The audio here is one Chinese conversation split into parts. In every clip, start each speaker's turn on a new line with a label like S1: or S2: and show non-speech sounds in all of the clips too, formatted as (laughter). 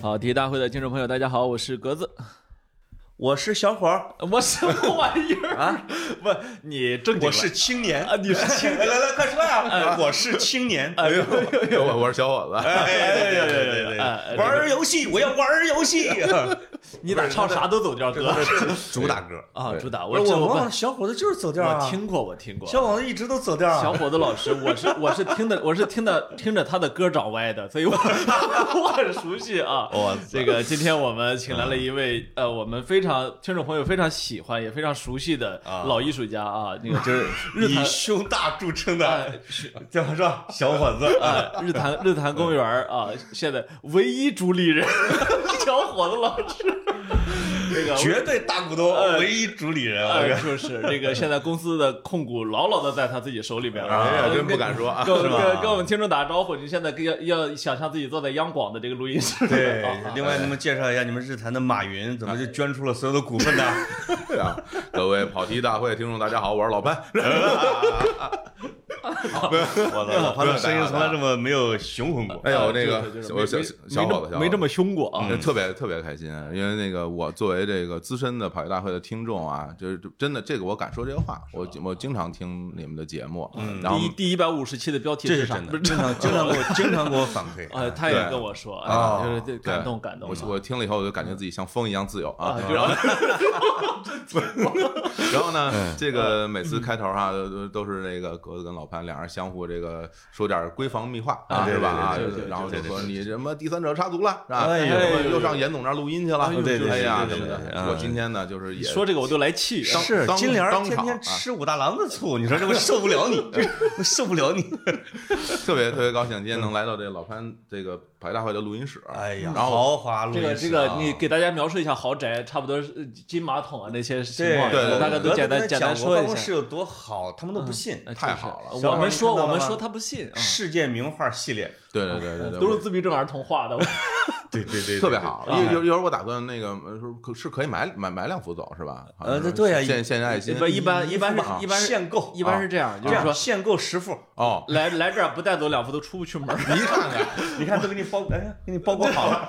S1: 好，体育大会的听众朋友，大家好，我是格子，
S2: 我是小伙儿，
S1: (laughs) 我什么玩意儿
S2: 啊？
S1: 不，你正经
S2: 我是青年。
S1: 啊，你是青
S2: 来来来，快说呀！啊我是青年。
S1: (laughs) 哎呦，
S3: (laughs) 我我是小伙子，
S2: 哎
S1: 哎呀
S2: 对对
S1: 呀
S2: 对
S1: 呀哎
S2: 对
S1: 哎
S2: 啊对，玩儿游戏，我要玩儿游戏。
S1: 你咋唱啥都走调哥
S3: (laughs) 主打歌
S1: 啊？哎 (laughs) 主打
S2: (laughs) 我
S1: 我这
S2: 我
S1: 我
S2: 忘了，小伙子就是走调啊
S1: 我。听过，我听过。
S2: 小伙子一直都走调
S1: 小
S2: 啊。
S1: 伙子老师，我 (laughs) 是我是听的，我是听的听着他的歌长歪的，所以我 (laughs) 我很熟悉啊。
S3: 哇塞
S1: 这个今天我们请来了一位呃，我们非常听众朋友非常喜欢也非常熟悉的
S3: 啊
S1: 老艺术家啊，那个就是日
S2: 以
S1: 坛
S2: 胸大著称
S1: 哎
S2: 的，怎么说？小伙子
S1: 啊，日坛日坛公园
S3: 嗯
S1: 啊，现在唯一主理人 (laughs) 小伙子老师，这个
S2: 绝对大股东，
S1: 哎
S2: 唯一主理人。我
S1: 呃，
S2: 跟
S1: 就是这个，现在公司的控股牢牢的在他自己手里面了，
S3: 哎呀，
S1: 呃
S3: 真不敢说啊，
S1: 跟
S3: 是
S1: 跟跟我
S3: 吧？
S1: 们听众打招呼，你现在跟要要想象自己坐在央广的这个录音室，
S2: (laughs) 对
S1: 啊，
S2: 另外你们介绍一下，你们日坛的马云怎么就捐出了所有的股份呢？
S3: 对啊， (laughs) 各位跑题大会听众，大家好，我是老潘。
S2: 哎 (laughs) 我操，老潘啊的声音从来这么没有雄浑过。
S3: 哎呦，那
S1: 啊就
S3: 个
S1: 是就是
S3: 我
S1: 没
S3: 小
S1: 没
S3: 小小伙子，嗯
S1: 没这
S3: 么。
S1: 么凶过啊，
S3: 特别特别开心，啊因为那个我作为这个资深的跑题大会的听众啊，就是真的这个我敢说这个话，我我经常听你们的节目，然
S1: 嗯
S3: 后
S1: 第一第一百五十期的标题
S2: 这是
S1: 啥
S2: 真的，？经
S1: (laughs)
S2: (laughs) 常经常给我经常给我反馈。
S1: 呃，他也跟我说，啊，就是这感动感动
S3: 哦我我听了以后，我就感觉自己像风一样自由啊
S1: 啊，。然后
S3: 然后呢，这个每次开头哈都都都是那个格子跟老潘两人相互这个说点闺房密话
S1: 啊
S3: 是吧？啊
S1: 对对对对，
S3: 然后
S2: 对
S3: 就
S2: 对
S3: 说你什么第三者插足了是吧？
S2: 哎呦
S3: 又又上严总那儿录音去了
S1: 哎呦，
S2: 对对
S3: 哎呀
S2: 对
S3: 什
S2: 对
S3: 么
S2: 对对
S3: 的。
S2: 对
S3: 我今天呢就是也
S1: 说这个我都来气，然后
S2: 是
S3: 当
S2: 金莲儿
S3: 当
S2: 天
S3: 场
S2: 天
S3: 啊
S2: 吃五大郎的醋，你说这我受不 (laughs) 了你，这我受不了你。
S3: 特别特别高兴，今天能来到这老潘这个排大会的录音室，
S2: (laughs) 哎呀，
S3: 然后
S2: 豪华录
S1: 这个
S2: 音
S1: 这
S2: 室
S1: 个
S2: 啊，
S1: 你给大家描述一下豪宅，差不多是呃金马桶啊那些情况，
S3: 对对对
S1: 大概都
S2: 我
S1: 简单
S2: 跟他
S1: 简单
S2: 讲过
S1: 说
S2: 办
S1: 一
S2: 公室
S1: 下。
S2: 有多好，他们都不信。
S1: 呃
S3: 太好了
S1: 就是
S2: 小
S1: 我
S2: 伙儿
S1: 们
S2: 你
S1: 说
S2: 看到
S1: 我
S2: 了
S1: 们
S2: 吗嗯
S1: 说他不信，啊
S2: 世界名画系列，
S3: 对对对对对，
S1: 都
S3: 我
S1: 是自闭症儿童画的。
S2: 对对对，
S3: 特别。好。
S1: 对对
S3: 一一一会儿我打算那个呃是可是可以买买买两副走是吧？好像
S2: 呃
S3: 是
S2: 对呀
S3: 献献献爱心
S1: 不一般一般是
S3: 啊
S1: 一般是
S2: 限购，
S1: 一般是这样，
S2: 这
S1: 就是
S2: 样
S1: 说
S2: 限购
S1: (laughs)
S2: 十副，
S3: 哦，
S1: 来来这儿不带走两副都出不去门儿。
S3: (laughs) 你看看，
S2: 你看都给你包，哎呀，给你包裹好了。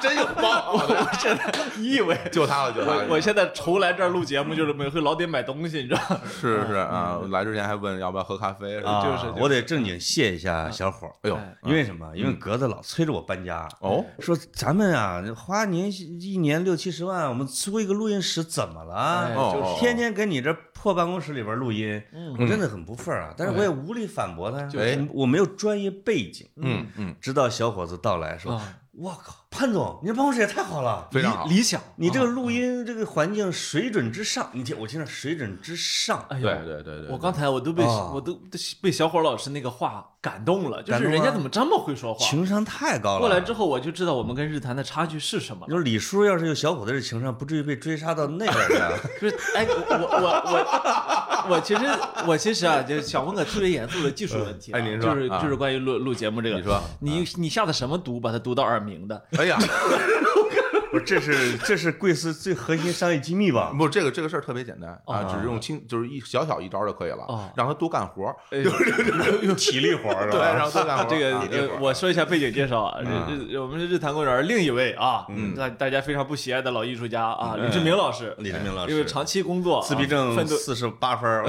S3: 真有包，
S1: 现在你以为
S3: 就他了，就他
S1: 我
S3: 了。
S1: 我现在愁来这儿录节目，就是每回老得买东西，你知道吗？
S3: 是是啊，我来之前还问要不要喝咖啡，是吧
S1: (laughs)
S2: 啊
S1: 就是就是
S2: 我得正经谢一下小伙儿，
S3: 哎呦，
S1: 哎
S2: 因为什么？因为格子老催着我搬家。
S3: 哦，
S2: 说咱们啊，花您一年六七十万，我们租一个录音室怎么了？
S1: 哎
S3: 就是
S2: 哦天天跟你这破办公室里边录音，
S1: 嗯
S2: 我真的很不忿儿啊！但是我也无力反驳他呀，
S3: 就是
S2: 我我没有专业背景。
S3: 嗯嗯，
S2: 直到小伙子到来说
S1: 啊：“
S2: 我靠，潘总，你这办公室也太好了，
S3: 非常好。
S1: 理想，
S2: 你这
S1: 啊
S2: 个录音这个环境水准之上。”你听我听着，水准之上。
S1: 哎
S3: 对
S1: 呦，
S3: 对对对，
S1: 我刚才我都被
S2: 啊
S1: 我都都被小伙老师那个话感动了，就是
S2: 感动
S1: 人家
S2: 吗
S1: 怎么这么会说话？
S2: 情商太高了。
S1: 过来之后我就知道我们跟日坛的差距是什么
S2: 你
S1: 了。
S2: 说李叔要是有小伙子这情商，不至于被追杀到那边
S1: (laughs)
S2: 去啊。
S1: 就是哎，我我我我我其实我其实啊，就是想问个特别严肃的技术问题啊、
S3: 哎您说
S1: 就是
S3: 啊
S1: 就是关于录录节目这个，
S3: 你说嗯
S1: 你你下的什么毒把它毒到耳鸣的？
S3: 哎呀，
S2: 不是，这是这是贵司最核心商业机
S1: (laughs)
S2: 密啊吧？
S3: 不，这个这个事儿特别简单啊，只是用轻，就是一小小一招就可以
S1: 哦
S3: 了，让他多干活儿，
S1: 哎呦
S2: 体力活儿是
S3: 对，
S2: 吧？
S3: 让他多干活
S1: 啊 (laughs)
S3: 儿。嗯
S1: 这个
S3: 啊
S1: 呃，我说一下背景介绍啊，日日我们是日坛公园另一位啊，
S3: 嗯
S1: 大大家非常不喜爱的老艺术家啊，李志明老师，
S2: 李志明老师
S3: 哎
S1: 因为长期工作啊，
S2: 自闭症
S1: 奋斗
S2: 四十八分儿，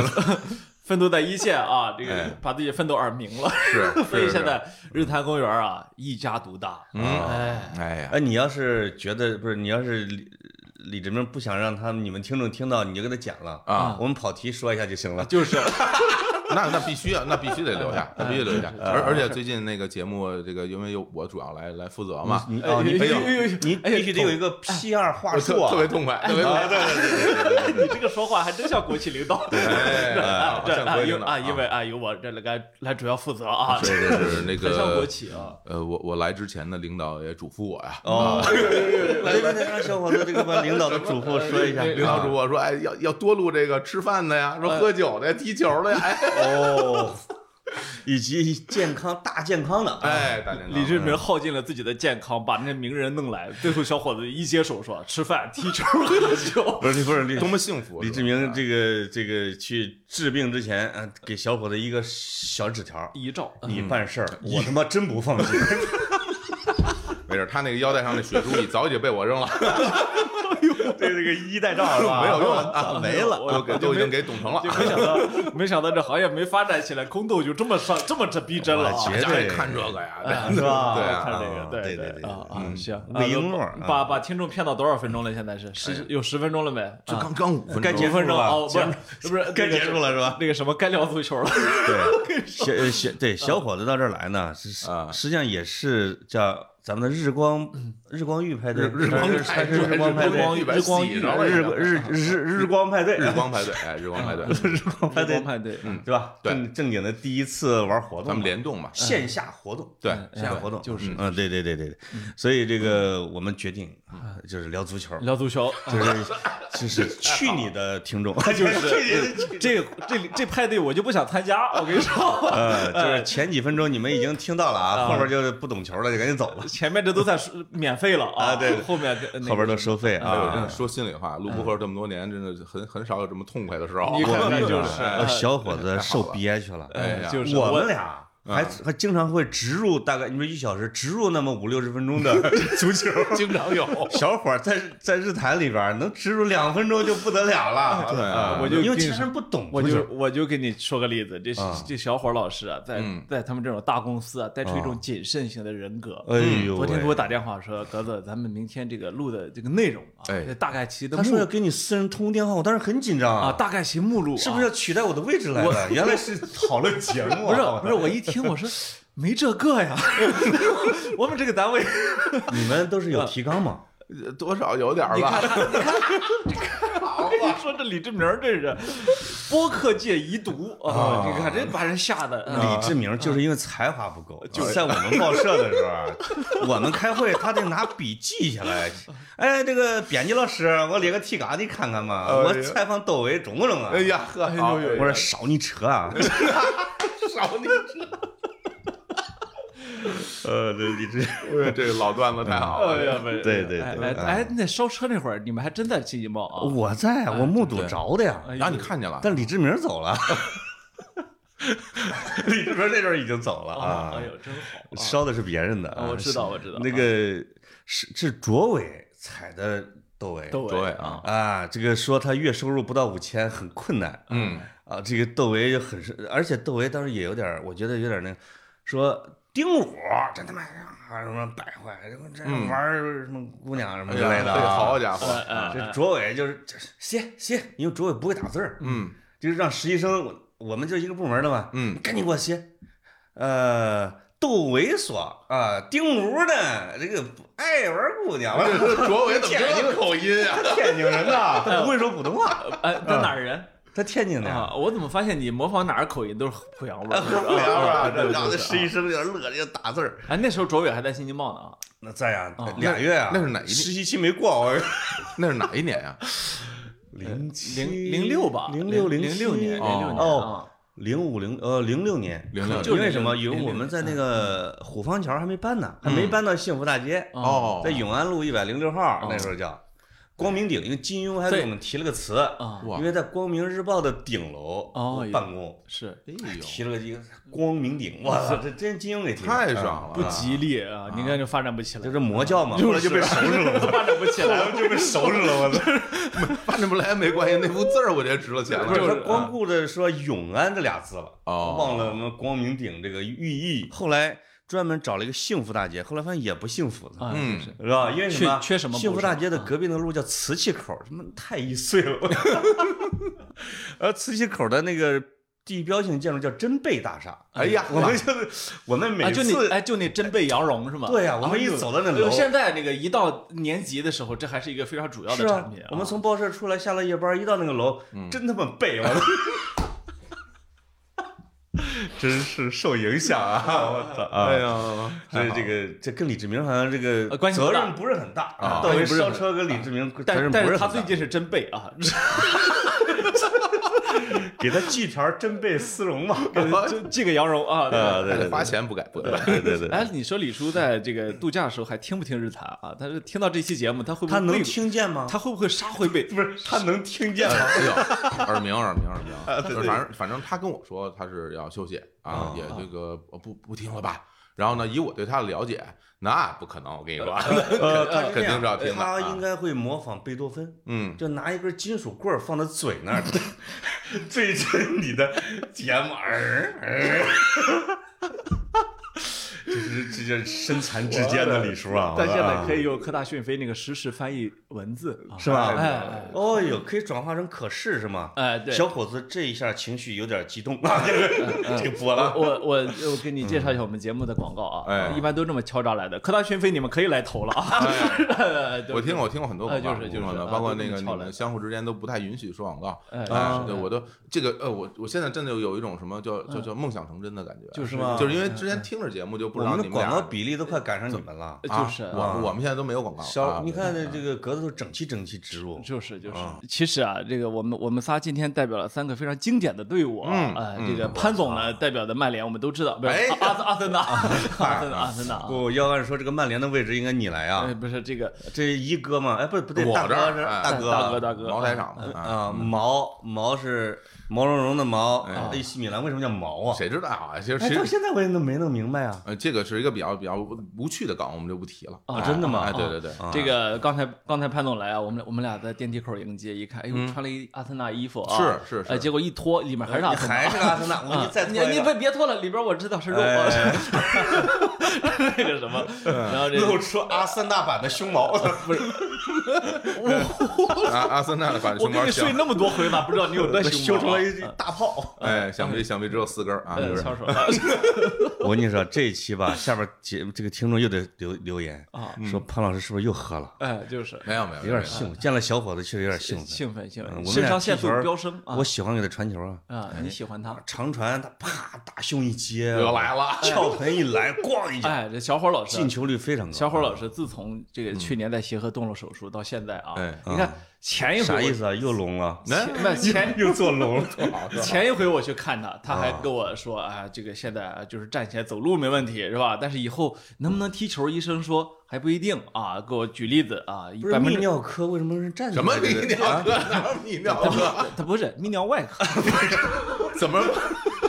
S1: 奋斗在一线啊，这个
S3: 哎
S1: 把自己奋斗耳鸣了， (laughs)
S3: 是是
S1: 所以现
S3: 是
S1: 在日坛公园啊一家独大，哎，
S3: 哎呀，
S2: 哎，你要是觉得不是，你要是李李志明不想让他们你们听众听到，你就给他剪了
S3: 啊
S2: 我们跑题说一下就行了。
S1: 就是
S3: 那那必须啊，那必须得留下，那必须留下。而而且最近那个节目，这个因为有我主要来来负责嘛，
S2: 你
S1: 哎
S2: 哦，你
S1: 哎
S2: 没
S1: 哎哎
S2: 有
S1: 哎，
S2: 你
S1: 哎呀
S2: 必须得有一个 PR 话
S3: 我
S2: 术
S3: 特
S2: 啊
S3: 特。别痛快，特别痛快。
S1: 你这个说话还真像国企领
S3: (laughs)
S1: 导。
S3: 哎
S1: 啊，
S3: 好
S1: 这
S3: 像
S1: 啊，
S3: 国际
S1: 因
S3: 领导
S1: 啊，因为啊，由我这来来主要负责啊， (laughs)
S3: 是是是那
S1: 很像国
S3: 个
S1: 企啊，
S3: 呃，我我来之前的领导也嘱咐我呀，
S2: 哦，
S3: 哎
S2: 来来来，让小伙子这个把领导的嘱咐说一下。
S3: 领导嘱咐我说，哎，要要多录这个吃饭的呀，说喝酒的、踢球的呀，哎
S2: 哦，以及健康大健康的，
S3: 哎，大
S2: 嗯
S3: 领导
S1: 李志明耗尽了自己的健康，把那名人弄来，最后小伙子一接手说吃饭、踢球、喝酒。
S2: 不是不是李
S3: 多么幸福，啊
S2: 李志明这个这个去治病之前，啊，给小伙子一个小纸条，
S1: (laughs) (laughs) 遗照，
S2: 嗯 (laughs) 你办事儿，我他妈真不放心。
S3: 没事，他那个腰带上那血珠已早已经被我扔了，
S2: 对这个一带照是吧？
S3: 没有用
S2: 我操
S3: 了，
S2: 没了。
S1: 我
S3: 都给
S1: 我就
S3: 都已
S1: 没
S3: 经给董成了
S1: (laughs) 就。没想到，没想到这行业没发展起来，空斗就这么上，这么这逼真了
S2: 哇
S1: 啊
S2: 绝！
S3: 家里
S2: 对
S3: 看这个呀，
S1: 啊
S2: (laughs) 是吧
S3: 对
S1: 看
S3: 啊，
S1: 这个，
S2: 啊
S1: 对
S2: 对对对
S1: 啊啊！
S3: 嗯
S1: 行，
S2: 吴一诺
S1: 啊
S2: 啊哎
S1: 把把听众骗到多少分钟了？现在是十有十分钟了没？
S3: 这
S1: 啊
S3: 刚刚五分钟，
S2: 该结
S1: 五分
S2: 束
S1: 钟
S2: 了
S1: 哦，不是不是，
S2: 该
S1: 那个
S2: 结束了是吧？
S1: 那个什么，该聊足球了。
S2: (laughs) 对，小呃小对小伙子到这儿来呢，是是
S3: 啊
S2: 实际上也是叫咱们的日光嗯日光浴派对，
S3: 日日光
S2: 还是还是
S3: 日
S2: 日光派对，
S3: 光
S1: 日光浴
S3: 日光
S2: 日日日日光派对，
S3: 日光排队，哎，日光排队，
S2: 日光派对，
S1: 派对，
S2: 对吧？
S3: 对
S2: 正正经的第一次玩活动嘛，
S3: 咱们联动嘛，
S2: 线下活动，
S3: 对，
S1: 嗯
S2: 线下活动
S1: 就是
S2: 嗯，对对对对对，所以这个我们决定啊就是聊足球，
S1: 聊足球，
S2: 就是就是去你的听 (laughs) 众，
S1: 就是 (laughs) 这这这派对我就不想参加，我跟你说， (laughs)
S2: 呃，就是前几分钟你们已经听到了啊，后边就是不懂球了，就赶紧走吧，
S1: 前面这都在说免费了啊，
S2: 啊对
S1: 后面这那
S2: 后边
S1: 个
S2: 都收费
S3: 哎呦，真
S2: 啊
S3: 的。说心里话，录播客这么多年，真的很很少有这么痛快的时候。
S1: 你看
S2: 我
S1: 看
S2: 跟你
S1: 就
S2: 说
S1: 是，
S2: 呃小伙子受憋屈了，
S3: 哎呀
S1: 呃就是
S2: 我们俩
S3: 嗯
S2: 还还经常会植入大概你说一小时，植入那么五六十分钟的足球。
S3: 经常有，
S2: 小伙儿在在日坛里边儿能植入两分钟就不得了了，
S3: 对
S2: 啊
S1: 我就
S2: 因为
S1: 跟你
S2: 其他
S1: 说
S2: 人不懂
S1: 我
S2: 足球
S1: 就我就给你说个例子，这
S2: 啊
S1: 这小伙老师啊，在
S3: 嗯
S1: 在他们这种大公司啊，带出一种
S2: 啊
S1: 谨慎型的人格。
S2: 哎呦
S1: 昨
S2: 喂，
S1: 天给我打电话说，格子，咱们明天这个录的这个内容啊
S3: 哎，
S1: 大概其的
S2: 他说要
S1: 目
S2: 给你私人通电话，我当时很紧张
S1: 啊，，大概其目录啊
S2: 是不是要取代我的位置来了？原来是讨论节目啊，
S1: 不是不是，我一听
S2: (laughs)
S1: 我说没这个呀， (laughs) 我们这个单位，
S2: 你们都是有提纲吗？
S3: 呃多少有点儿
S1: 你看
S3: 吧。
S1: 他，你看，
S2: (laughs)
S1: 我跟 (laughs) 你说这李志明儿真是播客界遗毒啊！你看这把人吓的，啊
S2: 李志明就是因为才华不够，嗯就在我们报社的时候啊， (laughs) 我们开会他得拿笔记下来。 (laughs) 哎，这个编辑老师，我列个提纲你看看嘛，
S3: 哎呀
S2: 我采访窦唯中不中啊
S3: 哎？呀呵，好
S2: 我说少你扯啊！
S3: 少你，
S2: (laughs) 呃，这李志，
S3: 我说这个老段子太好
S1: 哎
S3: 了。
S1: 呀，没
S2: 对对对
S1: 哎
S2: 对啊
S1: 哎哎，那烧车那会儿你们还真在新京报啊？
S2: (laughs) 我在我目睹着的呀，
S1: 哎呦
S3: 然后你看见了，
S2: 但李志明走了， (laughs) 李志明那阵儿已经走了
S1: 啊
S2: 啊，
S1: 哎呦，真好啊！
S2: 烧的是别人的啊，
S1: 我知道我知道
S2: 那个是是卓伟踩的窦唯，
S1: 窦
S3: 卓
S1: 唯
S3: 伟啊，
S2: 啊，这个说他月收入不到五千很困难，
S3: 嗯，
S2: 啊，这个窦唯就很是，而且窦唯当时也有点儿，我觉得有点儿那个说丁武这他妈啊什么败坏，这这
S3: 嗯
S2: 玩儿什么姑娘什么
S3: 哎
S2: 之
S3: 呀
S2: 类的
S3: 这个
S2: 啊，
S3: 好家伙，
S1: 哎哎
S2: 这卓伟就是这歇歇，因为卓伟不会打字儿，
S3: 嗯
S2: 就是让实习生，我我们就一个部门的嘛，
S3: 嗯，
S2: 赶紧给我歇。呃，窦猥琐啊，丁武呢，这个不爱玩姑娘，
S3: 这这卓伟怎么这口音啊 (laughs) 呀？
S2: 他天津人呐， (laughs) 他不会说普通话，
S1: 哎，
S2: 嗯
S1: 在哪儿人
S2: 他天津的呀。
S1: 啊？我怎么发现你模仿哪儿口音都是濮阳味
S2: (laughs)
S1: 儿？
S2: 不聊
S3: (laughs)
S2: 啊，
S1: 对
S2: 这
S1: 对
S2: 让
S1: 对
S2: 那实习生有点乐，这打字儿。
S1: 哎，那时候卓伟还在新京报呢啊！
S2: 那在呀
S1: 哦，
S2: 俩月啊，
S3: 那是哪一年
S2: 实习期没过，我
S3: 那是哪一年呀？
S2: 零
S1: 零零六吧，
S2: 零六
S1: 零
S2: 零
S1: 六年，零六年
S2: 哦，
S1: 啊，
S2: 零五零呃零六年，
S3: 零六
S1: 就
S2: 因
S1: 是
S2: 为什么？
S1: 06
S2: 因为我们在那个虎坊桥还没搬呢，还没搬到幸福大街，
S1: 嗯
S3: 哦，
S2: 在永安路一百零六号那时候叫光明顶，因为金庸还给
S1: 哦对
S2: 我们提了个词，
S1: 啊，
S3: 哇
S2: 因为在光明日报的顶楼
S1: 哦
S2: 我办公，
S1: 是
S3: 哎呦，
S2: 提了个一个光明顶，哇塞，这真金庸给提的，
S3: 太
S2: 啊
S3: 爽了，
S1: 不吉利啊！你看就发展不起来，
S2: 就是魔教嘛，
S1: 就是
S2: 后来就被收拾了，我操
S1: 发展不起来。
S2: (laughs) 就被收拾了，我操！
S3: 翻着不来没关系，那幅字儿我觉得值了钱
S2: 不
S3: 了。
S2: 是
S1: 就是
S2: 他光顾着说永安这俩字了，
S3: 哦
S2: 忘了什么光明顶这个寓意。后来专门找了一个幸福大街，后来发现也不幸福
S1: (laughs)
S2: 的。
S1: 啊，
S3: 嗯
S1: 就是
S2: 是吧？因为什么？
S1: 缺缺什么补啊
S2: 幸福大
S1: 上
S2: 街的隔壁那路叫瓷器口，他妈太易碎了。 (laughs) 呃，瓷器口的那个地标性建筑叫真贝大厦。
S3: 哎呀
S2: 我们就是我们
S1: 啊，
S2: 每
S1: 就你
S2: 次
S1: 哎，就那真贝羊绒是吗？
S2: 对呀，我们一走到那
S1: 哎呦
S2: 楼，
S1: 现在那个一到年级的时候，这还是一个非常主要
S2: 是
S1: 的
S2: 啊
S1: 产品啊。，嗯
S2: 我们从报社出来，下了夜班，一到那个楼，真他妈背我， (laughs) 真是受影
S1: (laughs)
S2: 响啊！我操啊！
S3: 哎呀，
S2: 所以这个这跟李志明好像这个
S1: 呃关系不
S2: 责
S1: 大
S2: 任不是很大
S3: 啊
S2: 到
S1: 关系
S2: 底
S1: 不是
S2: 烧
S1: 很啊
S2: 车跟李志明责
S1: 但
S2: 任
S1: 但
S2: 不
S1: 是
S2: 是
S1: 他
S2: 很
S1: 最
S2: 大，
S1: 近是真贝啊， (laughs)
S2: 给他寄条真贝丝绒吧。
S3: 哎
S1: 就这个羊绒 (laughs) 啊。
S2: 啊，对
S3: 还
S2: 对
S3: 得
S2: 对
S3: 哎花钱不改不改。
S2: 对对对，
S1: 哎，你说李叔在这个度假的时候还听不听日坛啊？但是听到这期节目，他会不会
S2: 他能
S1: 背
S2: 听见吗？
S1: 他会不会杀回背？
S2: 不是他能听 (laughs) 见吗？
S3: 哎呦， (laughs) 耳鸣，耳鸣，耳鸣。
S2: 对
S3: 就
S2: 对
S3: 是反正反正他跟我说他是要休息啊
S2: 啊，
S3: 也这个呃不不听了吧。然后呢，以我对他的了解，那不可能，我跟你说，
S2: 呃，他是
S3: 肯
S2: 这
S3: 定
S2: 样
S3: 是要听的
S2: 他应
S3: 啊。
S2: 该会模仿贝多芬，
S3: (laughs)
S2: (laughs)
S3: 嗯，
S2: 就拿一根金属棍儿放在嘴 (laughs) 那儿，对着你的睫毛儿，儿这是这就是身残志坚的李叔啊！
S1: 但现在可以用科大讯飞那个实时翻译文字，
S2: 是吧？
S1: 哎哎
S2: 哦呦，可以转化成可视是吗？
S1: 哎，对，
S2: 小伙子这一下情绪有点激 (laughs) 动啊，这个这个播了。
S1: (laughs) 我我我给你介绍一下我们节目的广告啊，
S3: 哎
S1: 一般都这么敲诈来的。科大讯飞你们可以来投了
S3: (laughs)
S1: 啊，对
S3: 我听过我听过很多广告，
S1: 呃就是就是
S3: 我听过的
S1: 啊
S3: 包括
S1: 都
S3: 那个
S1: 是
S3: 你
S1: 翘来的
S3: 们相互之间都不太允许说广告。
S1: 哎
S3: 哎，
S1: 是的
S3: 对，我都这个呃，我我现在真的有一种什么叫叫叫梦想成真的感觉，
S1: 就是
S2: 吗
S3: 就是因为之前听着节目就不
S2: 我
S3: 知道
S2: 们的
S3: 你们
S2: 广
S3: 俩
S2: 告比例都快赶上你们了。
S1: 呃
S3: 啊
S1: 就是
S3: 我我们现在都没有广告，啊
S2: 小，你看这这个格子都整齐整齐植入，
S1: 就是就是
S3: 嗯
S2: 啊，
S1: 其实啊，这个我们我们仨今天代表了三个非常经典的队伍啊
S3: 嗯，
S1: 哎
S3: 嗯
S1: 这个潘总呢代表的曼联我们都知道，不是
S2: 哎
S1: 阿阿阿
S2: (laughs)
S1: 森纳，阿森纳
S3: (laughs)
S1: 阿森纳啊，
S2: 不要按说这个曼联的位置应该你来
S1: 哎
S2: 啊，
S1: 不是这个
S2: 这一哥嘛，哎不不对，
S3: 我
S2: 大
S3: 这
S2: 哥
S3: 儿
S2: 是
S3: 哎
S2: 大哥
S1: 大哥大哥
S3: 茅台厂的啊，
S2: 啊，毛毛是毛茸茸的毛，AC 米兰为什么叫毛啊？
S3: 谁知道啊？其实
S2: 哎，
S3: 其
S2: 到
S3: 实
S2: 现在我也弄没弄明白啊。
S3: 呃，这个是一个比较比较无趣的梗，我们就不提了。
S1: 啊
S3: 哎
S2: 真的吗
S3: 哎，对
S1: (laughs)
S3: 对对，
S2: 啊
S1: 这个刚才刚才潘总来啊，我们俩我们俩在电梯口迎接，一看，哎呦，穿了一阿森纳衣服啊，
S3: 嗯是是是
S1: 哎，结果一脱里面还是阿森纳，
S2: 还是阿森纳，我给
S1: 啊
S2: 你再
S1: 你
S2: 拖一
S1: 你
S2: 个
S1: 别别脱了，里边我知道是肉，(laughs)
S2: 哎嗯
S1: 那个什么，然后这
S2: 露出阿森纳版的胸 (laughs) 毛，
S3: 阿阿森纳的反
S1: 我
S3: 熊
S1: 跟
S3: 猫
S1: 你睡
S3: 香，
S1: 那么多回了，不知道你有多
S2: 修
S1: 凶
S2: 成
S1: 猛啊
S2: 了一大炮。
S3: 哎，想必想必只有四根儿啊，就
S1: 呃
S3: 是
S1: 枪手啊
S2: 我跟你说，这一期吧，下边节这个听众又得留留言 (laughs)
S1: 啊， (laughs)
S2: 说潘老师是不是又喝了？
S1: 哎，就是
S3: 没有没有，
S2: 有点兴奋，见了小伙子确实有点 (laughs) 兴奋。
S1: 兴奋兴
S2: 嗯我
S1: 奋，
S2: 们
S1: 肾
S2: 俩
S1: 上腺
S2: 踢
S1: 素
S2: 球儿
S1: 飙升啊
S2: 我喜欢给他传球啊，
S1: 啊！你喜欢他？
S2: 长传他啪大胸一接，
S3: 又来了，
S2: 翘臀一来，咣一下，
S1: 哎，这小伙老师
S2: 进，球嗯率非常高。啊
S1: 小伙老师自从这个去年在协和动了手术到现在啊
S3: 哎，
S1: 你看前一回
S2: 嗯啥
S1: 我
S2: 意？思啊？又聋了，
S1: 前不前
S2: 又做聋了。
S1: (laughs)
S3: 好是吧
S1: 前一回我去看他，他还跟我说啊，这个现在啊就是站起来走路没问题是吧？但是以后能不能踢球，医生说还不一定啊。给我举例子啊，
S2: 不是
S1: 百分
S2: 泌
S1: 之
S2: 尿科为什么是站起来啊
S3: (laughs) 什么泌
S1: 啊
S3: 尿科？哪有泌尿科？
S1: 他不是泌尿外科，(laughs)
S3: 怎么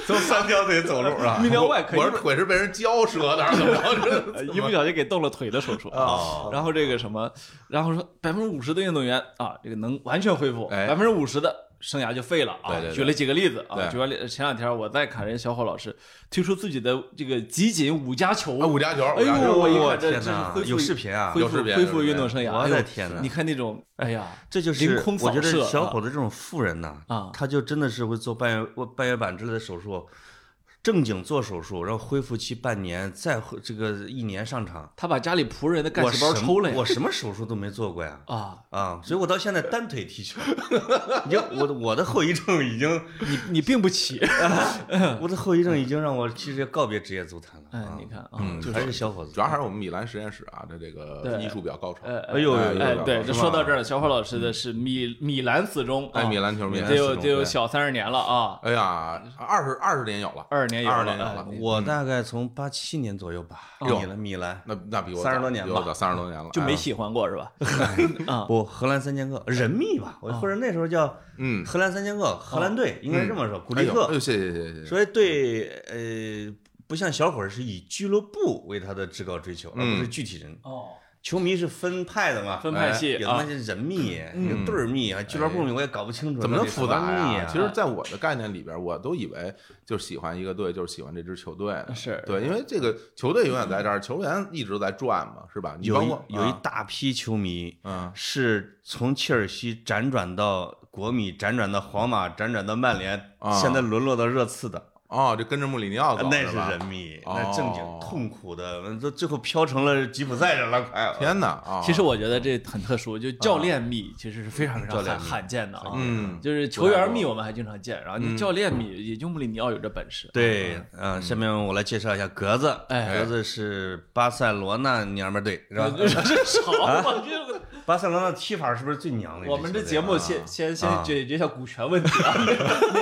S2: 从三条腿走路啊？
S1: 泌尿外科
S3: 我是腿是被人嚼折的，还是怎么着？
S1: 呃 (laughs) (laughs) 一不小心给动了腿的 (laughs) 手术
S2: 哦
S1: 啊然后这个什么，然后说百分之五十的运动员啊，这个能完全恢复，
S3: 哎
S1: 百分之五十的生涯就废了啊。
S3: 对对对
S1: 举了几个例子啊，
S3: 对
S1: 举完例前两天我再看人小伙老师推出自己的这个集锦五加球，
S3: 啊，五加球，
S1: 哎
S3: 五加
S1: 呦
S3: 球，
S1: 我一
S2: 我
S1: 看这
S2: 天
S1: 这是
S2: 哪
S1: 恢复
S2: 有视频啊
S1: 恢
S3: 有
S1: 复
S3: 视频
S1: 恢
S3: 有
S1: 复
S3: 视频
S1: 运动生涯，
S2: 我
S1: 哎呦
S2: 的天哪
S1: 你看那种，哎呀，
S2: 这就是
S1: 凌空扫
S2: 我觉
S1: 射
S2: 得小
S1: 啊
S2: 伙子这种富人呐、
S1: 啊
S2: 他就真的是会做半月半月板之类的手术，正经做手术，然后恢复期半年，再恢这个一年上场。
S1: 他把家里仆人的干
S2: 我
S1: 细胞
S2: 什么
S1: 抽了呀
S2: 我什么手术都没做过呀。
S1: 啊！
S2: 啊，所以我到现在单腿
S1: (laughs)
S2: 踢球，你看我的我的后遗症已经，
S1: 你你并不起，
S2: 我的后遗症已经让我其实要告别职业足坛了。
S1: 哎
S2: 啊，
S1: 你看啊，就
S2: 嗯，还是小伙子，
S3: 主要还是我们米兰实验室啊，这这个
S1: 对
S3: 医术比较高超。
S1: 呃，
S2: 哎呦
S3: 哎呦
S1: 哎
S3: 呦，
S1: 对，
S3: 呦
S1: 这
S3: 是
S1: 说
S3: 吧
S1: 到这儿，小伙老师的是米米兰死忠，
S3: 哎
S1: 啊
S3: 米兰球迷
S1: 得有
S3: 米兰死忠
S1: 得有
S3: 对
S1: 小三十年了啊，
S3: 哎呀，二十二十年有了，
S1: 22年有了
S3: 二十年有了
S1: 哎，
S2: 我大概从八七年左右吧，
S3: 哟
S1: 哦
S2: 米兰米兰，
S3: 那那比我
S2: 30多年吧
S3: 吧，三十多年了，
S1: 就没
S3: 哎
S1: 喜欢过是吧？ (laughs) 啊，
S2: 不，荷兰三剑客，人密吧，
S1: 哦
S2: 我或者那时候叫
S3: 嗯
S2: 荷兰三剑客，荷兰队应该是这么说，古利
S3: 哎呦哎
S2: 特
S3: 呦，，谢谢谢谢谢谢，
S2: 所以对呃，不像小伙儿是以俱乐部为他的至高追求，而不
S3: 嗯
S2: 是具体人。
S1: 哦，
S2: 球迷是分派的嘛，哎
S1: 分派系
S2: 有
S1: 啊
S2: 那，些人密，有队儿密啊，俱乐部密，我也搞不清楚
S3: 怎么
S2: 到
S3: 能
S2: 底什
S3: 复
S2: 么
S3: 杂
S2: 密
S3: 呀？
S2: 啊
S3: 其实，在我的概念里边，我都以为就是喜欢一个队，就是喜欢这支球队呢，
S1: 是
S3: 对，因为这个球队永远在这儿，球员一直在转嘛，是吧？你
S2: 有
S3: 包
S2: 一
S3: 括
S2: 有一
S3: 啊
S2: 大批球迷
S3: 嗯
S2: 是从切尔西辗转到国米，辗转到皇马，辗转到曼联，
S3: 啊
S2: 现在沦落到热刺的。
S3: 哦，这跟着穆里尼奥走，
S2: 那是
S3: 吧
S2: 人迷，
S3: 哦
S2: 那正经痛苦的，都最后飘成了吉普赛人了，快！
S3: 天哪啊！
S1: 其实我觉得这很特殊，就教练密其实是非常非
S2: 教
S1: 常
S2: 练
S1: 罕
S2: 密
S1: 罕见的啊，
S3: 嗯
S1: 就是球员密我们还经常见，然后你教练密也就穆里尼奥有这本事，
S2: 对，嗯，下面我来介绍一下格子，
S1: 哎
S2: 格子是巴塞罗那娘们儿队，是吧？
S1: (laughs)
S3: 哎
S2: 啊
S1: 这少嘛，这个
S2: 巴塞罗那踢法是不是最娘的一支球队啊？
S1: 我们这节目先先先
S2: 啊
S1: 解决一下股权问题
S2: (laughs)
S1: 啊，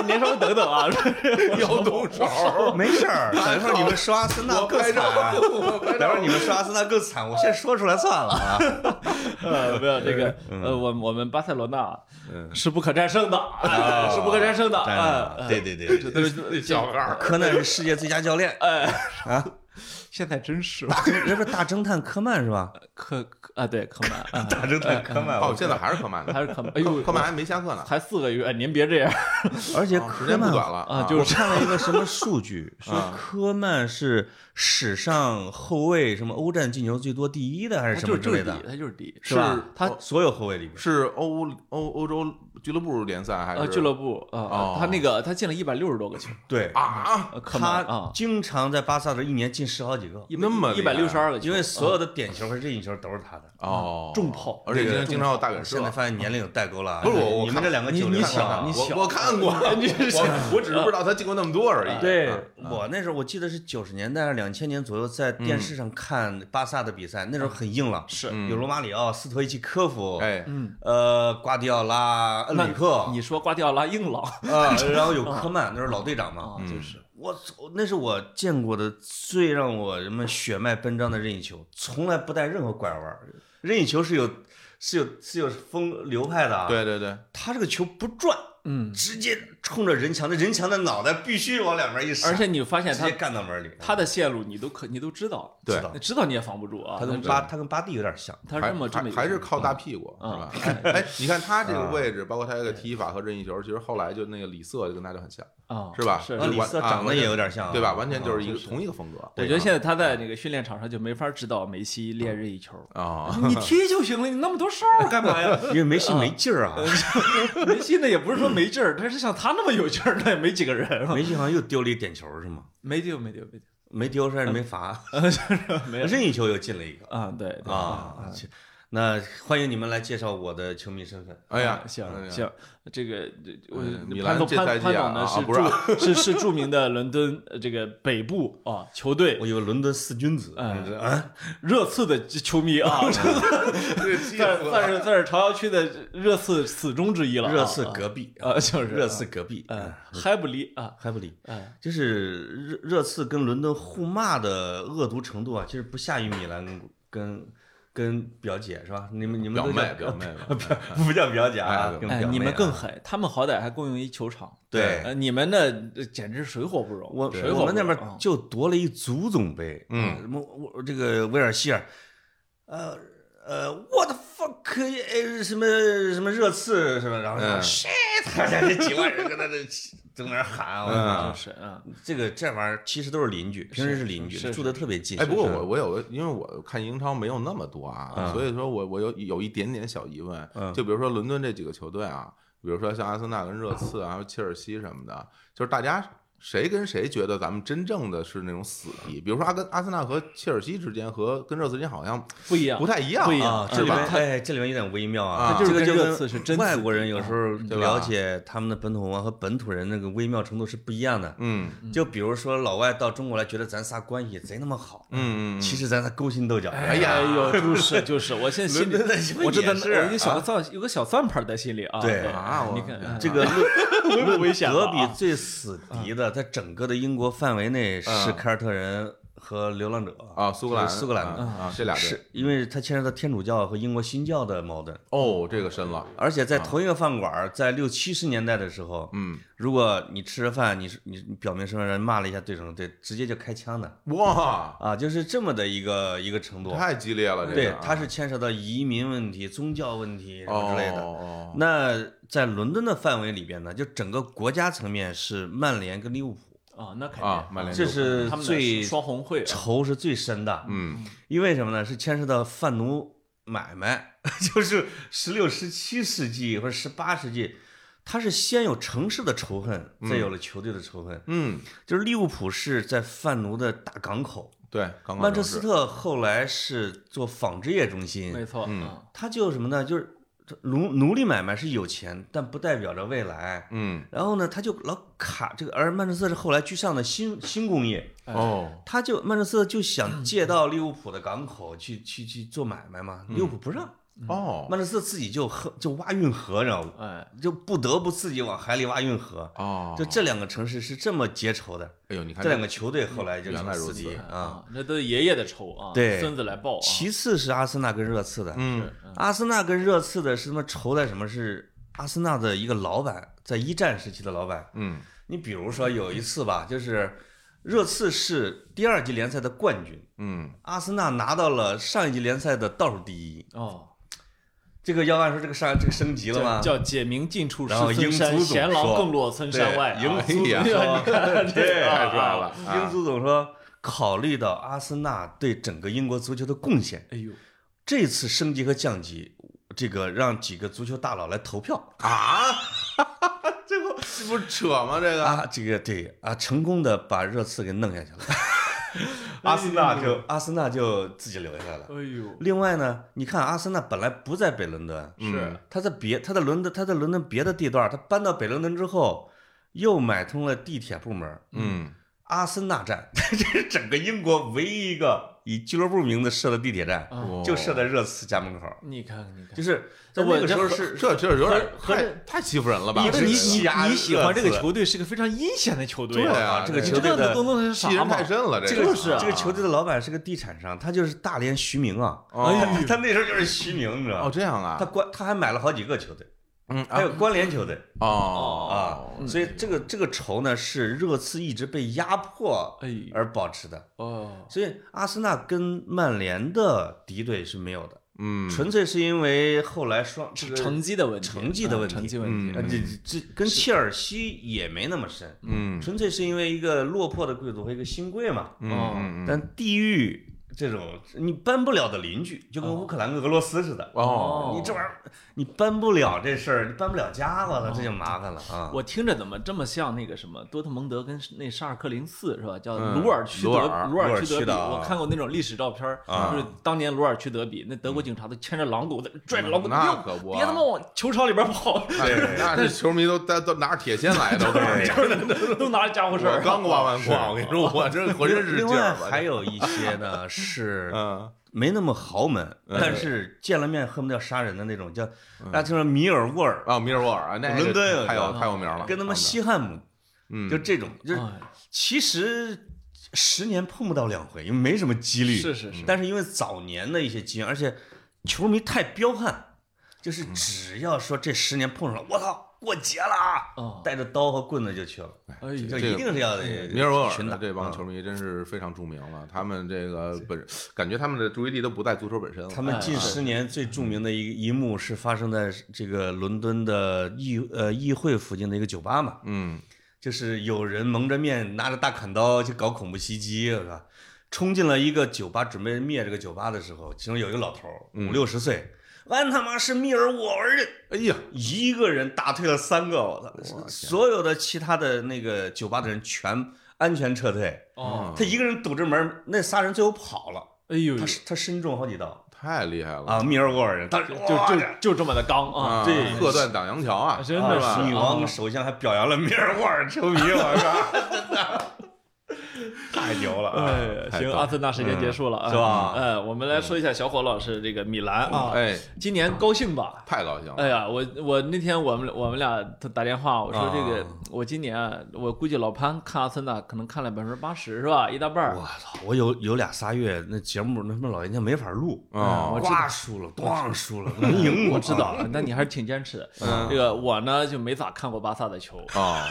S1: 您您稍微等等啊， (laughs)
S3: 要动手，
S2: (laughs) 没事儿，等一会儿你们刷阿森纳更惨，等会儿你们刷阿森纳更惨，我先说出来算了啊。
S1: 呃，没有这个，
S2: 嗯
S1: 呃，我我们巴塞罗那是不可战胜的，哎是不可战胜的，
S2: 哦
S3: 呃
S2: 战胜了
S3: (laughs)
S1: 哎，
S2: 对对对，
S3: 这小孩儿
S2: 科南是世界最佳教练，
S1: 哎，现在真是
S2: 那不是大侦探柯曼是吧？，
S1: 科科啊，对科曼啊
S2: (laughs) 哎大侦探柯曼，
S3: 哦，
S2: 我
S3: 现在还是科曼呢，
S1: 还是科曼，哎呦，
S3: 科曼还没下课呢，
S1: 才四个月，哎您别这样，
S2: 而且
S3: 哦时
S2: 柯
S3: 间不
S2: 曼
S3: 短了
S1: 啊就
S2: 我
S1: 是
S2: 看了一个什么数据，说
S3: 啊
S2: 科曼是史上后卫什么欧战进球最多第一的还
S1: 他啊
S2: 是什
S1: 就
S2: 么
S1: 是
S2: 之
S1: 就是
S2: 类
S1: 底
S2: 的，，
S1: 他就是底，
S2: 是吧？
S1: 他
S2: 哦所有后卫里面，
S3: 是欧欧欧洲俱乐部联赛还
S1: 呃
S3: 是
S1: 俱乐部啊
S3: 哦，
S1: 他那个他进了一百六十多个球，
S2: 对，
S3: 啊？
S1: 呃科曼
S2: 他
S1: 啊，
S2: 经常在巴萨的一年进十好几个，
S3: 那么
S1: 一
S3: 厉
S1: 百
S3: 害
S1: 六十二个球，
S2: 因
S1: (laughs)
S2: 为所有
S1: 的
S2: 的点球和任意球都是他的。
S3: 哦，
S1: 啊重炮
S3: 而且
S2: 这
S3: 经
S2: 个
S3: 常经常有大远射
S2: 现。在发现年龄有代沟了啊，
S3: 不是我我
S2: 你们这两个
S1: 你
S2: 九
S1: 你
S2: 零后
S1: 想
S2: 啊
S1: 你
S3: 我
S1: 小
S3: 我看过，
S1: (laughs)
S3: 我我只是不知道他进过那么多而
S1: 哎
S3: 已。
S2: 对
S3: 啊，
S2: 我那时候我记得是九十年代、两千年左右，在电视上看巴萨的比赛，那时候很硬朗，
S1: 是
S3: 嗯
S2: 有罗马里奥、斯托伊奇科夫，
S3: 哎，
S1: 嗯，
S2: 呃，瓜迪奥拉、
S1: 那
S2: 恩里克，
S1: 你说瓜迪奥拉硬朗
S2: 啊，然后有科曼，那是老队长嘛。
S3: 哦
S1: 啊，就是
S2: 我操，那是我见过的最让我什么血脉奔张的任意球，从来不带任何拐弯儿。任意球是有是有是有风流派的啊，，
S3: 对对对，
S2: 他这个球不转，
S1: 嗯，
S2: 直接冲着人墙，那人墙的脑袋必须往两边一闪，
S1: 而且你发现
S2: 直
S1: 他
S2: 接干到门里。
S1: 他的线路你都可你都知道，
S3: 对
S2: 知道
S1: 知道你也防不住啊，
S2: 他跟
S1: 这
S2: 巴他跟巴蒂有点像，
S1: 他是
S3: 还
S1: 这么这么
S3: 还
S1: 一个
S3: 还是
S1: 情况
S3: 靠大屁股是
S1: 啊
S3: 吧？
S1: (laughs)
S3: 哎，你看他这个位置，包括他这个踢法和任意球，其实后来就那个里瑟就跟他就很像，
S1: 啊，
S3: 是吧
S1: 是
S3: 那
S2: 然后
S1: 是
S2: 里瑟
S3: 完啊
S2: 长得
S3: 完
S2: 也
S3: 全
S2: 有点像啊，
S3: 对吧？完全就是一
S1: 啊
S3: 个
S1: 是是
S3: 同一个风格。
S1: 我觉得现在他在那个训练场上就没法指导梅西练任意球， (laughs)
S3: 啊，
S1: 你踢就行了，你那么多事儿干嘛呀？ (laughs)
S2: 因为梅西没劲儿
S3: (laughs)
S2: 啊，
S1: 梅西呢也不是说没劲儿，但是像他那么有劲儿的也没几个人啊。
S2: 梅西好像又丢了一点球是吗？
S1: 没丢，没丢，没丢，
S2: 没丢是还是没罚？
S1: (laughs) 没有
S2: 任意球又进了一个
S1: 啊， (laughs) 对对
S2: 啊。这那欢迎你们来介绍我的球迷身份。
S3: 哎呀，哎
S1: 啊行
S3: 呀，
S1: 行，这个这我
S3: 嗯米
S1: 潘
S3: 兰
S1: 总
S3: 这赛
S1: 潘
S3: 季啊
S1: 潘总呢
S3: 啊
S1: 是
S3: 不是
S1: 著是是著名的伦敦呃这个北部啊球队
S2: 我有伦敦四君子，
S1: 嗯
S2: 你知道啊，
S1: 热刺的球迷啊，
S3: 这气
S1: 算
S3: 死
S1: 是
S3: 了
S1: 算是算是朝阳区的热刺死忠之一了啊，
S2: 热刺
S1: 啊
S2: 隔壁，
S1: 啊就是
S2: 热刺隔壁，嗯
S1: 呃嗨不离啊，
S2: 还不理。
S1: 嗯
S2: 就是热热刺跟伦敦互骂的恶毒程度啊，其实不下于米兰跟跟跟表姐是吧？你们你们
S3: 表
S2: 都
S3: 妹
S2: 叫
S3: 表妹哎吧，
S2: (laughs) 不叫表姐啊，
S3: 哎
S2: 跟
S1: 哎
S2: 表妹啊
S1: 你们更狠，他们好歹还共用一球场，
S2: 对
S1: 呃你们呢简直水火不容，
S2: 我
S1: 水火
S2: 我们
S1: 不
S2: 那
S1: 容
S2: 边
S1: 啊
S2: 就夺了一足总杯，
S3: 嗯
S2: 什么我这个威尔希尔，呃呃，what the fuck，呃什么什么热刺什么，然后
S3: 嗯
S2: shit，他家这几万人跟他这在那儿喊，我
S3: 嗯
S2: 操，
S1: 就是啊，
S2: 这个这玩意儿其实都是邻居，平时是邻居
S1: 是，
S2: 住的特别近。
S3: 哎，不过
S2: 是是
S3: 我我有个，因为我看英超没有那么多啊，
S2: 嗯
S3: 所以说我我有有一点点小疑问，
S2: 嗯
S3: 就比如说伦敦这几个球队啊，比如说像阿森纳跟热刺啊，还有切尔西什么的，就是大家谁跟谁觉得咱们真正的是那种死敌？比如说阿根阿森纳和切尔西之间和跟热刺之间好像
S1: 不一样，
S3: 不太一样，
S1: 不一样
S2: 啊，
S1: 是
S2: 这里
S1: 吧
S2: 面
S1: 他
S2: 哎，这里面有点微妙
S3: 啊
S2: 啊，
S3: 他就是
S2: 这个
S1: 跟
S2: 就
S1: 热
S2: 跟
S1: 刺是真
S2: 外
S1: 死
S2: 国人有时候
S3: 对吧
S2: 了解他们的本土文化和本土人那个微妙程度是不一样的。
S3: 嗯
S2: 就比如说老外到中国来，觉得咱仨关系贼他妈好，
S3: 嗯嗯，嗯
S2: 其实咱仨勾心斗角。
S1: 哎呀，哎呦，就是就是，我现在心里
S2: 伦敦的新闻
S1: 我真的
S2: 也是啊
S1: 我有一个小算有个小算盘在心里啊，
S2: 对哦
S3: 啊我
S1: 你看
S2: 这个
S1: 危不危险了
S2: 德
S1: 啊？
S2: 比最死敌的，在整个的英国范围内是
S3: 嗯
S2: 凯尔特人和流浪者
S3: 啊，苏格兰
S2: 就是苏格兰的，
S3: 啊，啊这俩队
S2: 是因为它牵扯到天主教和英国新教的矛盾。
S3: 哦，这个深了，
S2: 而且在同一个饭馆儿，在六七十年代的时候，
S3: 嗯，
S2: 如果你吃着饭，你是你你表明身份，人骂了一下对手，对，直接就开枪的
S3: 哇，
S2: 啊，就是这么的一个一个程度。
S3: 太激烈了，这个
S2: 对
S3: 啊，
S2: 它是牵扯到移民问题、宗教问题什
S3: 哦
S2: 么之类的。
S3: 哦哦
S2: 那在伦敦的范围里边呢，就整个国家层面是曼联跟利物浦，
S1: 啊，那肯定
S3: 啊，曼联
S2: 这
S3: 就是
S1: 他们
S2: 最
S1: 的双红会啊
S2: 仇是最深的。
S3: 嗯
S2: 因为什么呢？是牵涉到贩奴买卖， (laughs) 就是十六、十七世纪或者十八世纪，它是先有城市的仇恨，再有了球队的仇恨。
S3: 嗯，
S2: 就是利物浦是在贩奴的大港口，
S3: 对，刚刚
S2: 曼彻
S3: 正
S2: 斯
S3: 是
S2: 特后来是做纺织业中
S1: 没
S2: 心，
S1: 错，
S3: 嗯
S1: 啊
S2: 它就什么呢？就是奴奴隶买卖是有钱，但不代表着未来。
S3: 嗯
S2: 然后呢，他就老卡这个，而曼彻斯特是后来居上的新新工业，
S3: 哦，
S2: 他就曼彻斯特就想借到利物浦的港口去去去做买卖嘛，利物浦不让，
S3: 嗯哦，
S2: 曼彻斯特自己就喝就挖运河，知道吗？
S1: 哎，
S2: 就不得不自己往海里挖运河。
S3: 哦，
S2: 就，这两个城市是这么结仇的，
S3: 哎呦，你看
S2: 这两个球队后来就
S3: 原
S2: 成
S3: 来如
S2: 死
S3: 此
S2: 敌啊。
S1: 啊，那都是爷爷的仇啊，
S2: 对
S1: 孙子来报啊，
S2: 其次是阿森纳跟热刺的，
S3: 嗯
S2: 阿森纳跟热刺的是什么仇在什么？是阿森纳的一个老板，在一战时期的老板。
S3: 嗯
S2: 你比如说有一次吧，就是热刺是第二级联赛的冠军，
S3: 嗯
S2: 阿森纳拿到了上一级联赛的倒数第一。
S1: 哦，
S2: 这个要按说这个上这个升级了吗？
S1: 叫解明近处是
S2: 然后
S1: 孙
S2: 英
S1: 山，
S2: 足总
S1: 贤郎
S2: 说
S1: 更落孙山外啊。
S2: 对英
S3: 足总
S1: 哎呀
S2: (laughs)
S1: 你看这
S2: 对
S1: 个
S3: 太帅了
S1: 啊
S3: 啊
S2: 英足总说，考虑到阿森纳对整个英国足球的贡献，
S1: 哎呦，
S2: 这次升级和降级，这个让几个足球大佬来投票
S3: 啊， (laughs) 这不这不是扯吗？这个
S2: 啊，这个对啊，成功的把热刺给弄
S1: (laughs)
S2: 下去了，阿森纳就阿森纳就自己留下来了。
S1: 哎呦，
S2: 另外呢，你看阿森纳本来不在北伦敦，
S1: 是
S2: 他在别他在伦敦他在伦敦别的地段，他搬到北伦敦之后，又买通了地铁部门，
S3: 嗯
S2: 阿森纳站， (laughs) 这是整个英国唯一一个以俱乐部名字设的地铁站，
S1: 啊，
S2: 就设在热刺家门口，
S1: 你看看，你看，
S2: 就是在
S1: 那
S2: 那
S1: 我
S2: 个时候
S1: 这
S2: 是
S3: 这这有点
S1: 合合
S3: 太
S1: 着
S3: 太欺负人了吧？
S2: 一
S1: 你
S2: 直
S3: 这
S1: 你
S3: 个
S2: 是
S1: 喜
S2: 啊
S1: 你喜欢这个
S2: 热刺
S1: 球队是个非常阴险的球队
S3: 对啊
S2: 这个
S1: 你
S2: 球
S1: 知
S2: 队
S1: 道
S2: 的
S1: 能弄成啥
S3: 欺人
S1: 吗
S3: 太？甚了，这
S1: 这
S3: 个
S1: 个就是啊
S2: 这个球队的老板是个地产商，他就是大连徐明啊，
S3: 哦
S2: (laughs) 他那时候就是徐明，你知道
S3: 哦
S2: 吗？
S3: 这样啊
S2: 他，哎关他还买了好几个球队，
S3: 嗯
S2: 还
S3: 啊
S2: 有关联球队啊
S3: 哦，
S1: 嗯
S2: 所以这个这个仇呢是热刺一直被压迫
S1: 哎呦，
S2: 而保持的，
S1: 哦，
S2: 所以阿森纳跟曼联的敌对是没有的，
S3: 嗯
S2: 纯粹是因为后来双这个
S1: 成绩的问题，
S2: 成绩的问题
S1: 啊成绩问
S2: 呃
S1: 题
S3: 嗯，
S2: 这这这跟切尔西也没那么深，
S3: 嗯
S2: 纯粹是因为一个落魄的贵族和一个新贵嘛。
S3: 嗯嗯嗯
S2: 哦但地域这种你搬不了的邻居，就跟乌克兰、俄罗斯似的，
S3: 哦
S2: 你这玩意儿你搬不了这事儿，你搬不了家，我操，这就麻烦了啊！
S1: 我听着怎么这么像那个什么多特蒙德跟那沙尔克零四是吧？叫
S3: 嗯
S1: 鲁尔区德
S3: 鲁尔
S1: 鲁
S2: 鲁尔
S1: 尔区
S2: 区
S1: 德比，
S2: 的啊
S1: 我看过那种历史照片儿，
S2: 啊
S1: 就是当年鲁尔区德比，那德国警察都牵着狼狗在拽着狼狗，
S3: 那
S1: 哟
S3: 可不啊
S1: 别他妈往球场里边跑， (laughs)
S3: 哎那是球迷都都都拿着铁锨来的，我告诉你
S1: 都拿着家伙事
S3: 我
S1: 儿。啊
S3: 刚刮完矿，我跟你说，我这浑身是
S2: 另
S3: 劲
S2: 外
S3: 儿吧。
S2: 还有一些
S3: (laughs)
S2: 呢是
S3: 嗯，
S2: 没那么豪门，但是见了面恨不得要杀人的那种，叫
S3: 嗯
S2: 大家听说米尔沃尔，
S3: 啊，米尔沃尔啊，那个
S2: 伦敦有一个
S3: 太有太有名了，啊
S2: 跟他们西汉姆
S3: 嗯，
S2: 就这种，就是
S1: 哎
S2: 其实十年碰不到两回，因为没什么几率。
S1: 是是是
S2: 但是因为早年的一些基因，而且球迷太彪悍，就是
S3: 嗯
S2: 只要说这十年碰上了，我操，过节了啊
S1: 哦，
S2: 带着刀和棍子就去了，
S1: 哎呦
S2: 就
S3: 这个
S2: 一定是要
S3: 米尔沃尔
S2: 群打嗯啊
S3: 的这帮球。迷真是非常著名了，他们这个本感觉他们的注意力都不在足球本身了。
S2: 他们近十年最著名的一一幕是发生在这个伦敦的议呃议会附近的一个酒吧嘛，
S3: 嗯，
S2: 就是有人蒙着面拿着大砍刀去搞恐怖袭击，是吧？冲进了一个酒吧，准备灭这个酒吧的时候，其中有一个老头儿
S3: 嗯
S2: 五六十岁，完他妈是密尔沃尔人，
S3: 哎呀，
S2: 一个人打退了三个，我操！所有的其他的那个酒吧的人全安全撤退，
S1: 哦，
S2: 他一个人堵着门，那仨人最后跑了，
S1: 哎呦，
S2: 他
S1: 就是
S2: 他身中好几刀
S3: 太厉害了
S2: 啊！！密尔沃尔人，当时哇
S1: 就就这么的刚啊，
S3: 啊，
S2: 对
S3: 鹤断挡洋桥啊，
S1: 真
S2: 啊
S1: 的是
S2: 女王跟首相还表扬了密尔沃尔球迷，我操，真的太牛了啊！
S1: 哎，
S3: 太
S1: 行，
S3: 棒
S1: 阿森纳时间结束了，啊
S2: 是吧
S1: 哎，我们来说一下小伙老师这个米兰啊，
S3: 哎，
S1: 今年高兴吧？
S3: 太高兴了。
S1: 哎呀，我我那天我们我们俩他打电话，我说这个、
S2: 啊
S1: 我今年啊我估计老潘看阿森纳可能看了百分之八十是吧，一大半儿
S2: 我。操！我有有俩仨月，那节目那他妈老人家没法录，
S3: 啊
S1: 嗯我知道
S2: 瓜输了，咣输了，能赢
S1: 嗯我
S2: 我
S1: 知道，了，那你还是挺坚持的。
S3: 嗯
S1: 这个我呢就没咋看过巴萨的球，
S3: 啊，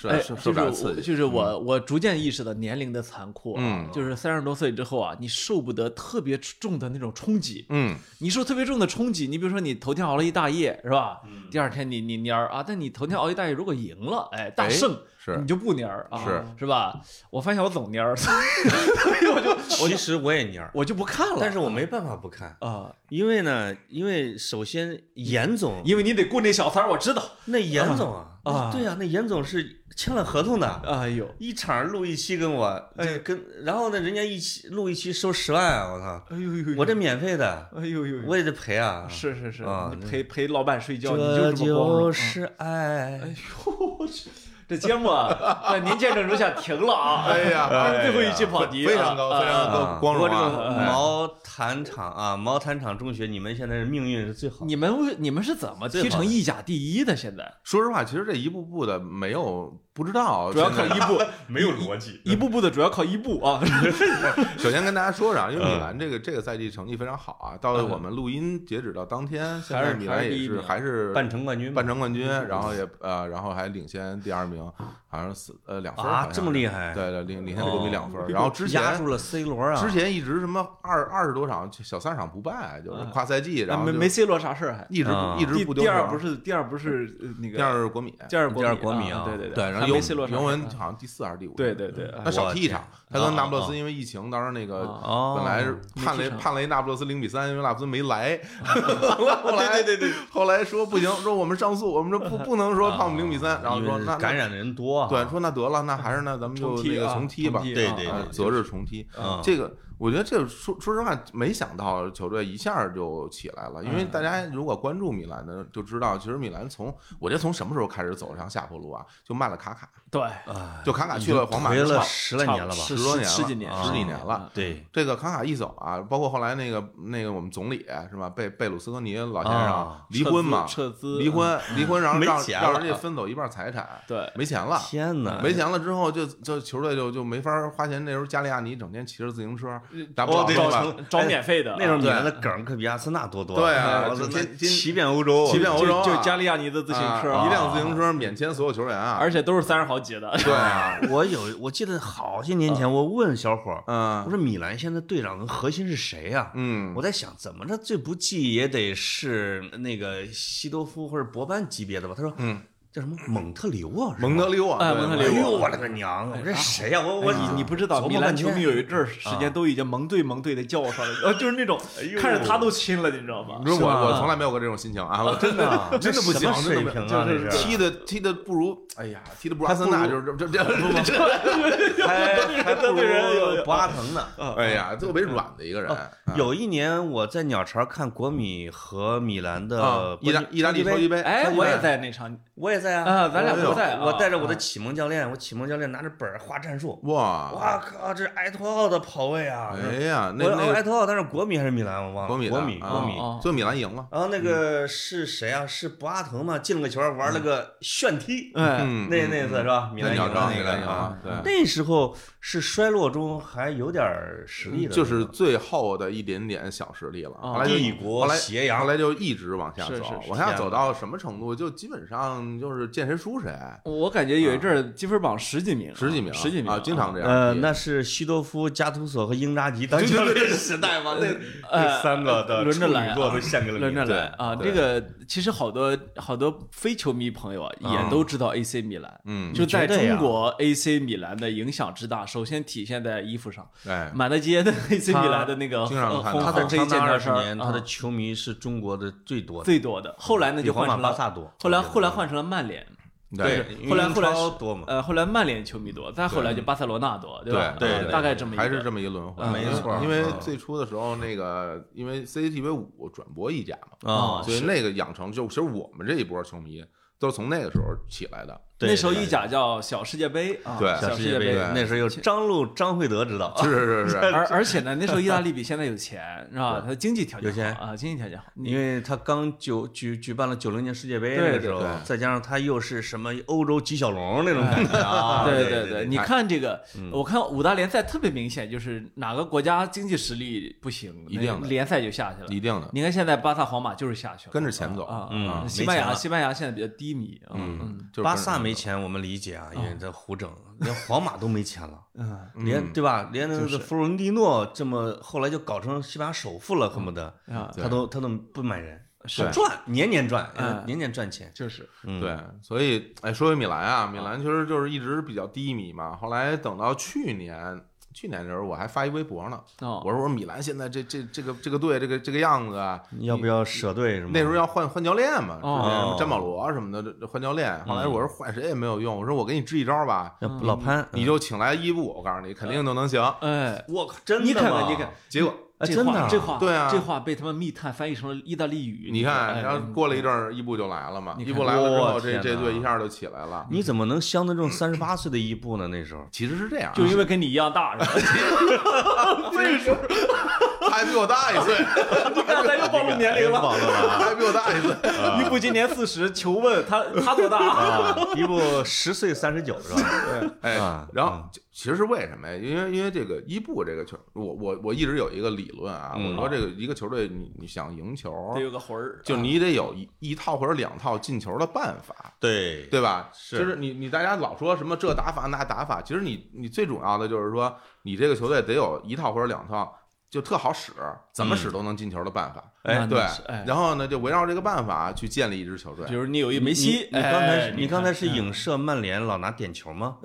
S3: 是
S1: 哎，
S3: 是
S1: 就是
S3: 受不了刺
S1: 我
S3: 激，
S1: 就是我我逐渐意识到年龄的残酷啊，
S3: 嗯
S1: 就是三十多岁之后啊，你受不得特别重的那种冲击，
S3: 嗯，
S1: 你受特别重的冲击，你比如说你头天熬了一大夜，是吧？第二天你你蔫儿啊，但你头天熬一大夜，如果赢了，哎，大胜
S3: 是
S1: 你就不蔫儿啊，
S3: 是
S1: 是吧？我发现我总蔫儿， (laughs) 所以所以我就
S2: 其实我也蔫儿，
S1: 我就不看了。
S2: (laughs) 但是我没办法不看，
S1: 啊，
S2: 因为呢，因为首先严总，
S1: 因为你得顾那小三儿，我知道。
S2: 那严总啊，
S1: 啊
S2: 对呀，那严总是签了合同的，
S1: 哎呦，
S2: 一场录一期跟我，哎，跟然后呢，人家一期录一期收十万啊，我操，
S1: 哎呦呦呦，
S2: 我这免费的，
S1: 哎呦呦呦，
S2: 我也得赔啊，
S1: 是是是
S2: 啊，
S1: 你陪陪老板睡觉，
S2: 这
S1: 你就这么光荣。
S2: 是
S1: 嗯
S2: 爱。
S1: 哎呦我去，这节目啊，在您见证之下停了啊。
S3: 哎呀
S1: 啊最后一期跑题啊，
S3: 非常高，非常
S1: 啊
S3: 高，光荣
S1: 不过这
S3: 啊！
S1: 个哎
S2: 毛坦厂啊，毛坦厂中学，你们现在是命运是最好的。
S1: 你们为你们是怎么踢成意甲第一的？现在
S3: 说实话，其实这一步步的没有不知道，
S1: 主要靠
S3: 现在
S1: 一步
S2: 没有逻辑
S1: 一步步的，主要靠一步
S2: (laughs)
S1: 啊。
S3: 首先跟大家说说啊，因
S2: 嗯
S3: 为米兰这个这个赛季成绩非常好啊，到了我们录音截止到当天，现
S1: 嗯还
S3: 在
S1: 是
S3: 米兰也
S1: 还是第一
S3: 是
S1: 名
S3: 还是
S2: 半程冠军嘛，
S1: 嗯
S3: 半程冠军，然后也呃，然后还领先第二名名，好像是四呃两分儿
S2: 啊
S3: 好，像
S2: 这么
S3: 是
S2: 厉害，
S3: 对对，领领先国米
S2: 哦
S3: 两分儿，然后之前
S2: 压住了 C 罗啊，
S3: 之前一直什么二二十多场小三场不败，就是
S1: 啊
S3: 跨赛季，然
S1: 啊
S3: 后
S1: 没
S3: 就
S1: 没 C 罗啥事儿还。
S3: 一直
S2: 啊
S3: 不一直
S1: 第
S3: 不丢
S1: 第二
S3: 球
S1: 不是第二不是呃那个
S3: 第二是国米，
S1: 第二
S2: 第二国
S1: 米
S2: 米啊
S1: 对对
S3: 对，然后
S1: 还
S3: 尤
S1: 没 C 罗啥事儿
S3: 尤文好像第四还是第五，
S1: 对对对啊
S3: 那呃少踢一场，他
S2: 我
S3: 跟
S2: 天
S3: 那不勒
S2: 啊
S3: 斯因为疫情，当时那个
S1: 啊
S2: 哦，
S3: 本来是判
S1: 没踢
S3: 雷
S1: 成
S3: 判雷那不勒斯零比三，因为那不勒斯没来，后来
S1: 对对对对，
S3: 后来说不行，说我们上诉，我们说不不能说判我们零比三，然
S2: 啊
S3: 后
S2: 因为
S3: 说那
S2: 感
S3: 那
S2: 染的人多啊，
S3: 对，说那得了，那还是那咱们
S1: 重
S3: 就
S1: 踢
S3: 那个
S1: 啊
S3: 重踢吧，
S1: 重
S2: 对
S1: 啊
S2: 对
S1: 啊
S3: 啊择日重踢。
S2: 嗯
S3: 这个我觉得这说说实话没想到球队一下就起来了，因为大家如果关注米兰的就知道，其实米兰从我觉得从什么时候开始走上下坡路啊？就卖了卡卡，
S1: 对，
S2: 哎
S3: 就卡卡去了皇马
S2: 已经颓
S3: 之
S2: 了
S3: 后
S2: 十来年了吧，
S1: 差不多
S3: 十多年了
S1: 十几年
S2: 啊
S3: 十几年了。
S2: 对，
S3: 这个卡卡一走啊，包括后来那个那个我们总理是吧？贝贝鲁斯科尼老先生
S2: 啊
S3: 离婚嘛，
S1: 撤资啊
S3: 离，婚离婚，然后
S2: 没
S3: 让
S2: 钱了
S3: 让人家分走一半财产，
S1: 对
S3: 没钱了。
S2: 天哪，
S3: 没钱了之后就，就球队就就没法花钱。那时候加利亚尼整天骑着自行车，
S1: 嗯
S3: 打不
S2: 哦
S3: 着
S2: 对
S3: 对吧
S2: 成
S1: 找找免费的，
S2: 那种
S1: 啊
S2: 米兰的梗可比阿森纳多多了，
S3: 对啊
S2: 我操
S3: 今
S2: 那
S3: 今
S2: 骑遍欧洲，
S3: 骑遍欧洲
S1: 就
S3: 啊
S1: 就加利亚尼的自行车，
S3: 啊
S1: 辆，
S3: 一辆自行车免签所有球员啊。
S1: 而且都是三十好几的，
S2: 哎
S3: 对啊，
S2: 我有，我记得好些年前，我问小伙儿，我
S3: 嗯
S2: 说米兰现在队长跟核心是谁呀、
S3: 嗯
S2: 我，在想，怎么着这不济也得是那个西多夫或者博班级别的吧？他说，
S3: 嗯，
S2: 叫什么蒙特流啊？是吧
S3: 蒙德利沃，
S1: 哎
S3: 对
S1: 蒙德
S2: 哎
S1: 利
S2: 呦，
S1: 沃
S2: 我勒个娘啊！我这谁呀、我我
S1: 哎你你不知道，
S2: 琢磨
S1: 米兰
S2: 半
S1: 球
S2: 天
S1: 迷有一阵儿时间都已经蒙对蒙对的叫上了，呃，就是那种
S2: 哎呦
S1: 看着他都亲了，你知道吗
S3: 你？说
S2: 是
S3: 我
S2: 吧
S3: 我从来没有过这种心情啊，我真的
S2: 啊
S3: 真的不
S2: 这
S3: 行
S2: 什么，水
S3: 真的
S2: 平
S3: 不
S2: 啊
S3: 就
S2: 这
S3: 是
S2: 是
S3: 踢的踢的不如，哎呀，踢的不如阿森纳，
S2: 还不
S3: 就是这这这这，
S2: 还还不
S1: 对人有
S2: 如
S1: 有
S2: 博阿滕呢。
S3: 哎呀，特别软的一个人。啊
S2: 嗯哦有一年我在鸟巢看国米和米兰
S3: 啊
S2: 的，
S3: 意大意大利超级
S2: 杯，
S3: 杯，
S1: 哎，我也在那场
S2: 我也在啊，
S1: 啊，咱俩
S3: 哎呦
S1: 都在啊，
S2: 我带着我的启蒙教练，我启蒙教练拿着本儿画战术，
S3: 哇，
S2: 哇靠，这是埃托奥的跑位啊！
S3: 啊哎呀，那
S2: 我
S3: 那
S2: 埃托奥，但是国米还是米兰，我忘了。
S3: 国米的
S2: 国米，
S3: 啊
S2: 国米。
S1: 哦
S3: 最后米兰赢了，
S2: 然后那个是谁啊？是博阿滕嘛？进了个球，玩了个炫踢，
S1: 哎，
S3: 嗯，
S2: 那那次是吧？米
S3: 那
S2: 兰赢
S3: 鸟
S2: 了
S3: 巢
S2: 那
S3: 米
S2: 个
S3: 兰赢
S2: 啊
S3: 了，。对。
S2: 那时候是衰落中还有点实力的那种，
S3: 嗯就是最后的一点点小实力了。
S1: 啊
S3: 后来就
S2: 帝
S3: 后
S2: 国
S3: 来
S2: 斜
S3: 后
S2: 阳，
S3: 来就一直往下
S1: 是
S3: 走
S1: 是，是
S3: 往
S2: 这
S3: 下
S2: 样
S3: 走
S2: 的
S3: 到什么程度，就基本上就是见谁输谁，
S1: 我感觉有一阵儿积分榜十几名啊，
S3: 啊十几名，
S1: 十几名
S3: 啊，经常这样。
S2: 呃，那是西多夫、加图索和英扎吉当
S3: 对对
S2: 教
S3: 对
S2: 练时代 (laughs) 嘛，那
S1: 呃
S2: 那三个的
S1: 轮着
S2: 处
S1: 来
S2: 女
S1: 啊
S2: 座都献给了
S1: 轮
S2: 米
S1: 着
S2: 兰
S1: 来啊，
S3: 对
S1: 这个其实好多好多非球迷朋友啊，也都知道 AC 米兰。
S3: 嗯，
S1: 就在
S2: 绝对
S1: 中
S2: 啊
S1: 国，AC 米兰的影响之大，首先体现在衣服上，
S3: 哎，
S1: 满大街的 AC 米兰的那个呃
S3: 经常能看
S1: 红
S3: 到
S2: 他
S1: 红
S2: 在
S1: 这一
S2: 长达
S1: 件
S2: 二
S1: 的
S2: 十
S1: 事儿
S2: 年，他的
S1: 啊
S2: 球迷是中国的最多的，
S1: 最多的。后来呢，
S2: 比
S1: 就
S2: 皇
S1: 换
S2: 马、
S1: 成
S2: 巴
S1: 了
S2: 萨多。
S1: 后来
S2: 我觉得
S1: 后来换成了曼联，
S3: 对，
S2: 对，
S1: 后来后来
S2: 英超
S1: 是
S3: 嗯
S2: 多嘛，
S1: 呃，后来曼联球迷多，再后来就巴塞罗那多，吧？
S3: 对
S1: 啊
S2: 对
S1: 大概这么一个
S3: 还是这么一轮回，
S1: 嗯
S2: 没错
S3: 因为因为
S2: 嗯
S3: 最初的时候，那个因为 CCTV 五转播意甲嘛，
S1: 啊
S2: 哦
S3: 所以那个养成就其实我们这一波球迷都是从那个时候起来的。
S2: 对
S1: 那时候
S2: 对
S1: 意甲叫小世界杯啊，
S3: 对
S2: 小
S1: 小
S2: 世
S1: 界
S2: 杯
S3: 对
S2: 那时候有张路、张惠德指导，
S3: 是是是是， (laughs)
S1: 而而且呢，那时候意大利比现在有钱，是吧？他经济条件
S2: 有钱
S1: 好啊，经济条件好，
S2: 因为他刚九举举办了九零年世界杯
S1: 对
S2: 那个时候
S3: 对对，
S2: 再加上他又是什么欧洲纪晓龙那种感觉啊，
S1: 对
S2: 对
S1: 对，你看这个，
S3: 嗯
S1: 我看五大联赛特别明显，就是哪个国家经济实力不行，
S3: 一定的
S1: 那联赛就下去了。
S3: 一定的
S1: 你看现在巴萨、皇马就是下去了，
S3: 跟着钱走
S1: 啊。
S2: 嗯
S1: 啊
S2: 没
S1: 西班
S2: 钱
S1: 牙，
S2: 了
S1: 西班牙现在比较低迷啊。
S3: 嗯，就是
S2: 巴
S3: 跟着
S2: 萨
S3: 钱
S2: 没
S3: 走，
S2: 钱我们理解啊，因为他胡整，连皇马都没钱了，
S1: 嗯，
S2: 连对吧？连那个弗洛伦蒂诺这么后来就搞成西班牙首富了，恨不得
S1: 嗯啊
S2: 他都他都不买人，
S1: 是
S2: 赚年年赚
S1: 嗯，
S2: 年年赚钱，
S1: 就是
S2: 嗯
S3: 对，所以哎，说回米兰啊，米兰其实就是一直比较低迷嘛。后来等到去年，去年的时候我还发一微博呢，
S1: 哦
S3: 我说我说米兰现在这这这个这个队这个这个样子啊，
S2: 要不要舍队什么？
S3: 那时候要换换教练嘛，之
S1: 哦
S3: 前什么詹保罗什么的这这换教练。后来我说换谁也没有用，我说我给你支一招吧，
S2: 要老潘，嗯
S3: 你就请来伊布，我告诉你肯定都能行。
S1: 哎，
S2: 我靠，真的
S1: 你看
S2: 吗
S1: 看，你看，
S3: 结果
S2: 啊
S1: 这
S2: 真的
S1: 话
S2: 啊
S1: 这话，
S3: 啊对啊
S1: 这话被他们密探翻译成了意大利语。哎
S3: 你看，然后过了一
S1: 阵，
S3: 阵儿，伊布就来了嘛，
S1: 嗯你
S3: 伊
S1: 看
S3: 布来了之后，
S2: 我
S3: 这
S2: 天
S3: 这
S2: 哪
S3: 队一下就起来了。
S2: 你怎么能相得中三十八岁的伊布呢？那
S3: (laughs)
S2: 时候
S3: 其实是这样啊，
S1: 就因为跟你一样大，是
S3: (laughs)
S1: 吧？ (laughs)
S3: 他还比我大一岁，
S1: 你看咱又暴露年龄了。
S2: 暴露了
S3: 他
S2: 啊。
S3: 还比我大一岁。
S1: 伊布今年四十，求问他他多大？
S2: 啊， (laughs) 伊布十岁三十九是吧？
S3: 哎
S2: 啊，
S3: 然后就其实是为什么呀？因为因为这个伊布这个球，我我我一直有一个理理论啊，
S2: 嗯
S3: 我说这个一个球队你你想赢球
S1: 得，有个魂儿，啊
S3: 就你得有一一套或者两套进球的办法，
S2: 对
S3: 对吧？
S2: 是
S3: 就是你你大家老说什么这打法那打法，其实你你最主要的就是说你这个球队得有一套或者两套就特好使，怎么使都能进球的办法。
S2: 哎
S1: 那
S3: 对
S1: 嗯你是哎，
S3: 然后呢，就围绕这个办法去建立一支球队
S1: 比。如你有一梅西，
S2: 你你刚才
S1: 哎
S2: 是你刚才是
S1: 看
S2: 影射曼联老拿点球吗？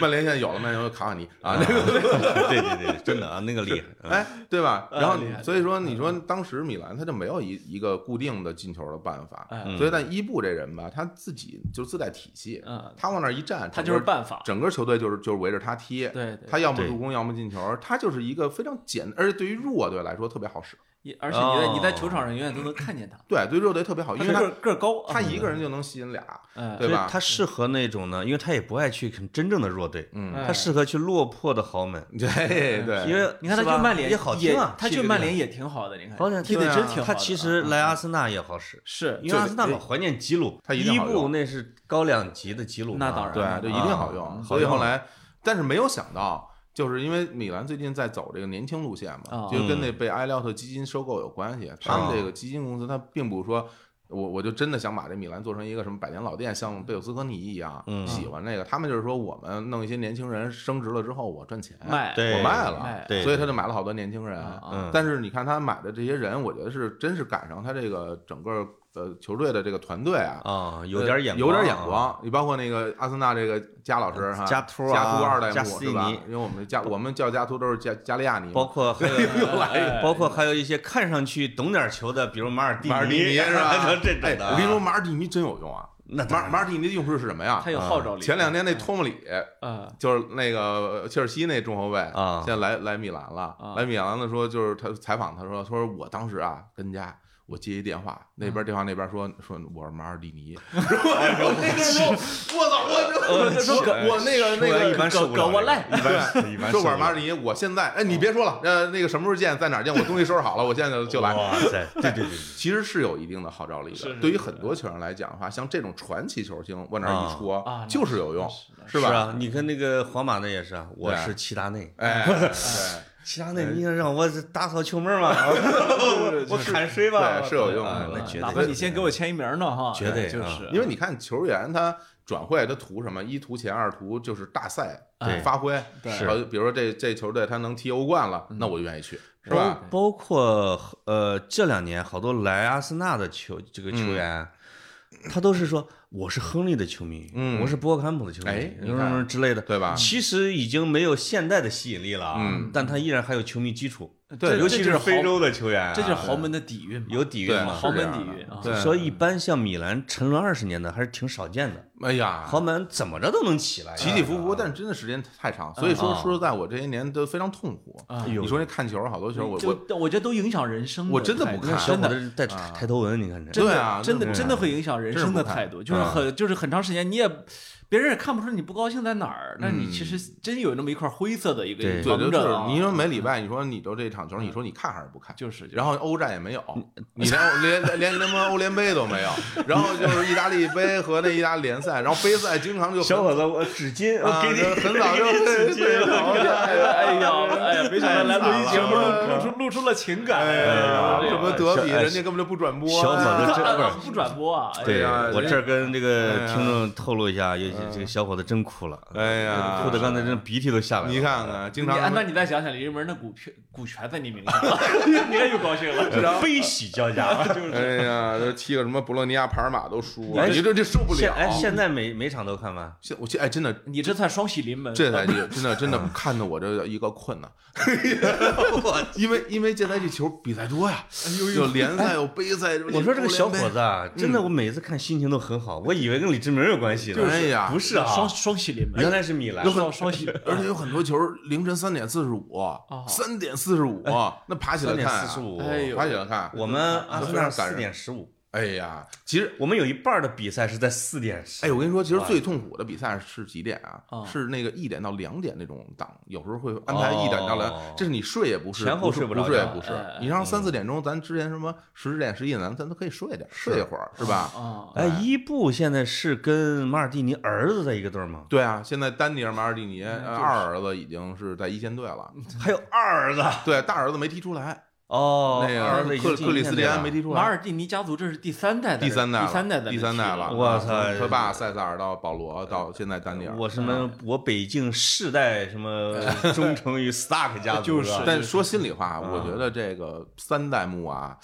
S3: 曼联现在有了曼联有卡瓦尼啊，那个
S2: 对对对，真的啊， (laughs) 那个厉害。嗯，
S3: 哎， (laughs) 对吧？
S1: 哎
S3: 然后
S1: 厉
S3: 你
S1: 害啊
S3: 所以说，你说当时米兰他就没有一一个固定的进球的办法，
S1: 哎
S3: 所以但伊布这人吧，他自己就自带体系，
S1: 嗯，
S3: 他往那儿一站，
S1: 他
S3: 整
S1: 就
S3: 个
S1: 是办法，
S3: 整个球队就是就是围着他踢，
S1: 对对，
S3: 他要么
S2: 对
S3: 助攻，要么进球，他就是一个非常简，而且对于弱队来说特别好使，
S1: 也而且你在你在
S2: 哦
S1: 球场上永远都能看见他，
S3: 对，对弱队特别哦好，因为
S1: 他
S3: 他
S1: 个个儿高，
S3: 他
S1: 啊
S3: 一个人就能吸引俩，
S1: 哎
S3: 对吧
S2: 他适合那种呢，因为他也不爱去很真正的弱队，
S3: 嗯，
S1: 哎
S2: 他适合去落魄的豪门，
S3: 对对，
S2: 因为
S1: 你看他
S2: 是吧
S1: 去曼联
S2: 也好听啊，
S1: 他
S2: 去
S1: 去
S2: 这
S1: 曼
S2: 个
S1: 联也挺好的，你看
S2: 好像
S1: 踢的
S3: 对啊
S1: 真挺好的啊。
S2: 他其实来阿森纳也好使，
S1: 是
S2: 因为阿森纳
S3: 就
S2: 老怀念吉鲁，
S3: 他一定
S2: 伊
S3: 好用
S2: 布那是高两级的吉鲁嘛，
S1: 那当然
S3: 对，
S1: 啊
S3: 就一定好用。
S2: 啊
S3: 所以
S2: 好用
S3: 后来，但是没有想到，就是因为米兰最近在走这个年轻路线嘛，
S1: 啊
S3: 就
S2: 嗯
S3: 跟那被埃廖特基金收购有关系。他
S2: 啊
S3: 们这个基金公司，它并不说。我我就真的想把这米兰做成一个什么百年老店，像贝鲁斯科尼一样，
S2: 嗯
S3: 喜欢那个。他们就是说，我们弄一些年轻人升职了之后，我赚钱，
S1: 卖
S2: 对
S3: 我卖
S1: 哎啊卖
S3: 了，
S2: 对
S3: 所以他就买了好多年轻人。
S1: 啊
S2: 嗯，
S3: 但是你看他买的这些人，我觉得是真是赶上他这个整个呃球队的这个团队啊，
S2: 啊，有点眼
S3: 呃有点
S2: 啊
S3: 眼光。你包括那个阿森纳这个加老师哈，
S2: 加图啊
S3: 加图二代
S2: 加
S3: 目
S2: 西
S3: 是吧嗯
S2: 尼？
S3: 因为我们加我们叫加图都是加加利亚尼嘛，
S2: 包
S3: (laughs)
S2: 括
S1: 哎
S2: 还有
S1: 又来
S2: (laughs)
S3: 哎
S1: 一个
S2: 包括还有一些看上去懂点球的，比如马尔蒂
S3: 马尔蒂尼
S2: 尼 (laughs)
S3: 是吧？
S2: 这种
S3: 哎
S2: 的啊，
S3: 我跟你说，马尔蒂尼真有用啊！
S2: 那当
S3: 马
S2: 然
S3: 马尔蒂尼的用处是什么呀嗯
S1: 他？有号召力。嗯
S3: 前两天那托姆里
S1: 呃，
S3: 就是那个切尔西那中后卫
S2: 啊
S3: 现在来来米兰了
S1: 啊，
S3: 来米兰的说就是他采访他说，他说我当时啊跟家。我接一电话，那边电话那边说说我是马尔蒂尼，然后我那个时候我操我我就说我那个
S2: 说
S3: 那个
S2: 完一般
S1: 搞
S2: 受不了
S1: 搞我
S2: 这个
S3: (laughs)
S1: 赖
S2: 一般一般受
S3: 说
S2: 不
S3: 我是马
S2: 了
S3: 尔蒂尼，我现在哎，你别说了，呃，那个什么时候见，在哪儿见？我东西收拾好了，我现在就来。
S2: 哇 (laughs) 塞，对对对，
S3: 其实是有一定的号召力
S1: 是
S3: 的
S1: 是，
S3: 对于
S1: 是
S3: 很多球员来讲的话，像这种传奇球星往那儿一
S1: 啊
S3: 戳
S1: 啊，
S3: 就是有用，
S1: 是
S3: 是
S2: 是
S3: 吧？
S2: 啊，你看那个皇马的也是啊，我
S3: 对
S2: 是齐达内，呃
S3: 哎，对
S2: 齐达内，你想让我打扫球门吗？
S1: (laughs)
S2: 我我砍谁吧？
S3: 对是有用的
S2: 啊那
S1: 嗯
S2: 绝
S1: 哪
S2: 对
S1: 怕你先给我签一名呢，哈，
S2: 绝对
S1: 哎就
S2: 啊
S1: 是
S3: 因为你看球员他转会他图什么？一图钱，二图就是大赛
S1: 哎
S2: 对
S3: 发挥。
S1: 对
S3: 然后比如说这这球队他能踢欧冠了，
S1: 嗯
S3: 那我就愿意去，是
S1: 哦
S3: 吧？
S2: (laughs) 包包括呃，这两年好多来阿森纳的球这个球员，他都是说我是亨利的球迷，
S3: 嗯
S2: 我是博格坎普的球迷，
S3: 哎
S2: 什
S3: 你
S2: 么
S3: 看
S2: 什么之类的。
S3: 对吧？
S2: 其实已经没有现代的吸引力了，啊嗯，但他依然还有球迷基础，
S1: 对
S2: 尤其
S1: 这就是
S2: 是
S1: 豪
S2: 非洲的球员啊，
S1: 这就是豪门的底蕴嘛，
S2: 有底蕴
S3: 对，
S2: 嘛。
S1: 豪门
S3: 是这样
S1: 底蕴
S3: 的
S1: 啊
S3: 对，
S2: 所以一般像米兰沉沦二十年的还是挺少见的，
S3: 哎呀，
S2: 豪门怎么着都能起来呀，啊
S3: 起起伏伏，
S1: 嗯
S3: 但是真的时间太长，所以说说实在，我这些年都非常痛苦。
S1: 啊
S3: 你说那看球，好多球我我
S1: 就我觉得都影响人生。
S3: 我真的不看
S2: 小
S1: 真
S2: 伙
S1: 的。
S2: 子带
S3: 啊
S2: 抬头纹，你看这
S1: 真
S3: 对啊
S1: 的，真的，
S3: 真的
S1: 真的会影响人生的
S3: 真是不看啊
S1: 态度，就是很，就是很长时间，你也，别人也看不出你不高兴在哪儿，但是你其实真有那么一块灰色的一
S2: 对
S1: 个
S3: 对，
S1: 蒙
S3: 就
S1: 着
S3: 是
S1: 啊，嗯
S3: 你说每礼拜，你说你都这场球，你说你看还是不看？
S1: 就是，嗯
S3: 然后欧战也没有，你连连连连么欧联杯都
S1: (laughs)
S3: 没有，然后就是意大利杯和那意大利联赛，然后杯赛经常就很
S2: 小伙子，我纸
S3: (laughs)
S2: 巾，我
S3: 啊
S2: 给你，
S3: 很早
S2: (laughs)
S3: 就
S2: 给你纸
S3: 啊
S2: 巾了。
S1: 哎呀，哎呀，没想到来录音节目露出露出了情感，
S3: 哎呀，
S1: 这
S3: 什么德比，人家根本就不转播呀。
S2: 小伙子
S1: 这
S3: (laughs)
S1: 不转播啊？哎
S2: 对
S3: 哎呀
S2: 我这儿跟这个
S3: 哎呀
S2: 听众透露一下，有
S3: 嗯
S2: 这个小伙子真哭了，
S3: 哎呀，
S2: 哭的刚才真鼻涕都下来了。
S3: 你看看，经
S1: 你
S3: 常
S1: 哎那你再想想，李云门的股票股权在你名下了， (laughs) 你看又高兴了。
S3: 啊
S2: 这悲喜交加， (laughs) 就是
S3: 哎呀，这踢个什么博洛尼亚、帕尔马都输了，
S2: 哎
S3: 你这这受不
S2: 现
S3: 了。啊
S2: 哎，现在每每场都看完，
S3: 现我现哎，真的
S1: 你这算双喜临门，
S3: (laughs) 这
S2: (laughs)
S3: 赛季真的真的
S2: 嗯
S3: 看得我这一个困呐，因为因为这赛季球比赛多呀，有联赛有杯赛。
S2: 哎我说这个小伙
S3: 子，
S2: 子啊，真
S3: 嗯
S2: 的，我每次看心情都很好，我以为跟李志明有关系呢，
S3: 哎呀
S2: 不是啊，
S1: 双双喜临门，
S2: 原来是米兰
S1: 有，双双喜，
S3: 而且有很多球凌晨三点四十五，三点四十五，那爬起来
S2: 哦哎三点
S3: 看
S2: 四十
S3: 啊，
S2: 五，
S1: 哎呦
S3: 爬起来看，
S2: 我们阿森纳
S3: 非常感人
S2: 四点十五，
S3: 哎呀，其实。
S2: 我们有一半的比赛是在四点
S3: 哎，我跟你说，其实
S2: 哇
S3: 最痛苦的比赛是几点啊？
S2: 嗯
S1: 啊
S3: 是那个一点到两点那种档，有时候会安排一点到两，
S2: 哦
S3: 这是你睡也不是，
S2: 前后
S3: 不是
S2: 睡不
S3: 不
S2: 着
S3: 睡也
S2: 觉嗯
S3: 不是
S1: 哎哎。
S3: 你上三四点钟，咱之前什么十点、十一点，咱咱都可以睡点，睡一会儿是吧？
S1: 啊，
S2: 哎，伊布现在是跟马尔蒂尼儿子在一个队儿吗？
S3: 对啊，现在丹尼尔马尔蒂尼呃
S1: 嗯就是
S3: 二儿子已经是在一线
S2: (laughs)
S3: 队了，
S2: 还有二儿子
S3: 对，大儿子没踢出来，
S2: 哦，
S3: 那
S2: 二儿
S3: 个
S2: 子已
S3: 克
S2: 经进
S3: 克里斯蒂安
S2: 一线
S3: 没
S2: 队了
S3: 踢出
S1: 马
S3: 来，
S1: 尔蒂尼家族这是第三代的人，
S3: 第三代了，
S1: 第三代的
S3: 第三代
S1: 问
S3: 了，啊
S1: 题
S2: 我操
S3: 他爸塞萨尔到保罗到现在丹尼尔，嗯
S2: 我是们我北京世代什
S3: (laughs)
S2: 么忠诚于斯塔克家族
S1: 就是
S2: 吧
S3: 但说心里话，
S2: 嗯
S3: 我觉得这个三代目啊，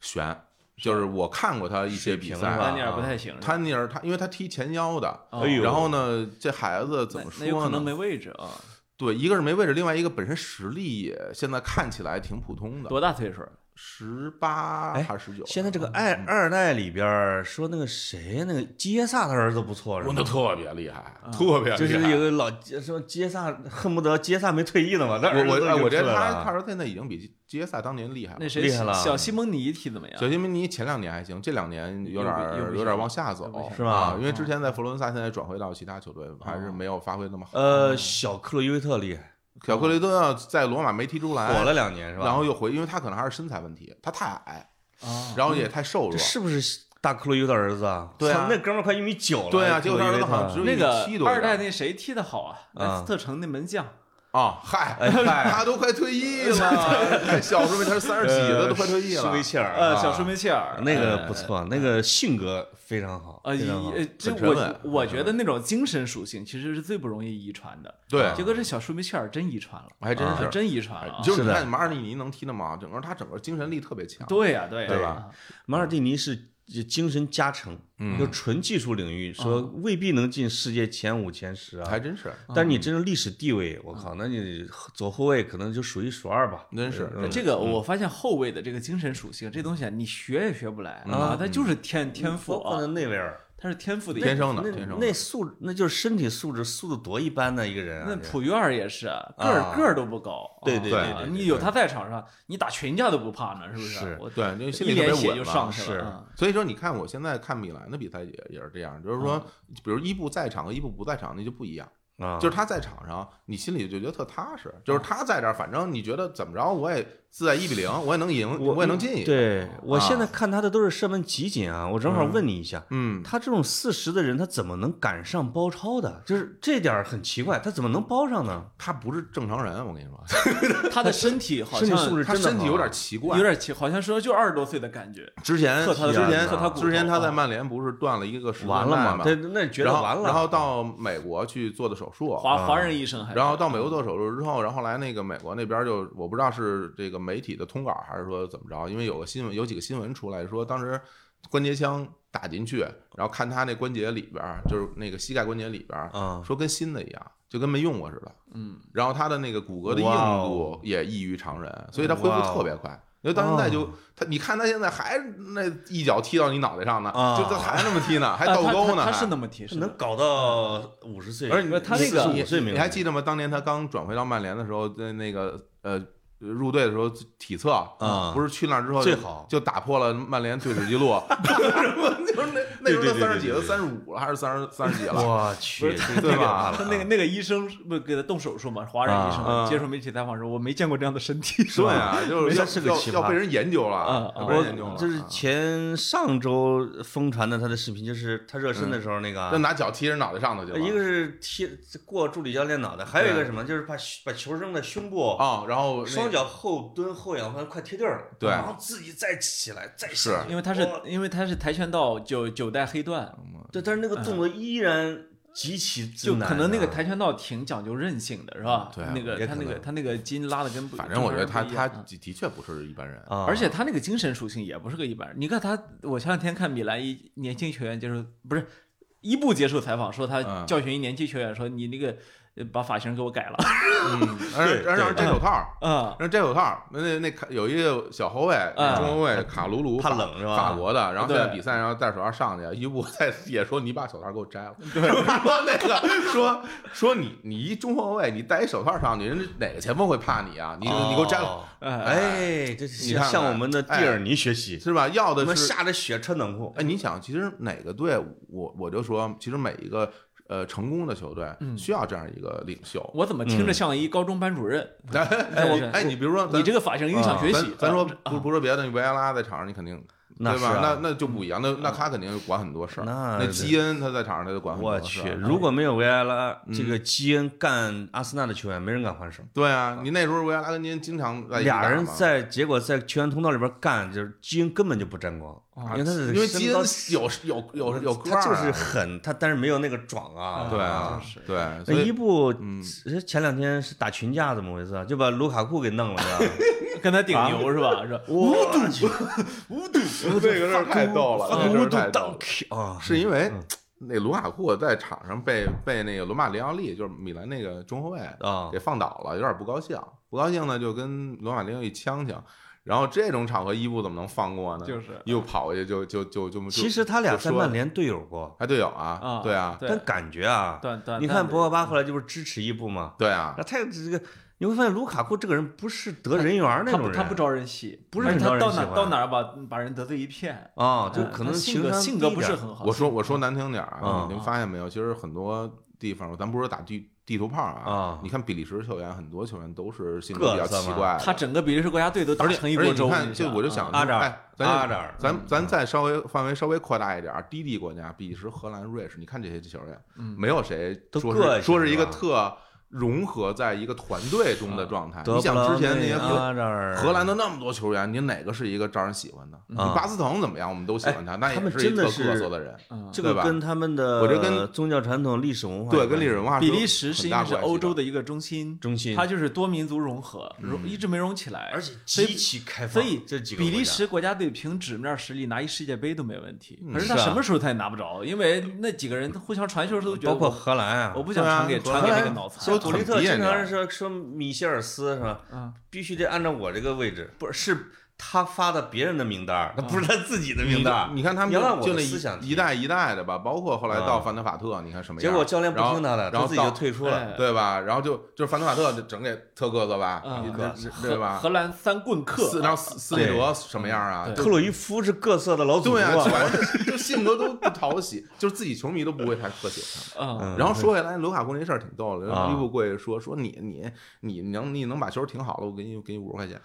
S3: 悬，就是我看过他一些比
S2: 水平
S3: 赛，
S2: 吧
S1: 丹尼尔不太行，是吧
S3: 他尼尔他因为他踢前腰的，
S1: 哦
S2: 哎呦
S3: 然后呢，这孩子怎么
S1: 那那有
S3: 说
S1: 可能没
S3: 呢？
S1: 位置啊，
S3: 对，一个是没位置，另外一个本身实力也现在看起来挺普通的，
S1: 多大岁数？啊
S3: 十八
S2: 哎
S3: 还是十九？
S2: 现在这个二
S3: 嗯
S2: 二代里边儿说那个谁那个杰萨他儿子不错是
S3: 问的
S2: 吧？
S3: 特别厉害，
S1: 嗯
S3: 特别厉害。
S2: 就是有个老什么杰萨，恨不得杰萨没退役呢嘛。他
S3: 我
S2: 儿子
S3: 我哎
S2: 就
S3: 我觉
S2: 出
S3: 得
S2: 来
S3: 他
S2: 了
S3: 他儿子现在已经比杰萨当年厉害了
S1: 那。谁
S2: 厉害了
S1: 小西蒙尼踢怎么样？
S3: 小西蒙尼前两年还行，这两年有点
S1: 又不又
S3: 儿
S1: 不
S3: 有点儿
S1: 行
S3: 往下
S1: 又不
S3: 走
S1: 行，嗯
S2: 是吧
S3: 啊因为之前在佛罗伦萨，现在转回到其他球队，还
S1: 哦
S3: 是没有发挥那么好。
S1: 嗯
S2: 呃，小克洛伊维特厉害，
S3: 小克雷顿在罗马没踢出来，
S2: 火了两年是吧？
S3: 哎然后又回，因为他可能还是身材问题，他太矮，
S1: 啊，
S3: 然后也太瘦弱
S2: 这。是不是大克洛伊的儿子啊？
S3: 对啊
S2: 操那哥们儿快一米九了。
S3: 对啊，
S2: 克
S3: 结果
S2: 洛
S3: 他
S2: 伊维
S3: 儿
S2: 特
S3: 子好像只有
S1: 那个
S3: 1.7多
S1: 二代那谁踢的好啊？
S2: 啊
S1: 莱斯特城那门将
S3: 啊，嗨，
S2: 哎
S3: 他都快
S1: (laughs)
S3: 退役了，太小时候他是三十几的，
S2: 呃
S3: 都快退役
S2: 舒
S3: 了
S2: 梅。切尔，
S1: 呃，
S2: 啊
S1: 小舒梅切尔
S2: 那个
S1: 哎
S2: 不错，那个性格非常好，
S1: 呃，
S2: 非
S1: 一
S2: 常好
S1: 呃，这
S3: 很沉稳
S1: 我我觉得那种精神属性其实是最不容易遗传的。
S2: 嗯
S3: 对
S1: 结果这小舒梅切尔真遗传了，
S3: 还真
S1: 啊
S3: 是，哎
S1: 真遗传了啊。
S3: 就是
S2: 是
S3: 你
S2: 的
S3: 看马尔蒂尼能踢那么好，整个他整个精神力特别强。
S1: 对呀，对呀，
S3: 对吧
S1: 啊？
S2: 马尔蒂尼是精神加成，
S3: 嗯
S2: 就纯技术领域，说未必能进世界前五、前十啊
S3: 还。真是，
S2: 但你真正历史地位，我靠，那你左后卫可能就数一数二吧。
S3: 真是
S2: 嗯
S1: 这个我发现后卫的这个精神属性，这东西啊，你学也学不来啊
S2: 啊，
S1: 他就是天天赋
S2: 包括那
S1: 啊，
S2: 内维尔，
S1: 他是天赋的一
S3: 天
S1: 种。
S3: 生的，天
S2: 那
S3: 生
S2: 那
S3: 的。
S2: 素质，那就是身体素质素质多一般的一个人啊。
S1: 那
S2: 这
S1: 普约尔也是，个儿
S2: 啊
S1: 个儿都不高，啊
S2: 对对
S3: 对
S1: 啊
S2: 对对
S1: 你有他在场上，你打群架都不怕呢，是不
S2: 是
S1: 我
S3: 对，那心
S1: 一
S3: 里特
S1: 脸
S3: 别
S1: 血
S3: 稳
S1: 就
S3: 嘛
S1: 上去
S2: 是
S1: 了。啊
S3: 所以说，你看我现在看米兰的比赛也也是这样，就是说，比如伊布在场和伊布不在场那就不一样，
S2: 啊，
S3: 就是他在场上，你心里就觉得特踏实，就是他在这儿，反正你觉得怎么着，我也自在一比零，我也能赢，我也能进一个。
S2: 对我
S3: 啊
S2: 现在看他的都是射门集锦啊，我正好问你一下，
S3: 嗯，
S2: 他这种四十的人，他怎么能赶上包抄的？就是这点儿很奇怪，他怎么能包上呢？
S3: 他不是正常人，我跟你说，
S1: 他的身体好
S2: 身体
S1: 像
S2: 素质
S3: 他
S2: 真的
S3: 身体
S2: 好
S3: 有点奇怪
S1: 有。点奇，好像说就二十多岁的感觉。
S3: 之前
S1: 特他的
S3: 之前
S1: 特他骨头
S3: 之前他在曼联不是断了一个十字
S2: 完了
S3: 带
S2: 嘛？
S3: 嘛，
S2: 对，那觉得
S3: 然后
S2: 完了。
S3: 然后到美国去做的手术，
S1: 华华人医生还是，
S3: 哦啊然后到美国做手术之后，然后后来那个美国那边就我不知道是这个媒体的通稿还是说怎么着，因为有个新闻有几个新闻出来说，当时关节枪打进去，然后看他那关节里边儿，就是那个膝盖关节里边儿，
S2: 啊，
S3: 说跟新的一样，就跟没用过似的。
S1: 嗯，
S3: 然后他的那个骨骼的硬
S2: 哇哦
S3: 度也异于常人，所以他恢复特别快。因为到现在就
S2: 哦
S3: 他，你看他现在还那一脚踢到你脑袋上呢，
S2: 啊
S3: 就他还那么
S1: (laughs)
S3: 踢呢，还
S1: 啊
S3: 倒
S1: 他
S3: 钩呢，
S1: 他
S3: 还
S1: 他是那么提示的，
S2: 能搞到五十岁，
S3: 而且
S1: 他那个
S2: 五岁没
S3: 啊你
S2: 有
S3: 还记得吗？当年他刚转回到曼联的时候，在那个呃入队的时候体测
S2: 啊
S3: 不是去那儿之后
S2: 最
S3: 就
S2: 好
S3: 就打破了曼联队史记
S2: (laughs)
S3: 录，就是那那时候
S2: 对对
S3: 他
S2: 对
S3: 三十几
S2: 对对
S3: 了，
S2: 对
S3: 三十五了还是三十三十几了？
S2: 我去，
S3: 对吧
S2: 吧？
S1: 他那个那个医生不是给他动手术嘛？华人医生
S3: 啊
S1: 嘛接受媒体采访说，我没见过这样的身体，
S3: 对啊， (laughs) 就是
S2: 他
S3: 要
S2: 是个奇葩
S3: 要要被人研究了
S1: 啊，
S3: 要
S1: 啊
S3: 被人研究
S2: 我
S3: 了，
S2: 就是前上周疯传的他的视频，就是他热身
S3: 嗯
S2: 的时候那个啊，
S3: 就拿脚踢人脑袋上头去了，
S2: 呃一个是踢过助理教练脑袋，还有一个什么，就是把把球扔在胸部，
S3: 啊，然后那
S2: 双脚后蹲后仰，反正快贴地儿了，
S3: 对
S2: 然后自己再起来再
S3: 是
S2: 下去
S1: 因为他是
S2: 哇
S1: 因为他是跆拳道九九代黑段，
S2: 对，但是那个动作
S3: 嗯
S2: 依然极其之
S1: 就
S2: 难啊，
S1: 可能那个跆拳道挺讲究韧性的，是吧？
S3: 对啊
S1: 那个
S2: 也
S1: 他
S2: 可
S1: 那个
S2: 能
S1: 他那个筋拉的跟不
S3: 反正我觉得他
S1: 正常人不一
S3: 他
S1: 样嗯
S3: 的的确不是一般人，
S2: 啊，
S1: 而且他那个精神属性也不是个一般人。你看他，我前两天看米兰一年轻球员接受不是伊布接受采访，说他
S3: 嗯
S1: 教训一年轻球员说你那个呃把发型给我改了 (laughs)
S3: 嗯，而
S2: 对
S3: 而让
S2: 对
S3: 摘手套，
S2: 嗯
S1: 啊
S3: 让摘手套。那那那卡有一个小后卫，
S2: 啊
S1: 嗯
S3: 中后卫卡卢卢，
S2: 怕冷是吧？
S3: 法国的，然后现在
S1: 对
S3: 比赛，然后戴手套上去，伊布在也说你把手套给我摘了， (laughs) 说那个说说你你一中后卫，你戴一手套上去，人家哪个前锋会怕你啊？你
S2: 哦
S3: 你给我摘了，
S1: 哎
S2: 哎，这
S3: 你
S2: 向
S3: 看看
S2: 向我们的蒂尔尼学习，
S3: 是吧？要
S2: 他
S3: 的
S2: 们
S3: 是
S2: 下着雪穿短裤，
S3: 哎，你想，其实哪个队，我我就说，其实每一个呃成功的球队
S1: 嗯
S3: 需要这样一个领袖。
S1: 我怎么听
S2: 嗯
S1: 着像一高中班主任？
S3: (laughs) 哎，
S1: 我
S3: 你哎，你比如说咱，
S1: 你这个发型影
S2: 啊
S1: 响学习。啊
S3: 咱咱说不不说别的，你维埃拉在场上，你肯定
S2: 那
S3: 对
S2: 是
S3: 吧？那
S2: 啊
S3: 那就不一样，那那他肯定管很多事儿。
S2: 那
S3: 那啊
S2: 是
S3: 基恩他在场上他就管很多
S2: 我
S3: 事
S2: 去，
S3: 儿。
S2: 如果没有维埃拉，这
S3: 哎嗯
S2: 个基恩干阿森纳的球员，没人敢还手。
S3: 对啊，你那时候维埃拉跟您经常在一起
S2: 俩
S3: 打
S2: 人
S3: 嘛
S2: 在结果在球员通道里边干，就是基恩根本就不沾光，
S1: 啊
S2: 因为他的
S3: 因为基
S2: 身高
S3: 恩有有有有块
S2: 他就
S3: 儿
S2: 是
S3: 啊
S2: 狠，他但是没有那个壮啊。
S3: 对
S1: 啊
S3: 啊
S1: 是，
S3: 对，
S2: 那
S3: 所
S2: 哎伊
S3: 以
S2: 布
S3: (laughs) 嗯
S2: 前前两天是打群架，怎么回事啊？就把卢卡库给弄了，
S1: (laughs)
S2: 是吧？
S1: 跟他顶
S2: 啊
S1: 牛是吧？是
S2: (laughs)
S1: 吧
S2: 无毒，
S3: 这个事儿太逗了，这事
S2: 无
S3: 儿
S2: 毒
S3: 太逗
S2: 到
S3: 了，嗯
S2: 啊！
S3: (laughs)
S2: (laughs)
S3: 是因为。那卢卡库在场上被被那个罗马里奥利，就是米兰那个中后卫，
S2: 啊
S3: 给放倒了，有点不高兴。不高兴呢，就跟罗马里奥利呛呛。然后这种场合，伊布怎么能放过呢？
S1: 就是
S3: 又跑过去就就就就就
S2: 其实他俩
S3: 就
S2: 在
S3: 说
S2: 曼联队友过，
S3: 还队友啊
S1: 啊，
S3: 对啊，
S1: 对
S2: 但感觉啊，
S1: 短短，
S2: 你看博格巴后来就不是支持伊布吗？
S3: 对啊
S2: 那，他这个你会发现卢卡库这个人不是得人缘儿
S1: 他
S2: 那种
S1: 不
S2: 人，
S1: 他不招人喜，
S2: 不是
S1: 而且他
S2: 很招人
S1: 到
S2: 喜
S1: 哪
S2: 欢
S1: 到哪儿把把人得罪一片，
S2: 啊，就
S1: 嗯
S2: 可能
S1: 他性
S2: 情
S1: 格
S2: 商
S1: 性格
S2: 低
S1: 不是
S2: 点儿
S1: 很好。
S3: 我说我说难听点儿
S2: 啊
S3: 啊，你们发现没有？其实很多地方，咱不是说打地地图炮啊
S2: 啊，
S3: 你看比利时球员，很多球员都是性格比较
S2: 各色
S3: 奇
S2: 嘛
S3: 怪的，
S1: 他整个比利时国家队都打
S3: 而且
S1: 成一
S3: 而
S1: 锅
S3: 且
S1: 粥。
S3: 你看，
S1: 你
S3: 就
S1: 想
S3: 我就想
S1: 啊
S2: 阿扎尔
S3: 哎，咱
S2: 阿扎尔嗯
S3: 咱咱再稍微范围稍微扩大一点儿，低地国家，比利时、荷兰、瑞士，你看这些球员，
S1: 嗯
S3: 没有谁
S2: 都
S3: 说
S2: 个性
S3: 是说是一个
S2: 是吧啊
S3: 特融合在一个团队中的状态。
S2: 德
S3: 你
S2: 布
S3: 想
S2: 劳
S3: 之前那
S2: 内啊
S3: 些荷
S2: 阿扎尔
S3: 荷兰的那么多球员，你哪个是一个招人喜欢的？你
S2: 啊哎
S3: 巴斯滕怎么样？我们都喜欢他，那
S2: 他
S3: 也
S2: 们
S3: 是一
S2: 真
S3: 特
S2: 的
S3: 各
S2: 是
S3: 色的人。
S1: 嗯
S2: 这个
S3: 对吧
S2: 跟他们的
S3: 我觉得跟
S2: 宗教传统、历史文化
S3: 对，
S2: 有
S3: 跟
S2: 关
S3: 历史文化是
S1: 比
S3: 有
S1: 利时是
S3: 很
S1: 因
S3: 大
S1: 为是
S3: 关系
S1: 欧洲的一个中心，
S2: 中心，
S1: 它就是多民族融合，
S3: 嗯
S1: 融一直没融起来。
S2: 而且
S1: 所以
S2: 极其开放，
S1: 所以
S2: 这几个
S1: 比
S2: 国
S1: 利
S2: 家
S1: 时国家队凭纸面实力拿一世界杯都没问题，
S3: 嗯
S1: 可是他
S2: 是啊
S1: 什么时候他也拿不着，因为那几个人互相传球都觉得
S2: 包括
S1: 我
S2: 荷兰啊，
S1: 我不想传给
S3: 对
S1: 传
S3: 啊
S1: 给那个脑残
S2: 说
S3: 荷
S1: 啊，
S3: 兰
S2: 古利特
S3: 很别
S2: 经
S3: 扭
S2: 常说说米歇尔斯是吧？
S1: 嗯，
S2: 必须得按照我这个位置，不是是他发的别人的名单儿，那
S1: 嗯
S2: 不是他自己的名单儿。
S3: 你看他们
S2: 你要按
S3: 就
S2: 我
S3: 就
S2: 的
S3: 那
S2: 思想
S3: 一
S2: 提
S3: 一代一代的吧，包括后来到
S2: 啊
S3: 范德法特，你看什么
S2: 结
S3: 样？
S2: 果教练不
S3: 然后
S2: 听他的，
S3: 然
S2: 他
S3: 后
S2: 自己就
S3: 到
S2: 退出了。
S1: 哎
S3: 对吧？然后就就是范德法特整给特个子吧，
S1: 嗯
S3: 你
S1: 特
S3: 这
S1: 荷
S3: 对吧
S1: 荷？兰三棍客
S3: 斯然后斯斯内德什么样啊
S1: 对？
S2: 特洛伊夫是各色的老祖宗
S3: 对啊，
S2: 啊，
S3: 全就性格都不讨喜，就是自己球迷都不会太特喜欢
S1: 啊
S2: 嗯
S3: 他。然后说回来，卢卡库那事儿挺逗的，
S2: 啊
S3: 伊布过去说说你你你能你能把球停好了，我给你给你五十块钱。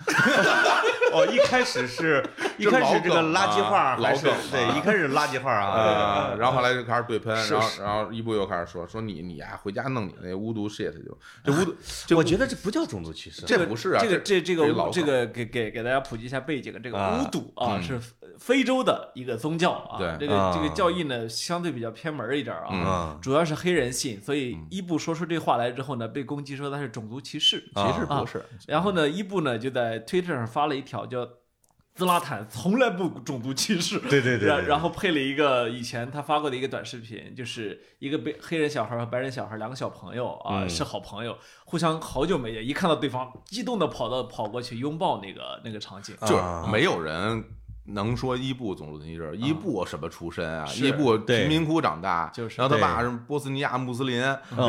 S2: 哦，一开始
S3: (laughs)
S2: 是一
S3: 这
S2: 开始
S3: 老
S2: 这个
S3: 梗
S2: 垃圾
S3: 啊
S2: 话
S3: 老
S2: 还是
S3: 梗啊
S2: 对，一开始垃圾话
S3: (laughs)
S2: 啊
S3: 啊，，然后后来就开始对喷，
S2: 是
S3: 然后
S2: 是
S3: 然后伊布又开始说说你你啊回家弄你那巫毒 shit 就这
S2: 啊
S3: 巫毒，这
S2: 我觉得这不叫种族歧视，
S3: 这不是啊，
S1: 这个这这
S3: 这老
S1: 个
S3: 梗
S1: 这个给给给大家普及一下背景，这个
S2: 啊
S1: 巫毒啊
S3: 嗯
S1: 是非洲的一个宗教啊，
S3: 对
S1: 这个
S2: 啊
S1: 这个教义呢相对比较偏门儿一点儿啊
S3: 嗯， (laughs)
S2: 啊
S1: 主要是黑人信，所以伊布说出这话来之后呢，被攻击说他是种族歧视。
S2: 啊
S3: 其实不是，
S1: 然后呢，伊布呢就在推特上发了一条叫“兹拉坦从来不种族歧视”，
S2: 对对对
S1: 然
S2: 对
S1: 然后配了一个以前他发过的一个短视频，就是一个被黑人小孩和白人小孩两个小朋友啊、
S2: 嗯
S1: 是好朋友，互相好久没见，一看到对方激动的跑到跑过去拥抱那个那个场景。
S3: 就
S2: 啊
S3: 是没有人能说伊布种族歧视，伊布什么出身啊？
S1: 是
S3: 伊布
S2: 对
S3: 贫民窟长大，
S1: 就是
S3: 然后他
S2: 对
S3: 爸是波斯尼亚穆斯林，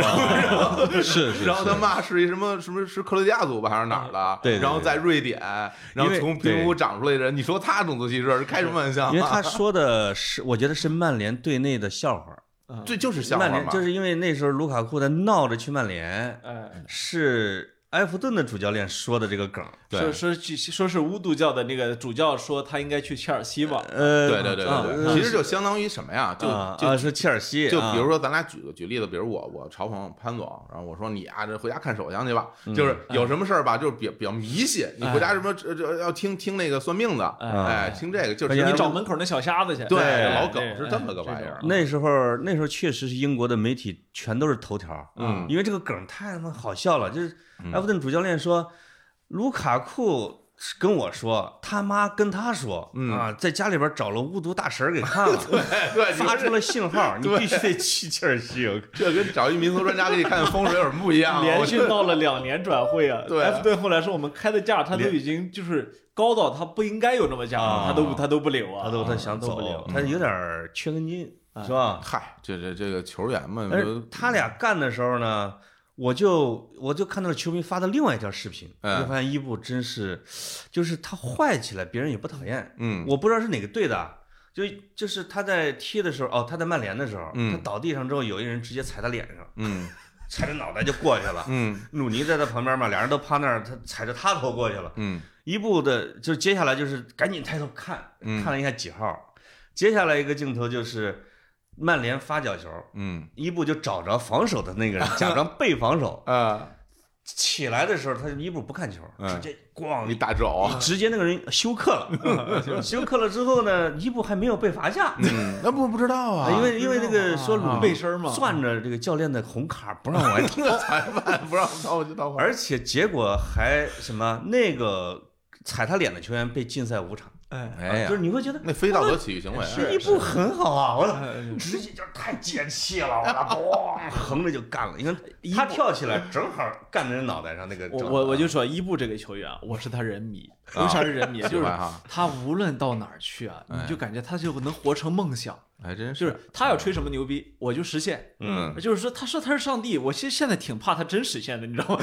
S2: 啊是是，
S3: 然后
S2: 是
S3: 他妈是一什么什么是克罗地亚族吧还是哪儿的？
S2: 啊对对对
S3: 然后在瑞典，然后
S2: 因为
S3: 从贫民窟长出来的人，你说他种族歧视，开什么玩笑
S2: 因为
S3: 啊？
S2: 他说的是，我觉得是曼联队内的笑话儿。
S1: 嗯，
S3: 这就是笑话
S2: 曼联
S3: 嘛
S2: 就。是因为那时候卢卡库他闹着去曼联，
S1: 哎，
S2: 是埃弗顿的主教练说的这个梗儿。
S1: 说
S3: 对
S1: 说去说是巫毒教的那个主教说他应该去切尔西吧，
S2: 呃，
S3: 对对对对对，
S2: 啊
S3: 其实就相当于什么呀？就
S2: 啊
S3: 就
S2: 啊是切尔西，
S3: 就
S2: 啊
S3: 比如说，咱俩举个举例子，比如我我嘲讽潘总，然后我说你啊，这回家看手相去吧，就是有什么事儿吧，就是比比较迷信，你回家什么这这要听听那个算命的，
S1: 哎
S3: 哎，听这个就是
S2: 哎呀
S1: 你找门口那小瞎子去。
S3: 对
S1: 哎
S3: 老梗是这么个
S1: 种
S3: 玩意儿
S2: 那时候那时候确实是英国的媒体全都是头条儿，
S3: 嗯 (laughs)
S2: 因为这个梗儿太他妈好笑了，就是埃弗顿主教练说卢卡库。跟我说，他妈跟他说、
S3: 嗯
S2: 啊，在家里边找了巫毒大神儿给看了，
S3: (laughs) 对，你
S2: 发出了信号，你
S3: (laughs) 对
S2: 必须得去切尔西。我
S3: 这跟找一民俗专家给你看风水有什么不一
S2: (laughs)
S3: 样啊？
S1: 连
S3: 我
S1: 续闹了两年转会啊！
S3: 对
S1: 埃弗顿后来说我们开的价，他都
S2: 连
S1: 已经就是高到他不应该有那么价，
S2: 啊
S1: 他都不他都不留啊，
S2: 他都他想
S1: 都不
S2: 走
S1: 留，
S2: 他有点儿缺根筋，是吧？
S3: (laughs) 嗨，这这这个球员们，
S2: 而
S3: 就
S2: 他俩干的时候呢，我就我就看到了球迷发的另外一条视频，
S3: 嗯
S2: 我就发现伊布真是，就是他坏起来别人也不讨厌。
S3: 嗯，
S2: 我不知道是哪个队的啊，就就是他在踢的时候，哦，他在曼联的时候，
S3: 嗯
S2: 他倒地上之后，有一人直接踩他脸上，
S3: 嗯
S2: 踩着脑袋就过去了。
S3: 嗯
S2: 鲁尼在他旁边嘛，俩人都趴那儿，他踩着他头过去了。
S3: 嗯
S2: 伊布的就接下来就是赶紧抬头看，
S3: 嗯
S2: 看了一下几号，接下来一个镜头就是曼联发角球，
S3: 嗯
S2: 伊布就找着防守的那
S3: (laughs)
S2: 个人，假装被防守。
S3: 啊，
S2: 起来的时候，他伊布不看球，
S3: 嗯
S2: 直接咣
S3: 一
S2: (laughs)
S3: 大肘，
S2: 直接那个人休克
S3: (laughs)
S2: 了。休克了之后呢，伊布还没有被罚下，
S3: 嗯，那不不知道啊，
S2: 因为因为那个说鲁
S1: 背身嘛，
S2: 攥着这个教练的红卡不让我
S3: (laughs)
S2: 踢，
S3: 裁 (laughs) 判不让我就到会儿，
S2: 而且结果还什么那个踩他脸的球员被禁赛五场，
S1: 哎，
S3: 哎呀
S2: 就，是你会觉得
S3: 那非道德体育行为啊，
S2: 这伊布很好啊，我操，
S1: 哎
S2: 直接就是太解气了，我操， (laughs) 咣横着就干了，你看
S1: 伊布
S2: 他跳起来正好干在人脑袋上那个
S1: 我
S2: 正好，啊
S1: 我我就说伊布这个球员，我是他人迷，
S3: 啊
S1: 为啥是人迷？
S2: (laughs)
S3: 喜
S1: 就是
S3: 欢哈，
S1: 他无论到哪儿去啊，
S3: 哎
S1: 你就感觉他就能活成梦想，
S3: 还真
S1: 就是他要吹什么牛逼，我就实现。
S2: 嗯。
S1: 就是说，他说他是上帝，我其实现在挺怕他真实现的，你知
S2: (laughs)
S1: 道吗？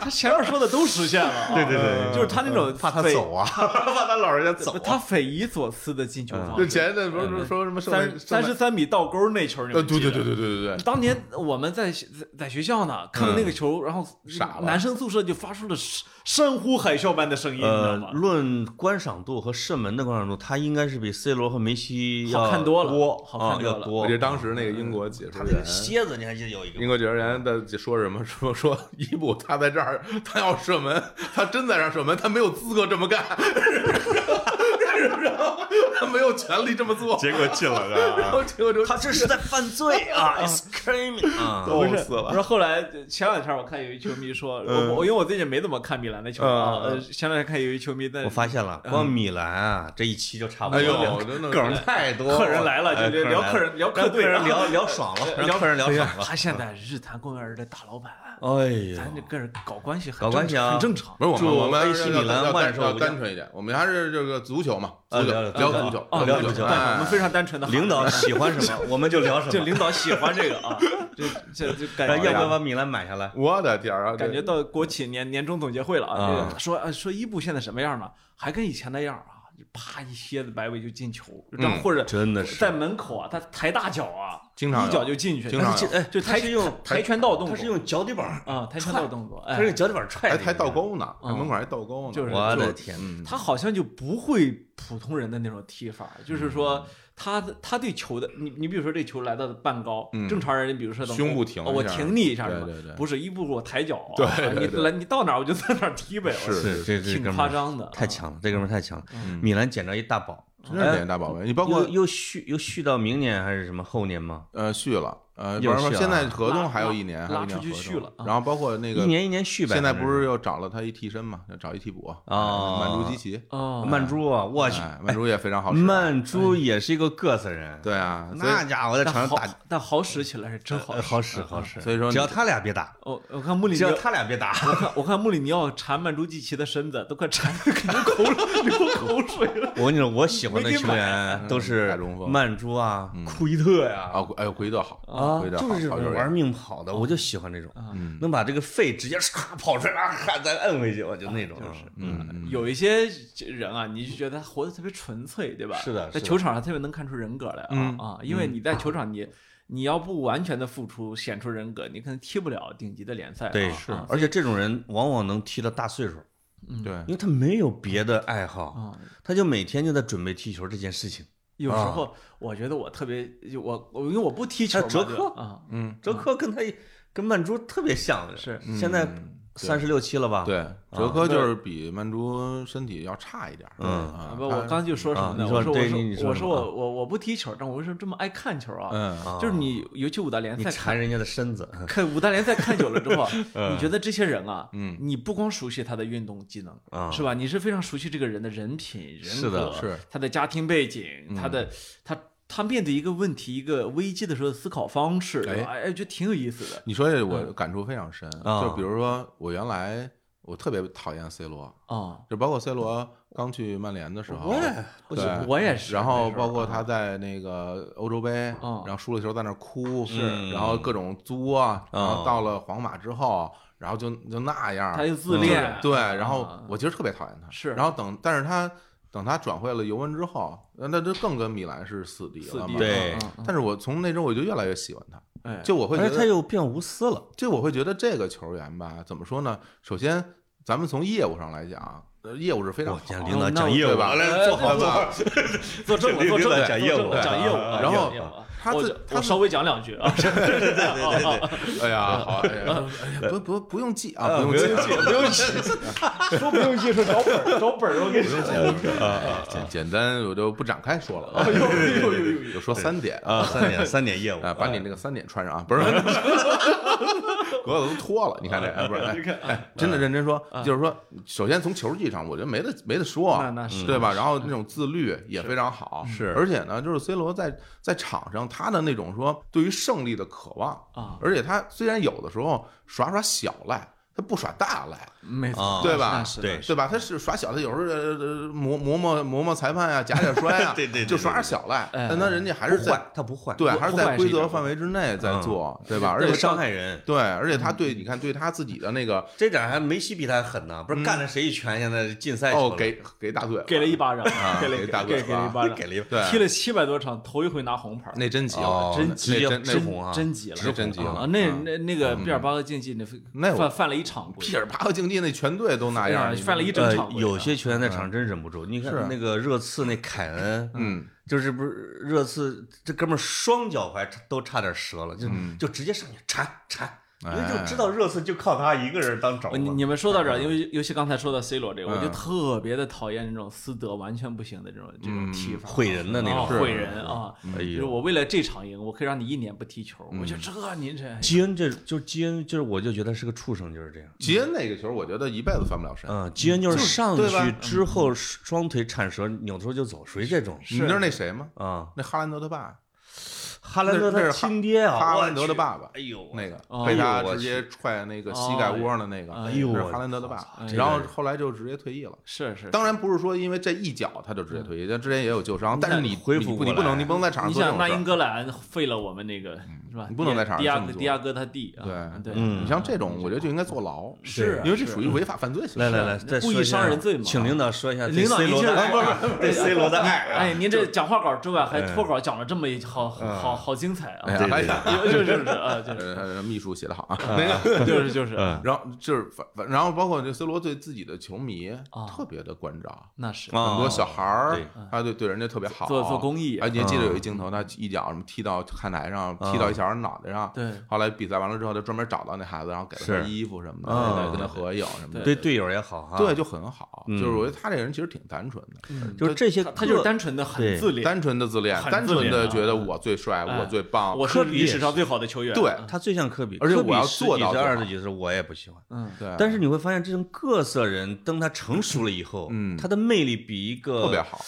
S1: 他前面说的都实现了啊，
S2: 对对对
S1: 就是他那种
S2: 怕他
S1: 匪
S2: 走啊， (laughs) 怕他老人家走啊。
S1: 他匪夷所思的进球方
S3: 就
S1: 式，
S3: 前阵不是说什么圣诞
S1: 嗯三三十，三米倒钩那球，你
S3: 呃，
S1: 们
S3: 对
S1: 记
S3: 对
S1: 得
S3: 对对对对对，
S1: 当年我们在学在在学校呢，看到那个球，然后
S3: 傻了
S1: 男生宿舍就发出了山山呼海啸般的声音，你知道
S2: 呃，
S1: 吗？
S2: 论观赏度和射门的观赏度，他应该是比 C 罗和梅西要
S1: 好看多了
S2: 多
S1: 好看
S2: 啊
S1: 多
S2: 要
S1: 了
S2: 多
S3: 我嗯记得。当时那个英国解
S2: 他
S3: 说
S2: 那个
S3: 员。
S2: 蝎子，你还记得有一个
S3: 英
S2: 吗？
S3: 国解说员的说什么？说说伊布他在这儿，他要射门，他真在这儿射门，他没有资格这么干，然后他没有权利这么做。
S2: 结果进了
S3: 然后结果
S2: (laughs)
S3: 就
S1: (laughs)
S2: 他这是在犯罪 (laughs) 啊！Screaming 啊！
S3: 逗
S1: 不是
S3: 死了
S1: 不是后来前两天我看有一球迷说，
S3: 嗯
S1: 我我因为我最近没怎么看米兰的球啊，
S3: 嗯
S1: 呃，前两天看有一球迷在
S2: 我发现了，光米兰啊，这一期就差不
S3: 哎
S2: 多
S3: 呦
S2: 了。 (laughs)
S3: 真的是
S2: 梗儿太多了，
S1: 客人来了
S2: 哎
S1: 就就聊客人聊
S2: 客来了
S1: 客队
S2: 让客人聊 (laughs) 聊爽了，让客人聊爽
S1: (laughs)
S2: 了。
S1: 他现在日坛公园的大老板，
S2: 哎呀
S1: 咱，这跟人搞关系很
S2: 搞关系
S1: 正
S2: 啊
S1: 很正常。
S3: 不是我们，
S2: 祝
S3: 我们还
S2: AC
S3: 是要
S2: 米兰
S3: 要
S2: 万寿
S3: 要
S2: 无疆
S3: 单纯一点，我们还是这个足球嘛，
S2: 啊
S3: 足球
S2: 聊
S3: 聊
S2: 聊
S3: 足球，
S1: 哦，
S2: 聊
S3: 足
S2: 足
S3: 球，
S2: 球
S1: 但是我们
S3: 哎
S1: 非常单纯的
S2: 领导喜欢什么，我 (laughs) 们就聊什
S1: 就
S2: 么。
S1: 领导喜欢这个啊，这这这感
S2: 哎
S1: 觉啊
S2: 要不要把米兰买下来？
S3: 我的天儿啊，
S1: 感觉到国企年年终总结会了啊
S2: 啊，
S1: 这说啊说伊布现在什么样呢？还跟以前那样啊，就啪一蝎子摆尾就进球，就这样
S3: 嗯
S1: 或者
S2: 真的是
S1: 在门口啊，他抬大脚啊，
S3: 经常有
S1: 一脚就进去，
S3: 经常有
S1: 就
S2: 哎，
S1: 就
S2: 他
S1: 抬
S2: 是用
S1: 抬拳道动作，
S2: 他是用脚底板儿，
S1: 啊抬拳道动作，
S2: 他是
S1: 哎
S2: 用，脚底板儿踹
S3: 还
S2: 的，
S3: 还倒。钩呢，
S1: 嗯
S3: 门口还倒钩呢，
S1: 就是
S2: 我的
S1: 就
S2: 天，
S3: 嗯，
S1: 他好像就不会普通人的那种踢法，就是
S2: 嗯
S1: 说他的他对球的，你你比如说这球来到半高，
S3: 嗯
S1: 正常人比如说等
S3: 胸
S1: 我
S3: 部停
S1: 哦我
S3: 一下
S1: 挺你一下
S3: 对
S1: 是吧
S3: 对对
S1: 不是一步我抬脚啊，
S3: 对对对
S1: 你来你到哪儿我就在哪儿踢呗，我
S2: 是
S3: 是
S2: 这这
S1: 挺
S2: 哥们
S1: 夸
S2: 儿
S1: 张的，
S2: 太，强了，这哥们儿太强了。
S3: 嗯
S2: 米兰捡着一大宝，
S3: 真是点大宝贝，你包括
S2: 又又续又续到明年还是什么后年吗？
S3: 呃续了，呃，
S2: 又
S3: 不是说
S2: 续了啊
S3: 现在合同还有一
S1: 拉
S3: 年，还有一年
S1: 拉出去
S3: 合同
S1: 续了啊
S3: 然后包括那
S2: 一
S3: 个
S2: 年一年续呗。
S3: 现在不是
S2: 反
S3: 又找了他一替身嘛，要找一替补啊
S2: 哦
S3: 曼珠基奇，
S2: 正
S1: 哦
S2: 是，曼珠啊，我去，
S3: 哎曼珠也非常
S2: (laughs)
S3: 好使，
S2: 曼珠也是一个个子人，，
S3: 对啊，所
S2: 那
S3: 以
S2: 家伙在
S1: 但
S2: 场
S1: 好
S2: 上打
S1: 但好使起来是真好
S2: 呃
S1: 使，啊
S2: 好使好使。
S3: 嗯所以说你
S2: 只要他俩别打，
S1: 我我看穆里
S2: 只
S1: 尼
S2: 要
S1: 奥，
S2: 他俩别打，
S1: 我看我看穆里尼奥缠曼朱基奇的身子都快缠 (laughs) 得流口流口水了。
S2: (laughs) 我跟你说，我喜欢的
S1: 没给
S2: 球
S1: 买
S2: 员都
S3: 嗯大
S2: 是
S3: 中锋
S2: 曼珠啊
S3: 嗯、
S2: 库伊特呀，
S3: 啊，哎呦，奎德好
S1: 啊
S3: 奎德好
S2: 就是这
S3: 好球
S2: 种玩
S3: 员，
S2: 命跑的，我就喜欢这种，
S3: 嗯
S2: 能把这个肺直接唰跑出来， (laughs) 啊，再摁回去，我
S3: 啊
S2: 就那种，就是
S3: 嗯，嗯
S1: 有一些人啊，你就觉得他活得特别纯粹，对吧？
S2: 是的
S1: 在
S2: 是的
S1: 球场上特别能看出人格来啊
S3: 嗯
S1: 啊，因为你在球场你你要不完全的付出显出人格，你可能踢不了顶级的联赛啊。
S2: 对，
S1: 啊
S2: 是，而且这种人往往能踢到大岁数，
S3: 对
S2: 因，为他没有别的爱好，
S1: 啊，
S2: 他就每天就在准备踢球这件事情。
S1: 有时
S2: 啊
S1: 候我觉得我特别，我我因为我不踢球嘛，
S2: 还有哲
S1: 对
S2: 科
S1: 吧啊，
S3: 嗯，
S2: 哲科跟他一跟曼珠特别像的，
S1: 是
S2: 现在啊
S3: 嗯
S2: 三十六七了吧？，
S3: 对，哲科就是比曼珠身体要差一点儿。
S2: 嗯
S1: 啊
S3: 啊
S1: 不，我
S3: 他
S1: 刚就说什么
S2: 啊
S1: 呢？
S2: 你
S1: 我
S2: 说
S1: 说
S2: 对
S1: 我
S2: 你
S1: 说
S2: 说
S1: 我
S2: 什
S1: 说
S2: 么
S1: 我我我不踢球，但我为什么这么爱看球啊？
S3: 嗯
S2: 啊
S1: 就是你，尤其五大联
S2: 你
S1: 赛
S2: 缠
S1: 看
S2: 人家的身子，
S1: 看五大联赛看久了之后，
S2: 嗯
S1: 你觉得这些人啊，
S3: 嗯
S1: 你不光熟悉他的运动技能，
S2: 啊
S1: 是吧？你是非常熟悉这个人的人品、人
S2: 是的
S1: 格、
S3: 是
S1: 他的家庭背景、他的他他面对一个问题、一个危机的时候的思考方式，
S3: 哎
S1: 哎哎，就挺有意思的。
S3: 你说这
S1: 嗯
S3: 我感触非常深，
S2: 啊
S3: 就比如说我原来我特别讨厌 C 罗，
S1: 啊、
S3: 就包括 C 罗刚去曼联的时候，
S1: 我
S3: 对
S1: 我也是。
S3: 然后
S1: 没事儿啊
S3: 包括他在那个欧洲杯，
S1: 嗯
S3: 然后输了球在那儿哭，
S2: 是
S3: 然后各种作，啊，
S2: 嗯
S3: 然后到了皇马之后，然后就就那样，嗯
S1: 他又自恋，
S3: 对，然后
S1: 啊
S3: 我其实特别讨厌他，
S1: 是
S3: 然后等，但是他等他转会了尤文之后，呃那那就更跟米兰是死敌
S1: 四
S3: 了
S1: D
S3: 嘛，
S2: 对
S1: 嗯嗯嗯
S3: 但是我从那之后我就越来越喜欢他，
S1: 哎
S3: 就我会觉
S2: 而
S3: 得
S2: 且他又变无私了，
S3: 这我会觉得这个球员吧，怎么说呢？首先，咱们从业务上来讲，呃业务是非常
S2: 我
S3: 好
S2: 见
S3: 的
S2: 领导
S1: 那
S2: 讲
S1: 我
S2: 业务
S3: 对吧
S2: 了，来
S1: 哎
S2: 坐好
S1: 对
S2: 坐好
S1: 吧，做正了，
S2: 领
S1: 做正
S2: 领
S1: 了，
S2: 导讲
S1: 做
S2: 业
S1: 正
S2: 务
S1: 了讲业务
S2: 啊
S1: 啊，
S3: 然后
S1: 讲业务啊
S3: 他
S1: 我
S3: 自他
S1: 我稍微讲两句啊，
S2: 对对对，
S3: 哎呀，好，哎呀，哎呀不不不用记啊，
S2: 不
S3: 用
S2: 用
S3: 记啊，
S2: 记，不用记，
S1: (laughs) 说不用技术找本儿找本儿，我跟你说，
S3: 哎简简单我就不展开说了，啊，就说三点啊，
S2: 啊，三点三点业务
S3: 哎，把你那个三点穿上啊，不是， (laughs) 格子都脱了，你看这，哎，不是，哎
S1: 你看，啊
S3: 哎，真的认真说，就是说，首先从球技上，我觉得没得没得说，
S1: 那那是
S3: 对吧？然后那种自律也非常好，
S2: 是
S3: 而且呢，就是 C 罗在在场上他的那种说对于胜利的渴望
S1: 啊
S3: 而且他虽然有的时候耍耍小赖，他不耍大赖。
S1: 没错，
S2: 啊
S3: 对吧
S1: 那是
S2: 对，
S3: 对吧？他是耍小赖，有时候呃呃磨磨磨磨磨裁判呀，夹夹
S1: (laughs)
S3: 摔呀
S2: 对对对
S3: 就耍点小赖。
S1: 哎
S3: 但他人家还
S2: 不
S3: 是在
S2: 坏，他不坏，
S3: 对，
S1: 不
S3: 还是
S1: 不
S3: 在
S1: 坏
S3: 规
S1: 是一
S3: 则
S1: 点
S3: 范围之内在做，对吧？而
S2: 啊而且
S3: 且
S2: 伤害人，
S3: 对，而且他对你看对他自己的那个
S2: 这点还梅西比他狠呢，不是干了谁一拳，现在禁赛球
S3: 嗯哦
S2: 了，
S3: 给给大嘴巴，
S1: 给了一巴掌
S3: 啊，
S1: 了
S3: 给
S1: 给
S3: 大
S1: 给
S3: 嘴
S1: 给了
S3: 巴
S1: 一巴掌，
S2: (laughs) 给了一
S3: 对
S1: 踢了七百多场，头一回拿红牌，
S3: 那真急了
S2: 哦，，
S1: 真
S3: 那
S2: 直接
S3: 真
S2: 直红啊，
S1: 真急了，
S3: 直真急了嗯
S1: 啊！那那那个毕尔巴鄂竞技那
S3: 那我
S1: 犯犯了一场规
S3: 皮尔巴赫竞技那全队都那
S1: 哎
S3: 样
S1: 呀，犯了一整
S2: 呃
S1: 场，规
S2: 有些球员在场上真忍不住。你
S3: 嗯是啊
S2: 看那个热刺那凯恩，
S3: 嗯，
S2: 就是不是热刺这哥们儿双脚踝都差点折了，就
S3: 嗯
S2: 就直接上去缠缠，因为就知道热刺就靠他一个人当
S1: 我
S2: 轴
S1: 哎你
S2: 嘛。
S1: 你们说到这儿，因为尤其刚才说到 C 罗这个，我就
S3: 嗯
S1: 特别的讨厌那种私德完全不行的这种这
S3: 嗯
S1: 种踢法，
S2: 毁人的那
S1: 啊
S2: 种，
S1: 毁人啊！
S2: 哎
S1: 就是
S2: 呦，
S1: 我为了这场赢，我可以让你一年不踢球，我
S3: 嗯
S1: 觉得这您这
S2: 基恩这就基恩就是我就觉得是个畜生，就是这样。
S3: 吉恩那个球，我觉得一辈子翻不了身。
S2: 嗯，基恩就是上
S3: 对吧
S2: 去之后双腿铲折，扭头就走，属于这种
S3: 你知道那谁吗？
S2: 啊。
S3: 那哈兰德他爸，
S2: 哈兰德
S3: 那
S2: 他
S3: 是哈
S2: 亲爹啊，
S3: 哈
S2: 我
S3: 兰德的
S2: 去
S3: 爸爸
S2: 哎呦，
S3: 那个
S1: 哦
S3: 被
S2: 哎
S3: 他
S2: 呦我
S3: 直接踹那个膝盖窝的那个，
S1: 哎
S2: 呦
S3: 是
S2: 我
S3: 哈兰德的爸
S1: 哎。呦
S3: 然后后来就直接退役了。
S1: 是是。
S3: 当然不是说因为这一脚他就直接退役，他之前也有旧伤，但是你
S2: 恢复
S3: 你不
S2: 过
S3: 你不能
S2: 来
S3: 你不能在场上
S1: 你
S3: 做这
S1: 想，
S3: 种
S1: 那
S3: 事
S1: 英
S3: 儿。
S1: 格兰废了我们那个是吧？
S3: 你不能在场上
S1: 迪亚
S3: 这么
S1: 哥
S3: 做
S1: 迪亚哥他弟啊，对
S3: 对
S2: 嗯
S3: 你像这种，我觉得就应该坐牢，
S1: 是啊
S3: 因为这属于违法犯罪行
S2: 来
S3: 为。
S2: 来来，再
S1: 故意
S2: 说一下
S1: 伤人罪嘛
S2: 请领导说一下对
S1: 领导
S2: C 罗
S1: 您
S2: 的
S1: 这
S2: 爱啊，
S3: (laughs)
S2: 对 C 罗的爱啊，
S1: 哎，您这讲话稿之外还脱稿讲了这么一好好好精彩
S3: 嗯
S1: 啊！
S3: 哎呀，
S2: 对对嗯
S3: 哎呀，
S1: (laughs) 就是就是啊，就是
S3: 呃，秘书写的好啊，那个。
S1: 就是就是，
S3: 然后就是反反，然后包括这 C 罗对自己的球迷
S1: 啊
S3: 特别的关照，
S1: 那是
S2: 啊
S3: 很多小孩儿
S2: 对，嗯
S3: 他对对人家特别好，
S1: 嗯做做公益
S3: 哎，你还记得有一镜头，他一脚什么踢到看台上，踢到一小孩脑袋上。
S1: 对
S3: 后来比赛完了之后，他专门找到那孩子，然后给了
S2: 是
S3: 他衣服什么
S2: 啊
S3: 的，对跟他合影什么的。
S2: 对队友也好哈，
S3: 对，，就很好。
S2: 嗯
S3: 就是我觉得他这个人其实挺单纯的，
S2: 就是这些
S1: 他
S2: 个，
S1: 他就是单纯的很
S2: 对
S1: 自恋，
S3: 单纯的自恋，
S1: 嗯很
S3: 单
S1: 自
S3: 纯
S1: 恋
S3: 的
S1: 啊
S3: 觉得我最帅，
S1: 哎
S3: 我最棒，
S1: 我是历史上最好的球员。啊
S3: 对
S2: 他最像科比，
S3: 而且
S2: 科比
S3: 我要
S2: 十
S3: 做
S2: 几
S3: 到
S2: 岁、
S3: 最
S2: 二
S3: 好
S2: 十几岁我也不喜欢。
S1: 嗯，
S3: 对，
S2: 但是你会发现，这种各色人，等他成熟了以后，
S3: 嗯
S2: 他的魅力比一个
S3: 特别好。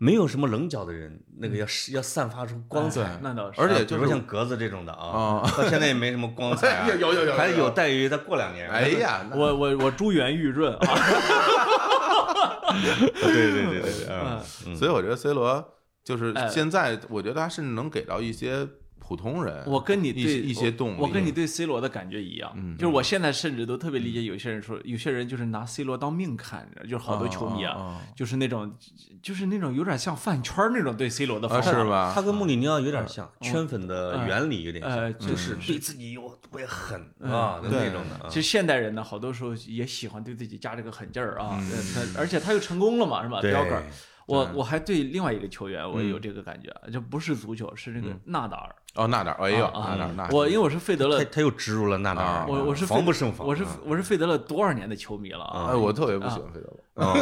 S2: 没有什么棱角的人，那个要是要散发出光彩。啊
S1: 那倒是。
S3: 哎而且
S2: 比
S3: 就
S2: 如
S3: 是
S2: 说像格子这种的啊，
S3: 啊
S2: 到现在也没什么光彩啊，
S3: 有有有有
S2: 还
S3: 有
S2: 有待于再过两年。
S3: 哎，呀，那
S1: 我我我珠圆玉润
S3: (laughs)
S1: 啊，
S2: (laughs) 对对对对对，嗯
S3: 所以我觉得 C 罗就是
S1: 哎
S3: 现在，我觉得他甚至能给到一些普通人，
S1: 我跟你
S3: 一
S1: 对
S3: 些一些动力。嗯
S1: 我跟你对 C 罗的感觉一样，就是我现在甚至都特别理解有些人说，有些人就是拿 C 罗当命看，你知道就是好多球迷
S3: 啊啊
S1: 啊，就是那种就是那种有点像饭圈那种对 C 罗的
S3: 啊
S1: 方式
S3: 是吧
S2: 他？跟穆里尼奥有点像，圈粉的原理有点
S1: 呃
S2: 像，
S1: 就是
S2: 对自己有多狠啊的那种的啊。
S1: 其实现代人呢，好多时候也喜欢对自己加这个狠劲儿啊，
S3: 嗯
S1: 呃他而且他又成功了嘛，是吧？
S2: 对
S1: 标
S3: 嗯
S1: 杆儿。我我还对另外一个球员，我有这个感觉啊，就不是足球，是那个纳达尔。
S3: 哦，纳达尔，哎呦，
S1: 啊
S3: 纳达尔，纳达尔
S1: 我因为我是费德
S2: 他
S1: 勒，
S2: 他又植入了纳达尔
S3: 啊，
S1: 我我是费
S2: 防不胜防，
S1: 我是
S3: 嗯
S2: 啊
S1: 我是费德勒多少年的球迷了啊！
S3: 哎，我特别不喜欢费德勒。
S2: 啊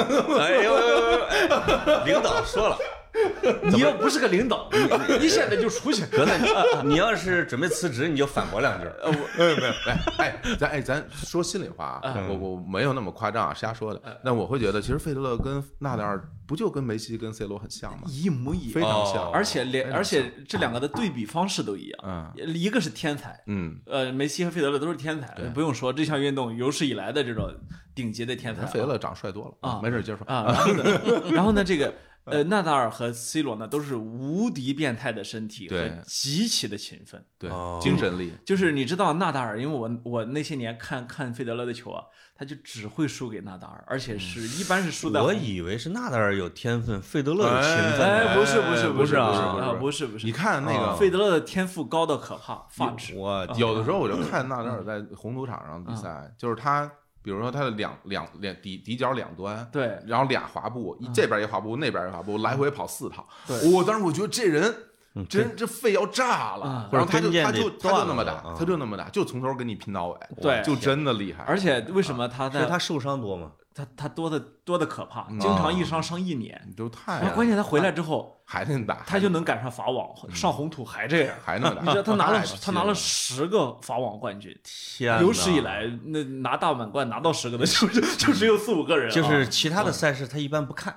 S2: 哎呦呦呦呦！哎领导说了，
S1: 你要不是个领
S3: (laughs)
S1: 导，你你现在就出去。啊
S2: 格子，你要是准备辞职，你就反驳两句。
S3: 哎，没有，哎哎，咱哎咱说心里话啊，
S1: 哎
S3: 我我没有那么夸张啊，瞎说的。但我会觉得，其实费德勒跟纳达尔不就跟梅西跟 C 罗很像吗？
S1: 一模一
S3: 非
S1: 样，
S3: 常像
S2: 哦。
S1: 而且连
S3: 非
S1: 而
S3: 常像
S1: 且这两个的对比方式都一样，
S3: 嗯
S1: 一个是天才，
S3: 嗯，
S1: 呃，梅西和费德勒都是天才，不用说，这项运动有史以来的这种顶级的天才
S3: 咱
S1: 啊。
S3: 费德勒长帅多了
S1: 啊
S3: 没事接着说。
S1: 啊，然后呢，然后呢，这个呃，纳达尔和 C 罗呢，都是无敌变态的身体和
S3: 对
S1: 极其的勤奋。
S3: 对
S2: 哦，
S3: 精神力
S1: 就是你知道纳达尔，因为我我那些年看看费德勒的球啊，他就只会输给纳达尔，而且是一般是输在
S2: 我
S1: 红。
S2: 嗯以为是纳达尔有天分，费德勒有勤
S1: 哎，
S2: 奋。啊
S1: 不是不是
S3: 哎
S1: 是啊
S3: 不是不是
S1: 啊，
S3: 不
S1: 不是不是，
S3: 你看那
S1: 啊
S3: 个
S1: 费德勒的天赋高的可怕，发指。
S2: 我
S3: 有的时候我就看纳达尔在红土场上比赛，
S1: 嗯
S3: 就是他，比如说他的两两两底底角两端，
S1: 对嗯
S3: 然后俩滑步，一这边一滑步，那边一滑步，来回跑四趟。
S1: 对
S3: 我当时我觉得这人。这人这肺要炸
S1: 啊
S3: 了，然后他就
S2: 或者跟腱
S3: 他就
S2: 得
S3: 他就那么
S2: 断了
S3: 打
S2: 啊，
S3: 他就那么打，就从头跟你拼到尾，
S1: 对
S3: 就真的厉害。
S1: 而且为什么他在
S2: 啊是他受伤多吗？
S1: 他他多的多的可怕，经常一伤伤一年。
S3: 你就太
S1: 然后关键他回来之后，
S3: 还能打，
S1: 他就能赶上法网，上红土还这样。
S3: 还能打。
S1: 你知
S2: (laughs)
S1: 道他拿了
S3: 太气
S1: 他拿了十个法网冠军，
S2: 哎天哪，
S1: 有史以来那拿大满贯拿到十个的就 (laughs) 就就只有四五个人啊。
S2: 就是其他的赛事他一般不看。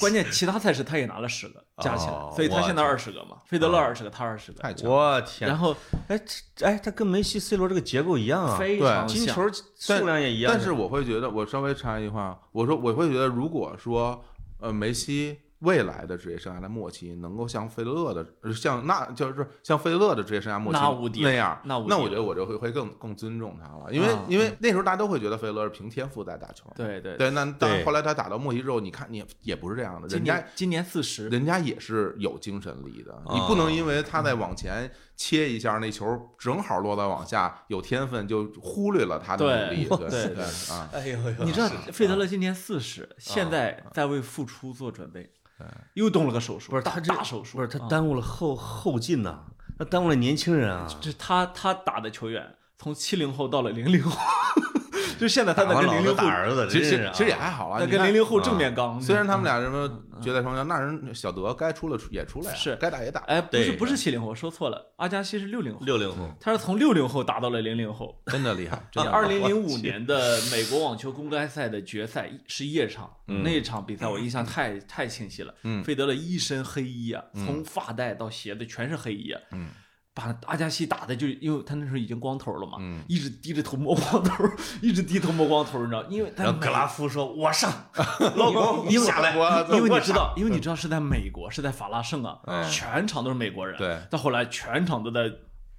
S1: 关键其他赛事他也拿了十个，加起来
S2: 哦，
S1: 所以他现在
S2: 我啊
S1: 二十个嘛，费德勒二十个，他二十个。
S3: 太强了。
S2: (laughs) 我天！
S1: 然后
S2: 哎，这哎，他跟梅西、C 罗这个结构一样啊，
S1: 非常
S2: 金
S1: 像
S2: 球数量也一样。
S3: 但是我会觉得，我稍微插一句话，我说我会觉得，如果说呃梅西未来的职业生涯的末期能够像费德勒的，呃像那就是像费德勒的职业生涯末期
S1: 那无敌了啊
S3: 那样，
S1: 那
S3: 那
S1: 无敌了
S3: 我觉得我就会会更更尊重他了，因为、
S1: 啊
S3: 因为那时候大家都会觉得费德勒是凭天赋在打球，
S1: 对对，
S3: 对，那当然
S2: 对
S3: 后来他打到末期之后，你看你也也不是这样的，
S1: 今
S3: 人家
S1: 年嗯今年四十，
S3: 人家也是有精神力的，你不能因为他在往前切一下，那球正好落到往下，有天分就忽略了他的努力。
S1: 对 (laughs)
S3: 对
S1: 对
S3: 对啊，
S2: 哎呦呦，
S1: 你知道费德勒今年四十，
S2: 啊
S1: 现在在为复出做准备，又动了个手术，
S2: 嗯不是
S1: 大
S2: 他这
S1: 大手术，
S2: 不是他
S1: 啊
S2: 耽误了后后进呐，他耽误了年轻人啊。
S1: 这他他打的球员从七零后到了零零后， (laughs) 就现在他在
S2: 打
S1: 跟
S2: 老
S1: 零
S2: 子
S1: 零后
S2: 打，儿子，
S3: 其
S2: 真
S3: 实
S2: 是啊
S3: 其实也还好啊。
S1: 在
S3: 你
S1: 跟
S3: 看
S1: 零零后正面刚。
S3: 虽然他们俩什么绝代双骄，那人小德该出了出也出来
S1: 嗯
S3: 了，
S1: 是
S3: 该打也
S1: (laughs)
S3: 打。
S1: 哎，不是
S2: 对
S1: 不是七零后，说错了，阿加西是六零后，
S2: 六零后，
S1: 他是从六零后打到了零零
S3: (laughs)
S1: 后。
S3: 真的厉害，真的
S1: 二零零五年的美国网球公开赛的决赛是夜场，那一场比赛我印象太太清晰了。
S3: 嗯
S1: 费德勒一身黑衣啊，从发带到鞋子全是黑衣啊。
S3: 嗯
S1: 把阿加西打的就，因为他那时候已经光头了嘛， (laughs)
S3: 嗯
S1: 一直低着头摸光头， (laughs) 一直低头摸光头，你知道？因为他
S2: 然后格拉夫说：“我上，哎 (laughs) 老公你
S1: 因为
S2: 下来。”
S1: 因为你知道，因为你知道是在美国，是在法拉盛啊，
S3: 嗯
S1: 全场都是美国人。
S3: 对
S1: 到后来全场都在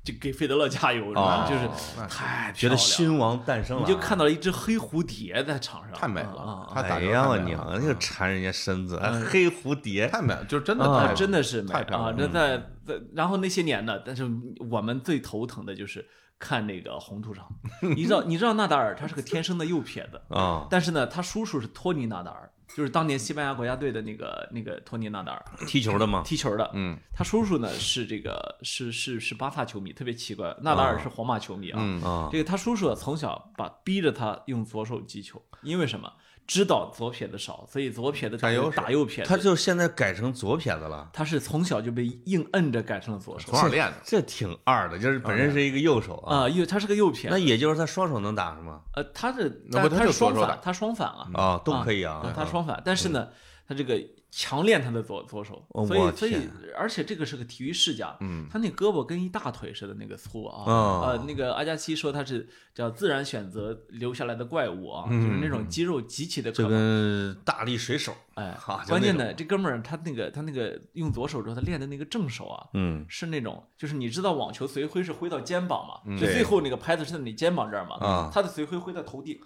S1: 就给费德勒加油，你知道吗？
S2: 哦
S1: 就是
S3: 那是
S1: 太
S2: 觉
S1: 漂亮
S2: 得
S1: 了
S2: 新王诞生了
S1: 你
S2: 啊，
S1: 就看到了一只黑蝴蝶在场上，
S3: 太美
S1: 啊
S3: 了，
S1: 啊
S3: 他打
S2: 哎
S3: 球
S2: 呀我
S3: 太美
S2: 娘，
S3: 了
S2: 那就缠人家身子，哎黑蝴蝶，
S3: 太美了，就是真的
S1: 啊
S3: 太
S1: 啊！真的是美
S3: 太漂亮
S1: 啊！
S3: 了嗯
S1: 这在在，然后那些年呢，但是我们最头疼的就是看那个红土场。你知道，你知道纳达尔他是个天生的右撇子，
S2: 啊，
S1: 但是呢，他叔叔是托尼纳达尔，就是当年西班牙国家队的那个那个托尼纳达尔
S2: 踢球的嘛，
S1: 踢球的，
S3: 嗯
S1: 他叔叔呢是这个是是是巴萨球迷，特别奇怪。纳达尔是皇马球迷啊。
S3: 嗯
S2: 啊，
S1: 这个他叔叔从小把逼着他用左手击球，因为什么？知道左撇子少，所以左撇子打
S3: 占优势
S1: 打右撇子。
S2: 他就现在改成左撇子了，
S1: 他是从小就被硬摁着改成了左手
S3: 从小练的，
S2: 这挺二的，就是本身是一个右手啊，
S1: 啊，因为他是个右撇
S2: 那
S1: 子。
S2: 也就是他双手能打是吗？
S1: 呃，他是
S3: 那
S1: 他
S3: 不
S1: 他
S3: 他
S1: 是
S3: 就左
S1: 双
S3: 手
S1: 反
S3: 打，嗯
S1: 他双反啊，
S2: 啊，都可以啊，
S1: 他双反。但是呢，他这个强练他的左左手，
S2: 哦
S1: 所
S2: 我
S1: 以所以
S2: 天
S1: 而且这个是个体育世家，
S3: 嗯
S1: 他那胳膊跟一大腿似的那个粗啊，
S2: 哦
S1: 呃，那个阿加西说他是叫自然选择留下来的怪物啊，就是那
S3: 嗯
S1: 种肌肉极其的可
S2: 这
S1: 怕。
S2: 跟大力水手， (laughs)
S1: 哎
S2: 哈就那，种
S1: 关键呢，这哥们儿他那个他那个用左手之后，他练的那个正手啊，
S2: 嗯，
S1: 是那种就是你知道网球随挥是挥到肩膀嘛，就
S2: 嗯对
S1: 最后那个拍子是在你肩膀这儿嘛
S2: 啊，
S1: 他的随挥挥到头
S2: (laughs)
S1: 顶，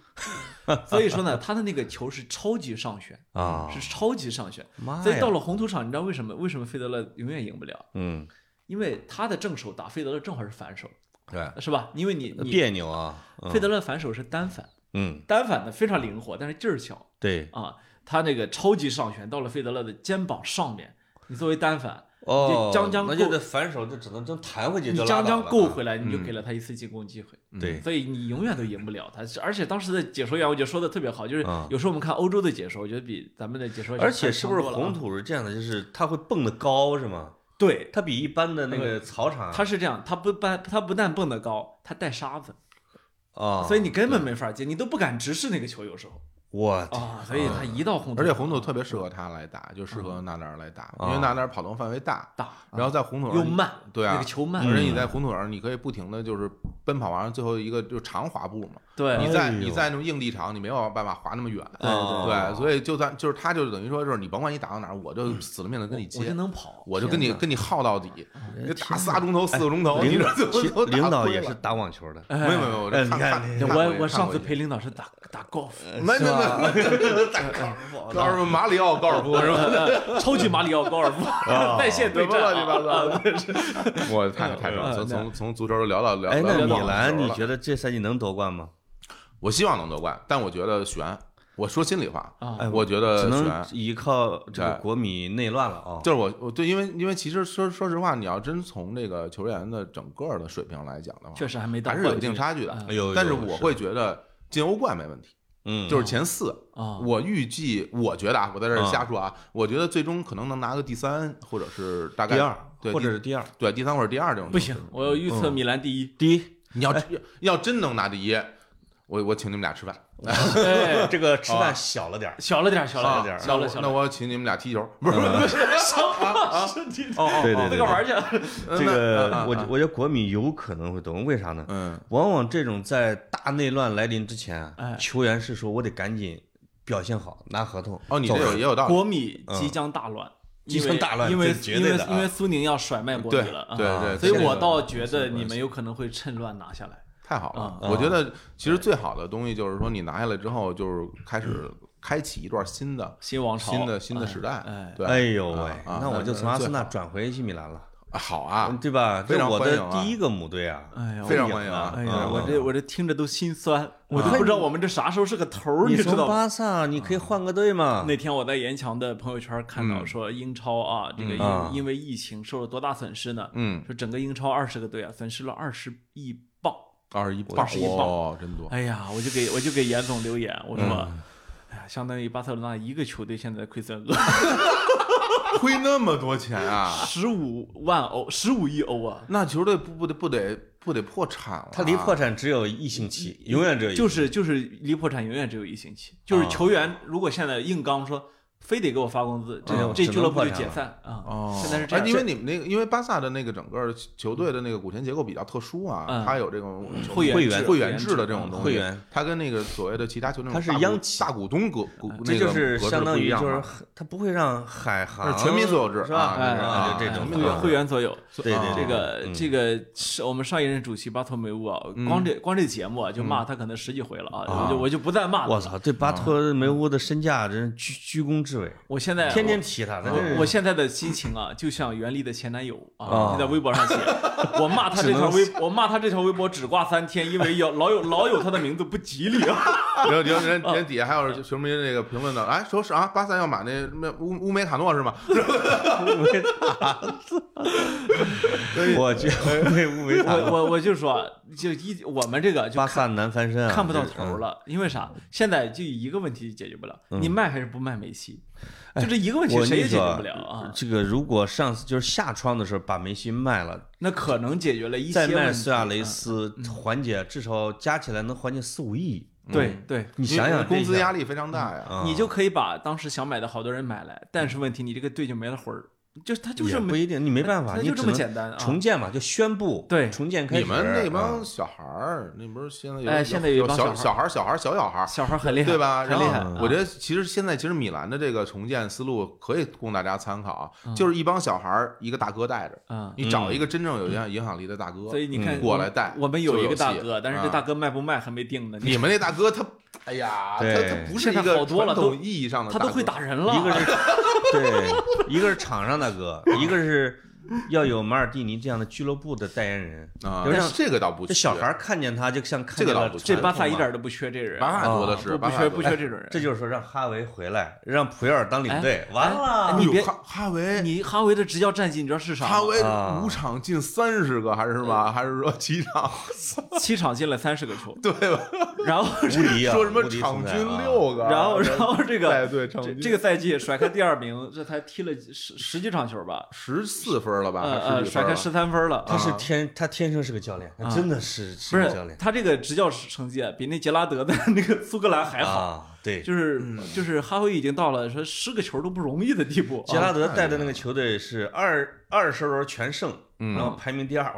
S1: 所以说呢，他的那个球是超级上旋
S2: 啊哎
S1: 是超级上旋。
S2: 妈呀
S1: 所以到了红土场，你知道为什么为什么费德勒永远赢不了？
S2: 嗯，
S1: 因为他的正手打费德勒正好是反手，
S2: 对，
S1: 是吧？因为你你
S2: 别扭啊，嗯
S1: 费德勒反手是单反，
S2: 嗯，
S1: 单反呢非常灵活，但是劲儿小
S2: 对，
S1: 啊。他那个超级上旋到了费德勒的肩膀上面，你作为单反，
S2: 哦，
S1: 这张张
S2: 那
S1: 够
S2: 就得反手就只能就弹回去
S1: 你
S2: 就拉
S1: 张
S2: 倒
S1: 张
S2: 了
S1: 够
S2: 啊
S1: 回来，你就
S3: 嗯
S1: 给了他一次进攻机会。
S2: 对，
S1: 所以你永远都赢不了他。是而且当时的解说员，我觉得说的特别好，就是
S3: 嗯
S2: 啊
S1: 有时候我们看欧洲的解说，我觉得比咱们的解说员
S2: 而且
S1: 看
S2: 是不是
S1: 强多了啊
S2: 红土是这样的？就是它会蹦得高是吗？
S1: 对，
S2: 它比一般的那个草
S3: 嗯
S2: 场啊
S1: 他是这样，他不搬，他不但蹦得高，他带沙子，
S2: 啊，
S3: 哦
S1: 所以你根本没法接，你都不敢直视那个球，有时候
S2: 我
S1: 啊，所以他一到红土，
S3: 哦而且红土特别适合他来打，就适
S1: 嗯
S3: 合纳达尔来打，因为
S2: 啊
S3: 纳达尔跑动范围大，
S1: 大
S3: 然后在红土上
S1: 啊又慢，
S3: 对啊
S1: 那个球慢，
S3: 而且你在红土上，你可以不停的就是奔跑完最后一个就是长滑步嘛。
S1: 对，
S3: 你
S2: 哎
S3: 在
S2: 呦
S3: 你在那种硬地场，你没有办法滑那么远。
S1: 啊对
S2: 哦
S3: 对，
S2: 啊
S3: 所以就算就是他就等于说就是你甭管你打到哪儿，我
S2: 嗯
S3: 就死了命的跟你
S1: 我就
S3: 接，
S1: 能跑，
S3: 我就跟你跟你耗到底，
S2: 以
S3: 就打仨钟头四个钟头，你
S2: 哎领
S3: 这
S2: 导
S3: 最
S2: 其
S3: 后都打
S2: 领导
S3: 亏
S2: 也
S3: 了
S2: 是打网球的，
S1: 哎
S3: 没有没有没有，我这
S2: 哎
S3: 看
S2: 你看
S3: 看
S1: (laughs)
S2: 你
S3: 看过一
S1: 我
S3: 个
S1: 我上次
S3: 看过
S1: 陪领导是打打 golf， (laughs)
S3: 一个没
S2: (laughs)
S3: 没 (laughs) 没，
S2: 打高尔夫
S3: 高尔夫马里奥高尔夫是
S2: (laughs)
S3: 吧？
S1: 超级马里奥高尔夫
S3: 哦
S1: (laughs)
S2: 啊
S1: 在线对
S3: 什么
S1: 战啊，
S3: 乱七八糟的， (laughs)
S2: (laughs)
S3: 我太太爽了，
S1: 嗯嗯
S3: 从从从足球聊到聊
S2: 哎，那
S3: 聊到
S2: 米兰，你
S3: 网球了
S2: 觉得这赛季能夺冠吗？
S3: 我希望能夺冠，但我觉得悬。我说心里话，
S1: 啊
S2: 哎
S3: 我觉
S2: 只
S3: 得
S2: 能
S3: 悬。
S2: 依靠这个
S3: 呃对
S2: 国米内乱了啊。
S3: 就是我，我对，因为因为其实说说实话，你要真从这个球员的整个的水平来讲的话，
S1: 确实还没到
S3: 还
S1: 冠军，
S3: 是有一定差距的。
S1: 嗯
S2: 哎呦，
S3: 但是
S2: 呦
S3: 我，会觉得进欧冠没问题，
S2: 嗯，
S3: 就是前四。
S1: 啊，
S3: 我预计，我觉得啊，我在这儿瞎说啊，我觉得最终可能能拿个第三，或者是大概
S2: 第二，
S3: 对，
S2: 或者
S3: 第
S2: 是第二，
S3: 对第三或者第二这种。
S1: 不行，，我预
S3: 嗯
S1: 测米兰第一，
S2: 第
S3: (laughs)
S2: 一。
S3: 你要要真能拿第一，我我请你们俩吃饭。
S1: 哎，
S2: 这个吃
S3: 啊
S2: 饭小了点儿，
S1: 小了点儿，小了
S2: 啊
S1: 点儿，
S2: 那
S1: 小
S3: 那
S1: 了
S3: 我
S1: 小
S3: 那
S1: 了，
S3: 我请你们俩踢球，不是不是不是，
S1: 那
S3: 哦哦，
S2: 对
S3: 哦
S2: 对
S1: 那个玩儿去，
S3: 嗯
S2: 这个我觉
S3: 就
S2: 我觉得国米有可能会夺，为啥呢？
S3: 嗯
S2: 往往这种在大内乱来临之前啊，
S1: 哎
S2: 球员是说我得赶紧表现好，拿合同。
S3: 哦，你
S2: 走
S3: 这有
S2: 人
S3: 也有道理，
S1: 国米
S3: 嗯
S1: 即将大乱，
S2: 即
S1: 因为
S2: 将大乱
S1: 因为
S2: 这是绝对的
S1: 因为
S2: 啊
S1: 因为苏宁要甩卖国
S3: 对
S1: 米了啊，
S3: 对
S2: 啊
S3: 对，
S1: 所以
S3: 这
S1: 我
S3: 个
S1: 倒觉得你们有可能会趁乱拿下来。
S3: 太好了。
S2: 嗯
S3: 我觉得其实最好的东西就是说，你拿下来之后，就是开始开启一段新的
S1: 新王朝，
S3: 新的新的时代
S1: 哎，
S3: 对，
S2: 哎呦喂，
S3: 啊啊
S2: 那我就从阿森纳
S3: 最
S2: 转回去米兰了，
S3: 好好啊，
S2: 对吧？
S3: 非
S2: 这
S3: 常
S2: 我
S3: 欢迎啊
S2: 的第一个母队啊，
S1: 哎呀，
S3: 非常
S1: 我
S3: 欢迎啊
S1: 哎呀，
S2: 嗯
S1: 我这我这听着都心酸，我都
S2: 啊
S1: 不知道我们这啥时候是个头儿，知
S2: 从
S1: 道吗？
S2: 巴萨你可以换个队嘛？
S1: 那天我在严强的朋友圈看到
S3: 嗯
S1: 说，英超啊，这个
S3: 嗯
S2: 啊
S1: 因因为疫情受了多大损失呢？
S3: 嗯，
S1: 说整个英超二十个队啊，损失了二十亿镑。
S3: 二十一磅，
S1: 21磅
S3: 哇，真多，
S1: 哎呀，我就给我就给严总留言，我说，哎呀，相当于巴塞罗那一个球队现在亏损额
S3: 亏那么多钱啊，
S1: 十五万欧，十五亿欧啊！
S3: 那球队不不得不得不得破产了，
S2: 他离破产只有一星期，永远只有一
S1: 就
S2: 星期。
S1: 是就是离破产永远只有一星期，就是
S2: 啊
S1: 球员如果现在硬刚说非得给我发工资，这、
S2: 嗯
S1: 这
S2: 只能
S1: 俱乐部就
S2: 破产
S1: 解
S2: 了
S1: 散啊！
S3: 哦，
S1: 现在是这样，
S3: 哎因为你们那个，因为巴萨的那个整个球队的那个股权结构比较特殊啊，
S1: 嗯
S3: 它有这种球
S1: 会员
S2: 会
S1: 制
S2: 员
S3: 会员制的这种东西，
S2: 会员，
S3: 它跟那个所谓的其他球队
S2: 它是
S3: 大股
S2: 央企
S3: 大股东格，股
S2: 这
S3: 那
S2: 就
S3: 个
S2: 是
S3: 格式
S2: 相当
S3: 不一
S2: 于
S3: 样
S2: 就是
S3: 嘛
S2: 很他不会让海
S3: 那
S2: 航
S3: 是全民所有制
S2: 是吧？
S3: 啊
S1: 哎
S2: 啊，就这
S3: 啊
S2: 种
S1: 会员会员所有，
S3: 所
S2: 对对
S3: 啊
S1: 这个、
S2: 嗯
S1: 这个是我们上一任主席巴托梅乌啊，
S3: 嗯
S1: 光这光这节目啊就骂他可能十几回了啊，
S3: 啊
S1: 我就我就不再骂
S2: 嗯哦我
S1: 他。
S2: 操，对啊巴托梅乌的身价真是居居功至伟，
S1: 哎我现在
S2: 天天提他，那真是
S1: 我现在的心情啊，就像袁立的前男友啊，
S2: 啊
S1: 就在微博
S2: (laughs)
S1: 上写，我骂他这条微，我骂他这条微博只挂三天，因为有老有老有他的名字不吉利啊。
S3: 然后然
S2: (laughs)
S3: 后
S2: 哦
S3: 人人底下还有球迷那个评论的，哎，说是啊，巴萨要买那那乌乌梅卡诺是吗？
S2: 我觉
S1: (laughs)
S2: 得被乌梅
S1: 我
S2: 塔
S1: 我我就说，就一我们这个就
S2: 巴萨难翻身啊，
S1: 看不到
S2: 这个
S3: 嗯
S1: 头。了，因为啥？现在就一个问题解决不了，你卖还是不卖梅西，
S3: 哎
S1: 就这一个问题
S2: 我
S1: 谁也
S2: 那
S1: 解
S2: 个
S1: 决不了啊。
S2: 这个如果上次就是夏窗的时候把梅西卖了，
S1: 那可能解决了一些
S2: 再
S1: 问题。
S2: 卖苏亚雷
S1: 嗯，
S2: 斯，缓解至少加起来能缓解四五亿。
S3: 嗯
S1: 对对，
S2: 你想想这
S3: 工资
S2: 下
S3: 压力非常大呀，
S2: 啊
S1: 你就可以把当时想买的好多人买来，但是问题你这个队就没了魂儿，就是他就
S2: 也
S1: 是
S2: 不
S1: 没
S2: 一定，你没办法，
S1: 他
S2: 你
S1: 就
S2: 只
S1: 这么
S2: 能
S1: 简单啊。
S2: 重建嘛，就宣布
S1: 对
S2: 重建开
S3: 你
S2: 始。
S3: 们那
S2: 啊
S3: (laughs) 帮小孩儿，那不是现在有
S1: 哎现在有一
S3: 有
S1: 帮
S3: 小
S1: 小孩儿
S3: 小孩儿小孩儿小小孩儿，
S1: 小孩儿很厉害，
S3: 对吧？
S1: 很
S3: 然
S1: 厉害。啊嗯
S3: 后我觉得其实现在其实米兰的这个重建思路可以供大家参考，啊
S1: 嗯
S3: 就是一帮小孩儿一个大哥带着，
S1: 啊，
S3: 你找
S2: 嗯
S3: 一个真正有影响影响力的大哥，
S1: 所以你看
S3: 嗯过来带
S1: 我们有一个大
S3: 就有
S1: 哥，
S3: 戏
S1: 但是这大
S3: 啊
S1: 哥卖不卖还没定呢。
S3: 你们那大哥他，哎呀，他
S2: 对
S3: 他不是一
S1: 现在好
S3: 个
S1: 多了
S3: 传
S1: 都
S3: 统意义上的
S1: 他
S3: 大哥，
S1: 都会打人了，
S2: 一个是对，一个是场上大哥，一个是要有马尔蒂尼这样的俱乐部的代言人，
S3: 啊
S2: 就让，
S3: 这个倒不
S2: 这
S3: 缺，
S2: 小孩儿看见他就像看
S3: 这
S2: 见
S3: 个倒
S2: 了
S3: 不
S2: 传
S1: 这
S3: 缺
S1: 巴
S2: 统
S1: 萨一
S2: 嘛
S1: 点儿都不缺这人，
S3: 巴萨多的
S1: 哦不
S3: 是，
S1: 不
S3: 巴萨
S1: 缺
S3: 多
S1: 不
S3: 的
S1: 缺
S3: 是
S1: 这种人。
S2: 这就是说让哈维回来，让普约尔当领队，完
S1: 哎
S2: 了
S1: 你
S3: 哎呦
S1: 别
S3: 哈哈维，
S1: 你哈维的执教战绩你知道是啥吗？
S3: 哈维
S2: 啊
S3: 五场进三十个还是什么？还是说七场？
S1: 七场进了三十个球，
S3: (laughs) 对吧？
S1: 然后 (laughs)
S2: 无
S3: (laughs)
S2: 敌啊！
S3: 说什么
S2: 无敌
S3: 场
S2: 存在
S3: 均
S2: 啊，
S3: 六个？
S1: 然后然后这
S3: 带
S1: 个
S3: 队场
S1: 这
S3: 均
S1: 这个赛季甩开第二名，这才踢了十十几场球吧？
S3: 十四分了吧？
S1: 呃
S3: 还
S1: 呃，
S3: 啊是几
S1: 甩
S3: 分
S1: 开
S3: 了
S1: 十三分了。
S2: 他是
S3: 啊
S2: 天，他天生是个教练，他
S1: 啊
S2: 真的是
S1: 不
S2: 是个教
S1: 是
S2: 练
S1: 他这个执教成绩啊比那杰拉德的那个苏格兰还好，
S2: 啊，
S1: (laughs)
S2: 对。
S1: 就是
S3: 嗯
S1: 就是哈维已经到了说失个球都不容易的地步。
S2: 杰
S1: 啊
S2: 拉
S3: 哦
S2: 德带的那个球队是二二十轮全胜，
S3: 嗯
S2: 然后排名第二。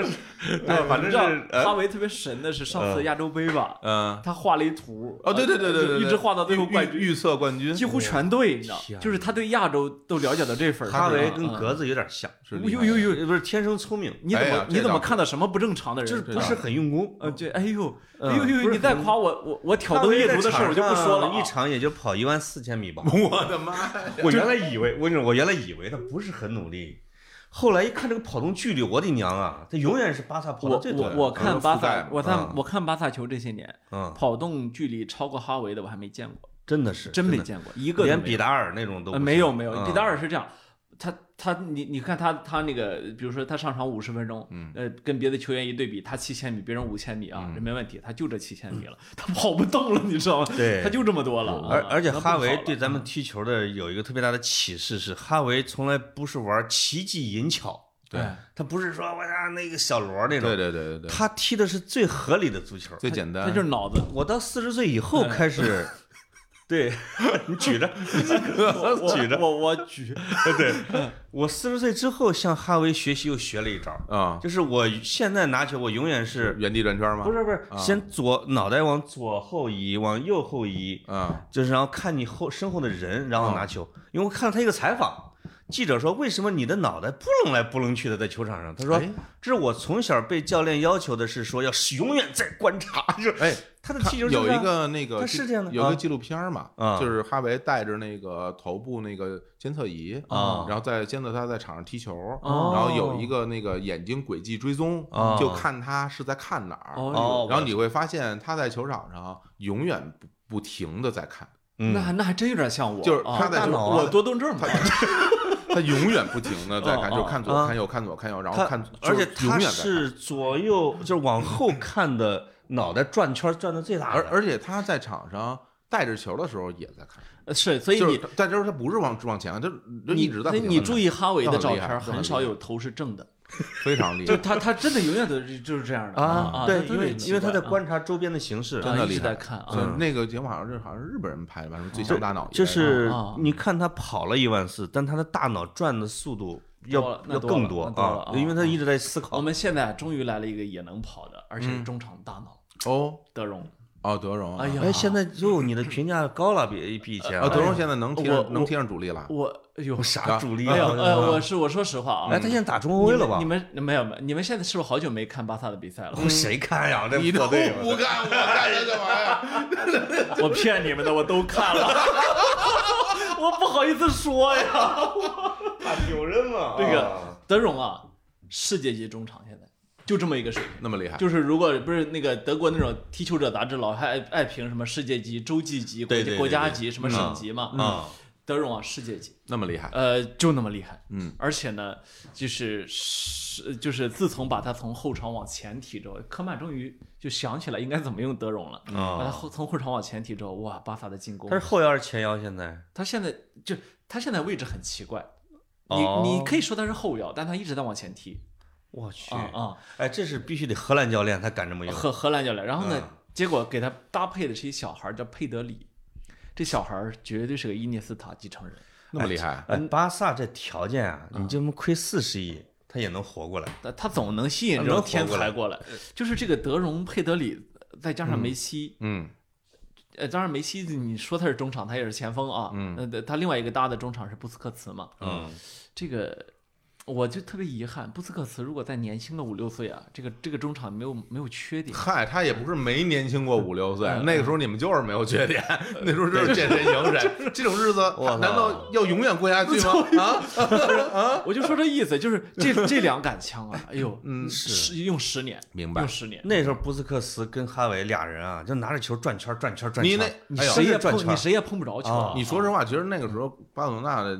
S1: (laughs)
S2: 是，对，反正
S1: 你知道
S2: 是呃
S1: 哈维特别神的是上次亚洲杯吧，
S2: 嗯，
S1: 他画了一图呃
S3: 哦，对对对对对，
S1: 就一直画到最后
S3: 预
S1: 冠军，
S3: 预预测冠军
S1: 几乎全对，你知道
S2: 哎天，哪
S1: 就是他对亚洲都了解到这份儿上。
S2: 哈维跟
S1: 嗯
S2: 格子有点像，
S3: 是
S1: 呦
S3: 厉害
S1: 呦呦，
S2: 不是天生聪明，
S1: 嗯你怎
S3: 哎
S1: 么
S3: 呀
S1: 你
S3: 这
S1: 怎么
S3: 倒
S1: 看到什么不正常的人？
S2: 就是
S1: 这
S2: 不是很用功。
S1: 呃，这哎呦
S2: 嗯
S1: 哎呦
S2: 不
S1: 呦，
S2: 是
S1: 你再
S2: 很
S1: 夸我我我挑
S2: 哈
S1: 灯
S2: 维
S1: 夜
S2: 在
S1: 读的事儿我就不说了啊
S2: 场上一场也就跑一万四千米 (laughs) 吧。
S3: 我的妈呀！
S2: 我原来以为，我跟你说，我原来以为他不是很努力，后来一看这个跑动距离，我的娘啊，他永远是巴萨跑
S1: 我
S2: 的最多
S1: 我
S2: 的。
S1: 我看巴
S3: 覆盖
S1: 萨
S3: 嘛，
S1: 我看
S2: 嗯
S1: 我看巴萨球这些年，
S2: 嗯，
S1: 跑动距离超过哈维的我还没见过，
S2: 真的是
S1: 真
S2: 的
S1: 没见过一个都
S2: 连
S1: 没
S2: 比
S1: 有
S2: 达尔那种都
S1: 呃
S2: 不
S1: 没
S2: 是
S1: 有没有，
S2: 嗯
S1: 比达尔是这样，他他你你看他他那个，比如说他上场五十分钟，
S3: 嗯
S1: 呃，跟别的球员一对比，他七千米，别人五千米啊，这没问题，他就这七千米了，
S3: 嗯
S1: 他跑不动了，你知道吗？
S2: 对
S1: 他就这么多了。
S2: 而
S1: 啊
S2: 而且
S1: 那不
S2: 哈维
S1: 好了
S2: 对咱们踢球的有一个特别大的启示是，哈维从来不是玩奇技淫巧，
S3: 对
S2: 他不是说我啊那个小罗那
S3: 对
S2: 种，
S3: 对对对对，
S2: 他踢的是最合理的足球。
S3: 最简单，
S1: 他就是
S3: (laughs)
S1: 脑子，
S2: 我到四十岁以后开始， (laughs) 对你举着，
S1: 我我
S2: 举着
S1: 我我举，
S2: 对我四十岁之后向哈维学习又学了一招，
S3: 啊，
S2: 就是我现在拿球我永远是
S3: 原地转圈吗？
S2: 不是不是
S3: 啊
S2: 先左脑袋往左后移，往右后移，
S3: 啊，
S2: 就是然后看你后身后的人，然后拿球。因为我看了他一个采访，记者说为什么你的脑袋不棱来不棱去的在球场上？他说
S3: 哎
S2: 这是我从小被教练要求的是说要是永远在观察， (laughs) 就是
S3: 哎，
S2: 他的 (laughs)
S3: 他
S2: 踢球就
S3: 有
S2: 是
S3: 一
S2: 这样
S3: 个那个
S2: 他
S3: 纪
S2: 是这样的
S3: 有一
S2: 啊
S3: 个纪录片儿嘛，
S2: 啊
S3: 就是哈维带着那个头部那个监测仪
S2: 啊
S3: 然后在监测他在场上踢球，
S1: 哦
S3: 然后有一个那个眼睛轨迹追踪，
S2: 啊
S3: 就看他是在看哪儿，
S1: 哦
S2: 哦，
S3: 然后你会发现他在球场上永远不不停的在看，
S2: 嗯
S1: 那还那还真有点像我，
S3: 就是
S1: 啊
S3: 他在
S2: 大
S3: 球
S2: 脑啊
S1: 我多动症嘛，
S3: 他永远不停的在
S1: 哦
S3: 看，
S1: 哦
S3: 就看左
S2: 啊
S3: 看右看左看右，然后
S2: 他
S3: 看，
S2: 而且
S3: 就是永
S2: 他
S3: 远在看。
S2: 是左右就是往后看的，脑袋转圈转的最大
S3: 而
S2: 的。
S3: 而且他在场上带着球的时候也在看，
S1: 呃是，所以
S3: 就
S1: 你
S3: 是但就是他不是往往前看，他就
S1: 你
S3: 一直
S1: 所
S3: 在不
S1: 以
S3: 停地看。
S1: 你注意哈维的照片
S3: 那
S1: 儿，
S3: 很厉害
S1: 很少有头是正的，
S3: 非常厉
S1: 就
S3: 害，
S1: 他他真的永远都是就是这样的啊，
S2: 对，因为
S1: 他
S2: 因为他在
S1: 啊
S2: 观察周边的形势，
S3: 真的
S1: 啊一
S3: 厉
S1: 直
S3: 害
S1: 在看
S3: 就
S1: 啊，
S3: 是那个节目好像是好像是日本人拍的吧，什么最强大脑一类的，
S2: 就是
S1: 啊
S2: 你看他跑了一万四，但他的大脑转的速度
S1: 多
S2: 要
S1: 了那
S2: 要
S1: 多了
S2: 更多
S1: 那多了
S2: 啊，
S1: 啊
S2: 因为他一直在思
S1: 我
S2: 考。
S1: 们现在终于来了一个也能跑的，而且是
S3: 嗯
S1: 中场大脑
S3: 哦
S1: 德容。
S3: 哦，德容啊，
S1: 哎呀，哎
S2: 哎，现在哟，你的评价高了，比比以前
S3: 啊，
S2: 了。
S3: 德容现在能踢
S1: 我
S3: 上能
S1: 我
S3: 踢上主力了，
S1: 我哎呦
S2: 啥主力
S1: 哎呦
S2: 啊？
S1: 呃，我是我说实话啊，
S2: 哎，他现在打中
S1: 你
S2: 后卫
S1: 们
S2: 了吧
S1: 你？们没有没有，你们现在是不是好久没看巴萨的比赛了？
S2: 谁看
S3: (laughs)
S2: 呀？这
S3: 嗯你都
S2: 破队伍
S3: 不干，我干他干嘛呀？
S1: (laughs) 我骗你们的，我都看了， (laughs) 我不好意思说呀。
S2: 有人
S1: (laughs)
S2: 嘛？
S1: 这
S2: 啊
S1: 个德容啊，世界级中场现在就这么一个水平。
S3: 那么厉害，
S1: 就是如果不是那个德国那种踢球者杂志老爱爱评什么世界级、洲际级、国
S2: 对
S1: 际
S2: 对对
S1: 国家
S2: 对
S1: 级什么
S2: 嗯
S1: 省级嘛，
S2: 啊，
S1: 德容啊世界级，
S3: 那么厉害，
S1: 呃，就那么厉害，
S3: 嗯，
S1: 而且呢，就是是就是自从把他从后场往前踢之后，科曼终于就想起来应该怎么用德容了，
S2: 啊
S1: 把他后从后场往前踢之后，哇，巴萨的进攻
S2: 他，是后腰还是前腰？现在
S1: 他现在就他现在位置很奇怪。
S2: 哦
S1: 你你可以说他是后腰，但他一直在往前踢
S2: 我去
S1: 啊，啊！
S2: 哎，这是必须得荷兰教练才敢这么用。
S1: 荷荷兰教练，然后呢
S2: 哎嗯，
S1: 结果给他搭配的是一小孩儿叫佩德里，这小孩儿绝对是个伊涅斯塔继承人，
S3: 那么厉害，
S2: 哎，巴萨这条件啊，
S1: 嗯
S2: 你这么亏四十亿，他也能活过来。
S1: 他他总能吸引
S2: 他
S1: 这种
S2: 能活
S1: 天
S2: 过
S1: 才
S2: 来
S1: 过来，就是这个德容、佩德里，再加上梅西，
S3: 嗯，
S1: 呃，当然梅西，你说他是中场，他也是前锋啊。
S3: 嗯
S1: 呃，他另外一个搭的中场是布斯克茨嘛。
S2: 嗯，
S1: 这个我就特别遗憾，布斯克茨如果再年轻个五六岁啊，这个这个中场没有没有缺点。
S3: 嗨，他也不是没年轻过五六岁，
S1: 嗯
S3: 那个时候你们就是没有缺点，那时候就是见
S1: (laughs)
S3: 谁赢谁，这种日子
S2: 我操
S3: 难道要永远过下去
S1: (laughs)
S3: 吗？啊，
S1: 我就说这意思，就是这这两杆枪啊，哎呦，
S3: (laughs) 嗯
S1: 十用十年，
S3: 明白
S1: 用十年，
S2: 那时候布斯克茨跟哈维俩人啊，就拿着球转圈儿转圈儿转
S3: 你
S2: 圈
S3: 那
S2: 儿。
S1: 你
S3: 哎呦
S1: 谁也
S2: 转
S1: 碰
S2: 圈
S1: 你谁也碰不着球啊
S2: 啊。
S3: 你说实话，其实那个时候巴塞罗那的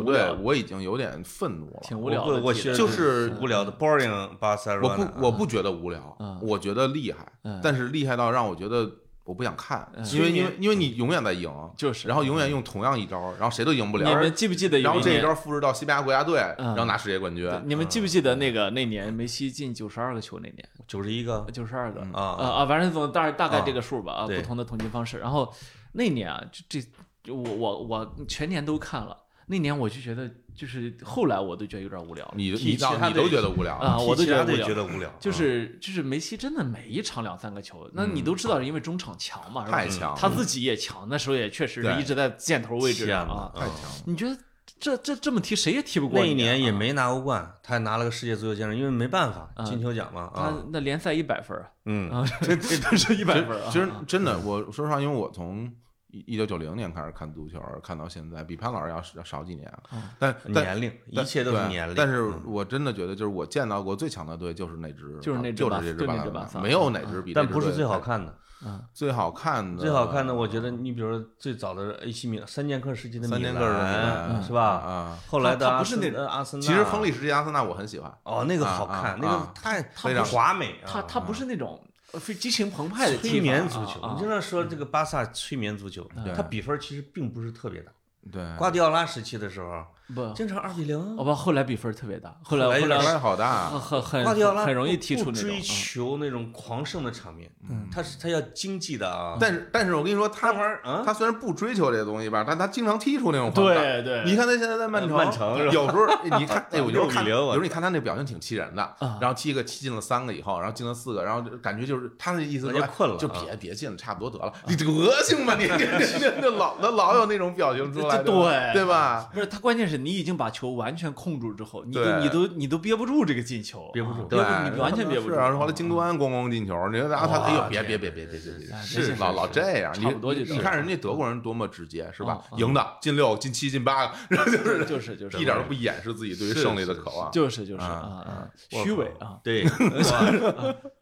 S1: 挺无
S3: 队
S1: 聊的
S3: 我已经有点愤怒了，
S1: 挺无聊的
S2: 我我
S1: 踢得
S3: 就是是
S2: 无聊的 boring 巴塞
S3: 我
S2: 罗那。
S3: 不我不觉得无聊
S1: 嗯，
S3: 我觉得厉害
S1: 嗯，
S3: 但是厉害到让我觉得我不想看
S1: 嗯，
S3: 因为因为因为你永远在赢，
S1: 就是
S3: 然后永远用同样一招，然后谁都赢不
S1: 你
S3: 了，
S1: 们记不记得有
S3: 然后这一
S1: 年
S3: 招复制到西班牙国家队，
S1: 嗯
S3: 然后拿世界冠军，
S1: 对你们
S2: 嗯
S1: 记不记得那个那年梅西进九十二个球那年，
S2: 九十一个
S1: 九十二个
S3: 嗯
S1: 啊
S2: 啊，
S1: 啊，反正总大大概
S2: 啊
S1: 这个数吧啊，
S2: 对
S1: 不同的统计方式。然后那年啊，这这就我我我全年都看了，那年我就觉得就是后来我都觉得有点无聊了，
S3: 你
S2: 踢
S3: 你
S2: 其
S3: 到
S2: 他
S3: 你
S2: 队
S3: 都觉得无聊
S1: 啊我都
S2: 踢其
S1: 觉得
S2: 他
S1: 无
S2: 队
S1: 聊
S2: 觉得无聊，啊
S1: 就是就是梅西真的每一场两三个球，那你都知
S2: 嗯
S1: 道是因为中场强嘛，是吧
S3: 太强了，
S1: 嗯他自己也强，那时候也确实是
S3: 对
S1: 一直在箭头位置
S2: 天
S1: 上
S2: 哪
S1: 啊。
S3: 太强了。
S1: 你觉得这这这么踢谁也踢不过
S2: 那
S1: 你啊
S2: 一年也没拿欧冠，他还拿了个世界足球先生，因为没办法，
S1: 嗯
S2: 金球奖嘛
S1: 他
S2: 啊，
S1: 那联赛一百分儿
S2: 嗯，
S1: 啊，这这都是一百分儿啊。
S3: 其实真的，我说实话，因为我从一九九零年开始看足球，看到现在，比潘老师要要少几年啊
S1: 嗯。
S3: 但但
S2: 年龄，一
S3: 但
S2: 切都是
S3: 对
S2: 年龄。
S3: 但是
S2: 嗯
S3: 我真的觉得，就是我见到过最强的队就是那支，啊
S1: 就是那支
S3: 就
S1: 巴
S3: 是这
S1: 就
S3: 支
S1: 那
S3: 塞
S1: 支
S3: 罗
S1: 巴萨
S3: 那没有哪支比，
S2: 但不是最好，看的，
S1: 嗯
S3: 最好看的，
S2: 最好看的，我觉得你比如说最早的 AC 米三剑客时期的
S3: 三
S2: 米
S3: 剑客时期的
S2: 兰
S3: 嗯
S2: 是吧？
S3: 啊。
S2: 后来
S1: 他
S2: 的
S1: 他
S2: 阿
S1: 不是
S2: 森
S1: 那
S2: 呃阿森纳，
S3: 其实亨利时期阿森纳我很喜欢，
S2: 哦，那个
S3: 啊
S2: 好看，
S3: 啊
S2: 那个
S3: 啊
S2: 太
S3: 非
S2: 太
S3: 常
S2: 华美啊，
S1: 他他不是那种呃非激情澎湃的踢法
S2: 催眠足球，
S1: 啊
S2: 你经常说这个巴萨催眠足球
S1: 嗯，
S3: 对
S2: 他比分其实并不是特别大。
S3: 对，
S2: 瓜迪奥拉时期的时候，
S1: 不，
S2: 经常二比零，
S1: 好吧，后来比分特别大，后来
S2: 后来有
S1: 后
S2: 点
S1: 来
S3: 后
S1: 很
S2: 嗯
S3: 来好大，
S1: 哦很很
S2: 啊瓜迪奥拉
S1: 很容易
S2: 不
S1: 踢出
S2: 不
S1: 那种嗯
S2: 追求那种狂胜的场面，他是他要经济的啊。
S3: 但是但是我跟你说，
S2: 那
S3: 他
S2: 玩意儿啊，
S3: 他虽然不追求这些东西吧，但他经常踢出那种黄带
S1: 对对，
S3: 你看他现在在曼城，
S2: 曼城是吧
S3: 有时候哎
S1: (laughs)
S3: 你看，哎，我就
S2: 六
S3: 是
S2: 比
S3: 看，
S2: 零
S3: 有
S2: 我
S3: 时候你看他那表情挺气人的
S1: 啊，
S3: 然后踢个踢进了三个以后，然后进了四个，然后就感觉就是他那意思
S2: 那
S3: 说
S2: 就
S3: 哎
S2: 困了
S3: 就
S2: 啊
S3: 别别进了，差不多得了，你这个恶性
S1: (laughs)
S3: 吧你，这这这老那老有那种表情出来，
S1: 这
S3: 吧
S1: 对
S3: 对吧？
S1: 不是他，关键是你已经把球完全控住之后，你都
S3: 对
S1: 你都你都憋不住这个进球，
S2: 憋不住
S1: 啊
S3: 对，
S1: 你完全憋不住。
S3: 是啊，后来京多安咣咣进球，你说然后他
S2: 哇
S3: 哎呦，别
S2: 天
S3: 别别别别别别，
S1: 哎
S3: 是
S1: 哦是
S3: 老
S1: 是
S3: 老这样，你
S1: 差不多就
S3: 你
S1: 这
S3: 你
S1: 样嗯
S3: 看人家德国人多么直接，是吧？
S1: 嗯嗯
S3: 赢的进六、进七、进八个，然后就是
S1: 哦嗯就是就是
S3: 一点都不掩饰自己对于胜利的渴望。
S1: 就是就是
S3: 啊
S1: 啊，
S2: 我靠
S1: 虚伪啊， (laughs)
S2: 对，哇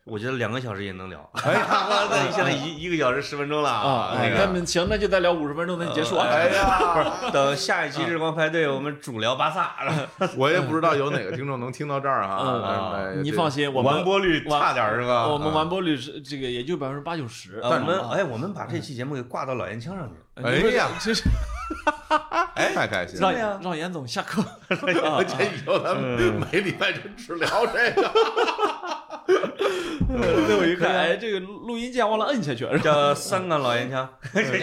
S2: 我觉得两个小时也能聊。哎呀，那
S1: (laughs)
S2: 你现在一一个小时十分钟了
S1: 啊，
S2: 那呃
S1: 那
S2: 个。
S1: 么行，那就再聊五十分钟，那就结束啊。
S3: 哎
S1: (laughs)
S3: 呀，
S2: 等下一期日光派对，我们主聊巴萨，然后
S3: 我也不知道有哪个听众能听到这儿
S1: 嗯
S3: 哈。哎
S1: 你放，心，我
S2: 完
S1: 们
S2: 播率差点儿是吧？嗯
S1: 我们完播率是这个也就百分之八九十，
S2: 啊我们哎，我们把
S3: 嗯
S2: 这期节目给挂到老烟枪上去。
S3: 这哎呀，
S1: 这是
S3: 哎，太开心了！
S1: 让
S2: 对呀
S1: 让严总下课。啊哎
S3: 而且以后咱
S1: 嗯
S3: 们每礼拜就只聊这个。 (laughs)
S1: 对，我一看，哎，这个录音键忘了摁下去，是吧？
S2: 啊 (laughs) 叫三个老烟
S3: (laughs)
S2: 枪，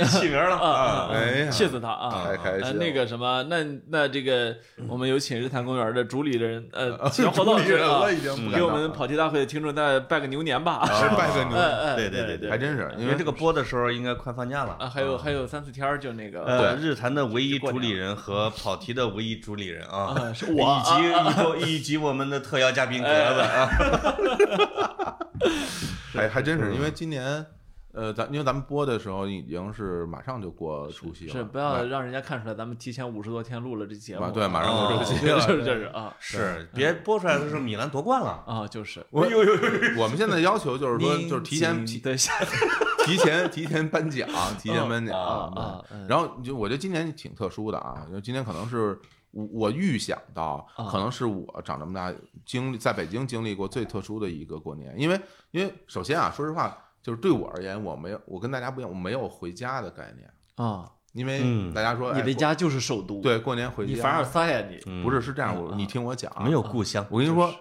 S2: 起名了
S1: 啊
S2: 啊！
S3: 哎呀，
S1: 气死他啊！
S3: 太开心
S1: 呃，
S3: 了！
S1: 那个什么，那那这个，我们有请日坛公园的主理人，
S3: (laughs)
S1: 呃，起源活动
S3: 哦主理
S1: 是
S3: 人
S1: 啊
S3: 了，已经不敢
S1: 给我
S3: 当啊
S1: 们
S3: 了
S1: 跑题大会的听众再拜个牛年吧。 (laughs)
S3: 是拜个
S1: 哎
S3: 牛，
S1: 哎，
S2: 对对
S1: 对
S2: 对对
S3: 还真是因
S2: 因
S3: 为
S2: 为这个播的时候应该快放假
S1: 啊，
S2: 了。
S1: 还有还有三四天儿就那个
S2: 呃，
S3: 对
S2: 日坛的唯一
S1: 过
S2: 主
S1: 年
S2: 理人和跑题的唯一主理人啊 (laughs)
S3: (laughs)
S1: 啊，，哎是我
S2: 以及以后以及我们的特邀嘉宾格子啊，
S3: 还还
S1: 嗯
S3: 真是，因为今年，呃，咱因为咱们播的时候已经是马上就过除夕了，
S1: 是不要让人家看出来咱们提前五十多天录了这节
S3: 马
S1: 目，
S3: 对马上
S1: 啊
S3: 过
S2: 录
S3: 除夕
S1: 就
S3: 了。
S1: 是就是啊
S2: 是别播出来的时候米兰夺冠了。
S1: 啊就是。
S3: (laughs) 我我们现在要求就是说，就是提前提
S1: 对下
S3: 提前提前颁奖，提前颁奖。
S1: 啊
S3: 对
S1: 啊，嗯
S3: 然后你就我觉得今年挺特殊的啊，就今年可能是我我预想到，
S1: 啊
S3: 可能是我长这么大经历在北京经历过最特殊的一个过年，因为因为首先啊，说实话，就是对我而言，我没有我跟大家不一样，我没有回家的概念，
S1: 啊，
S3: 因为
S2: 嗯
S3: 大家说
S1: 你
S3: 哎
S1: 的
S3: 过
S1: 家就是首都，，
S3: 对过年回家，
S1: 你凡尔赛呀你，
S2: 嗯
S3: 不是是这样，
S1: 嗯
S3: 我
S1: 嗯
S3: 你听我讲啊，
S2: 没有故乡，
S3: 我跟你说，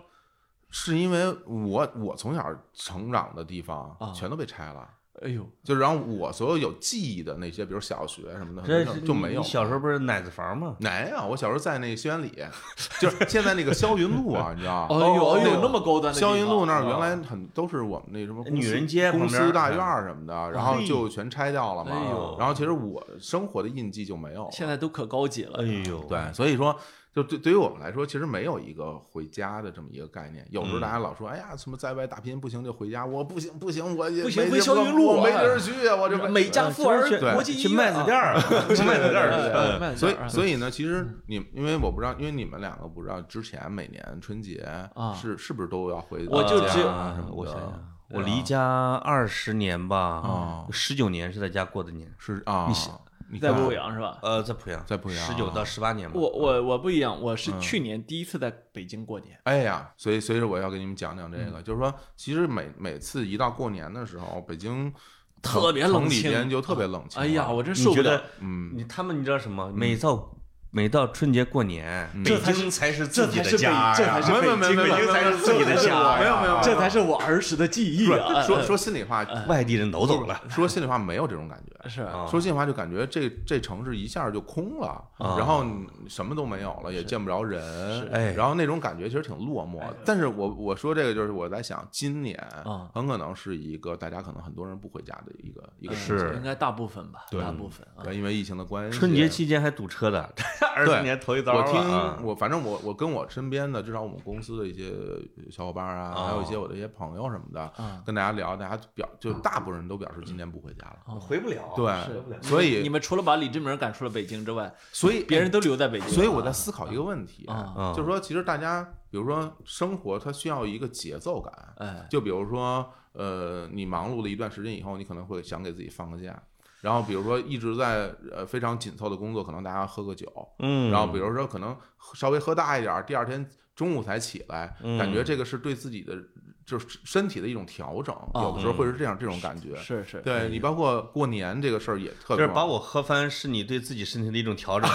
S3: 是因为我我从小成长的地方
S1: 啊
S3: 全都被拆了，
S1: 哎呦，
S3: 就是然后我所有有记忆的那些，比如小学什么
S2: 这
S3: 的，
S2: 是
S3: 啊就就没有
S2: 你。小时候不是奶子房吗？
S3: 没有，我小时候在那个西园里，就是现在那个霄云路啊，你知道
S1: 哎
S3: 吗？
S1: 呦哎
S3: 那
S1: 呦，
S3: 个
S1: 那么高端的地方，
S3: 霄云路那儿原
S1: 啊
S3: 来很都是我们那什么公司
S2: 女人街旁
S3: 公
S2: 边
S3: 司大院儿什么的，然后就全拆掉了
S1: 嗯哎
S3: 嘛。
S1: 呦哦
S3: 然后其实我生活的印记就没有了。
S1: 现在都可高级了，
S2: 哎呦，
S3: 对，所以说就对对于我们来说，其实没有一个回家的这么一个概念。有
S1: 嗯
S3: 时候大家老说，哎呀，什么在外打拼不行就回家，我不行不行，我也
S1: 不行
S3: 没
S1: 回
S3: 地
S1: 小
S3: 方
S1: 云路
S3: 我没
S1: 啊
S3: 地儿去啊，我这
S1: 美家富儿
S2: 呃就是去
S1: 国际医
S2: 去
S1: 院
S2: 麦子店
S1: 啊
S2: 儿，去麦子店儿去。
S1: 对对
S3: 呃所以
S1: 对，
S3: 所以呢，其实
S1: 嗯
S3: 你因为我不知道，因为你们两个不知道，之前每年春节是是不是都要回？
S1: 啊我就只有
S2: 啊
S3: 什么的
S2: 我想想，
S3: 对
S2: 我
S3: 啊
S2: 离家二十年吧
S3: 哦，
S2: 十九年是在家过的年。
S3: 是啊，你
S1: 在啊
S3: 看
S1: 洛阳是吧？
S2: 呃，在濮阳，
S3: 在濮阳
S2: 十九到十八年吧。
S1: 嗯我我我不一样，我
S3: 嗯
S1: 是去年第一次在北京过年。
S3: 哎呀，所以所以说我要给你们讲讲这
S1: 嗯
S3: 个，就是说，其实每每次一到过年的时候，北京
S1: 特
S3: 城
S1: 别冷
S3: 城里
S1: 清
S3: 边就特别冷清了。
S1: 哎呀，我真受
S2: 你
S1: 不
S2: 觉
S1: 了
S2: 得，
S3: 嗯，
S2: 你他们你知道什么？每到每到春节过年，
S1: 这
S2: 北
S1: 才是
S2: 京才是自己的
S1: 这才是
S2: 家呀，
S1: 北这才是
S3: 嗯没有没有没有
S2: 北
S3: 没
S2: 京
S3: 有
S2: 才是自己的家呀。
S3: 没有没有没有
S1: 这才是我儿时的记忆
S3: 不
S1: 啊！哎
S3: 是说说心里话，
S2: 外地人都走了。
S3: 说心里话没有这种感觉。
S1: 呃是
S2: 啊
S3: 说心里话，就感觉这这城市一下就空了，
S2: 啊
S3: 然后你什么都没有了，也见不着人，
S2: 哎
S3: 然后那种感觉其实挺落寞的。但是我我说这个就是我在想，今年
S1: 啊
S3: 很可能是一个大家可能很多人不回家的一个一个
S2: 是
S3: 春节
S1: 应该大部分吧，
S3: 对
S1: 大部分啊。
S3: 对因为疫情的关系，
S2: 春节期间还堵车的， (laughs) 二十
S3: 对
S2: 年头一遭
S3: 我
S2: 了啊
S3: 听我反正我我跟我身边的至少我们公司的一些小伙伴啊，
S2: 哦嗯
S3: 还有一些我的一些朋友什么的，
S1: 啊，
S3: 跟大家聊，大家表就大部分人都表示今年不回家了。
S2: 回不了，回不了
S3: 对，所
S1: 哦你
S3: 以
S1: 们除了把李志明赶出了北京之外，
S3: 所以
S1: 别人都留在北京了啊。
S3: 所以我在思考一个问题，
S1: 啊，
S2: 啊，
S3: 就是说其实大家比如说生活它需要一个节奏感，
S1: 哎，
S3: 就比如说呃你忙碌了一段时间以后，你可能会想给自己放个假。然后，比如说一直在呃非常紧凑的工作，可能大家喝个酒，
S2: 嗯，
S3: 然后比如说可能喝稍微喝大一点儿，第二天中午才起来，
S2: 嗯
S3: 感觉这个是对自己的就是身体的一种调整，
S2: 哦
S3: 有的时候
S2: 嗯
S3: 会是这样这种感觉。
S1: 是是，
S3: 对你包括过年这个事儿也特
S2: 就
S3: 别
S2: 是
S3: 忙，
S2: 把我喝翻，是你对自己身体的一种调整。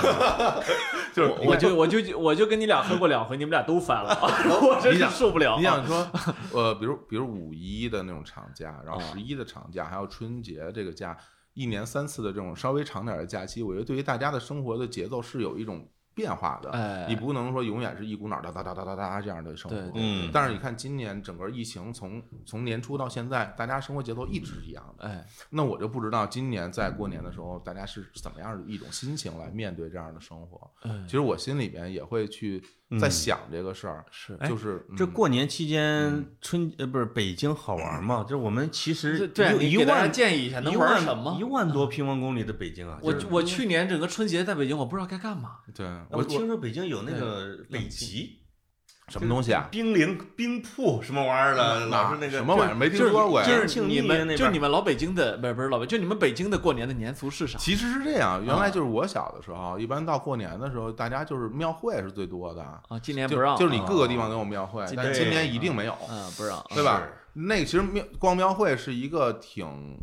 S3: 就是
S1: 我我就我就我就跟你俩喝过两回，你们俩都翻了， (laughs) 我真
S3: 你
S1: 是
S3: 想
S1: 受不了。啊
S3: 你想说呃，比如比如五一的那种长假，然后
S1: 啊
S3: 十一的长假，还有春节这个假，一年三次的这种稍微长点儿的假期，我觉得对于大家的生活的节奏是有一种变化的。
S1: 哎，
S3: 你不能说永远是一股脑儿哒哒哒哒哒哒这样的生活
S1: 对对，
S2: 对
S3: 但是你看今年整个疫情从从年初到现在，大家生活节奏一直是一样的。
S1: 哎，
S3: 那我就不知道今年在过年的时候，大家是怎么样的一种心情来面对这样的生活。
S1: 哎
S3: 其实我心里边也会去在想这个事儿，
S1: 是
S2: 哎
S3: 就是
S2: 这
S3: 嗯
S2: 过年期间，春呃不是北京好玩吗？就是我们其实
S1: 对，
S2: 一
S1: 你
S2: 一
S1: 给大家
S2: 万
S1: 建议一下，能
S2: 一
S1: 玩
S2: 万
S1: 什么
S2: 一？万多平方公里的北京啊！
S1: 我
S2: 就是
S1: 我去年整个春节在北京，我不知道该干嘛。
S3: 对
S2: 我
S3: 我
S2: 听说北京有那个北极
S3: 什么东西啊？
S2: 冰凌冰铺什么玩意儿的，老是那个
S3: 什么玩意儿没听说过呀？
S1: 就
S2: 庆
S1: 是
S2: 历
S1: 你
S2: 那
S1: 们，
S2: 边
S1: 就你们老北京的，不是不是老北，就你们北京的过年的年俗是啥？
S3: 其实是这样，原来就是我小的时候，一般到过年的时候，大家就是庙会是最多的，
S1: 啊，今年
S3: 就
S1: 不让，
S3: 就是你
S1: 啊
S3: 各个地方都有庙会，
S1: 今
S3: 但是
S2: 年
S3: 今年一定没有。
S1: 嗯不让，
S3: 对吧？那个其实庙逛庙会是一个挺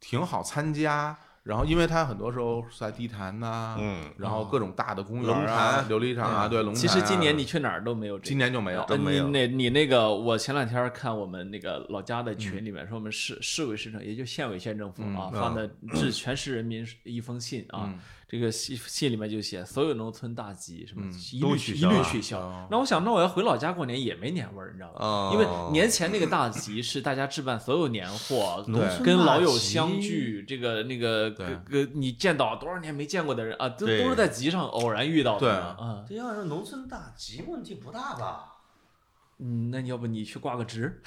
S3: 挺好参加，然后因为它很多时候是在地坛呐、
S2: 嗯
S3: 然后各种大的公园
S2: 龙
S3: 啊
S2: 潭、
S3: 琉璃厂啊，对，龙潭啊。
S1: 啊嗯其实今年你去哪儿都没有这个，
S3: 今年就没有，
S1: 呃
S2: 都没有
S1: 你那你那个，我前两天看我们那个老家的群里
S2: 嗯
S1: 面说，我们市市委市政，也就县委县政府啊，
S3: 嗯
S1: 发的致全市人民一封信啊
S3: 嗯。
S1: 这个信信里面就写，所有农村大集什么
S3: 嗯
S1: 一
S2: 都
S1: 律
S2: 取
S1: 一
S2: 消
S1: 律
S2: 了
S1: 取消
S3: 哦。
S1: 那我想，那我要回老家过年也没年味儿，你知道吧
S2: 哦？
S1: 因为年前那个大集是大家置办所有年货
S2: 农村，
S1: 跟
S2: 大
S1: 老友
S2: 集
S1: 相聚，这个那个
S3: 对
S1: 跟跟你见到多少年没见过的人啊，都
S2: 对
S1: 都是在集上偶然遇到
S3: 对
S1: 的嘛。嗯。
S2: 这要是农村大集，问题不大吧？
S1: 嗯，那你要不你去挂个职，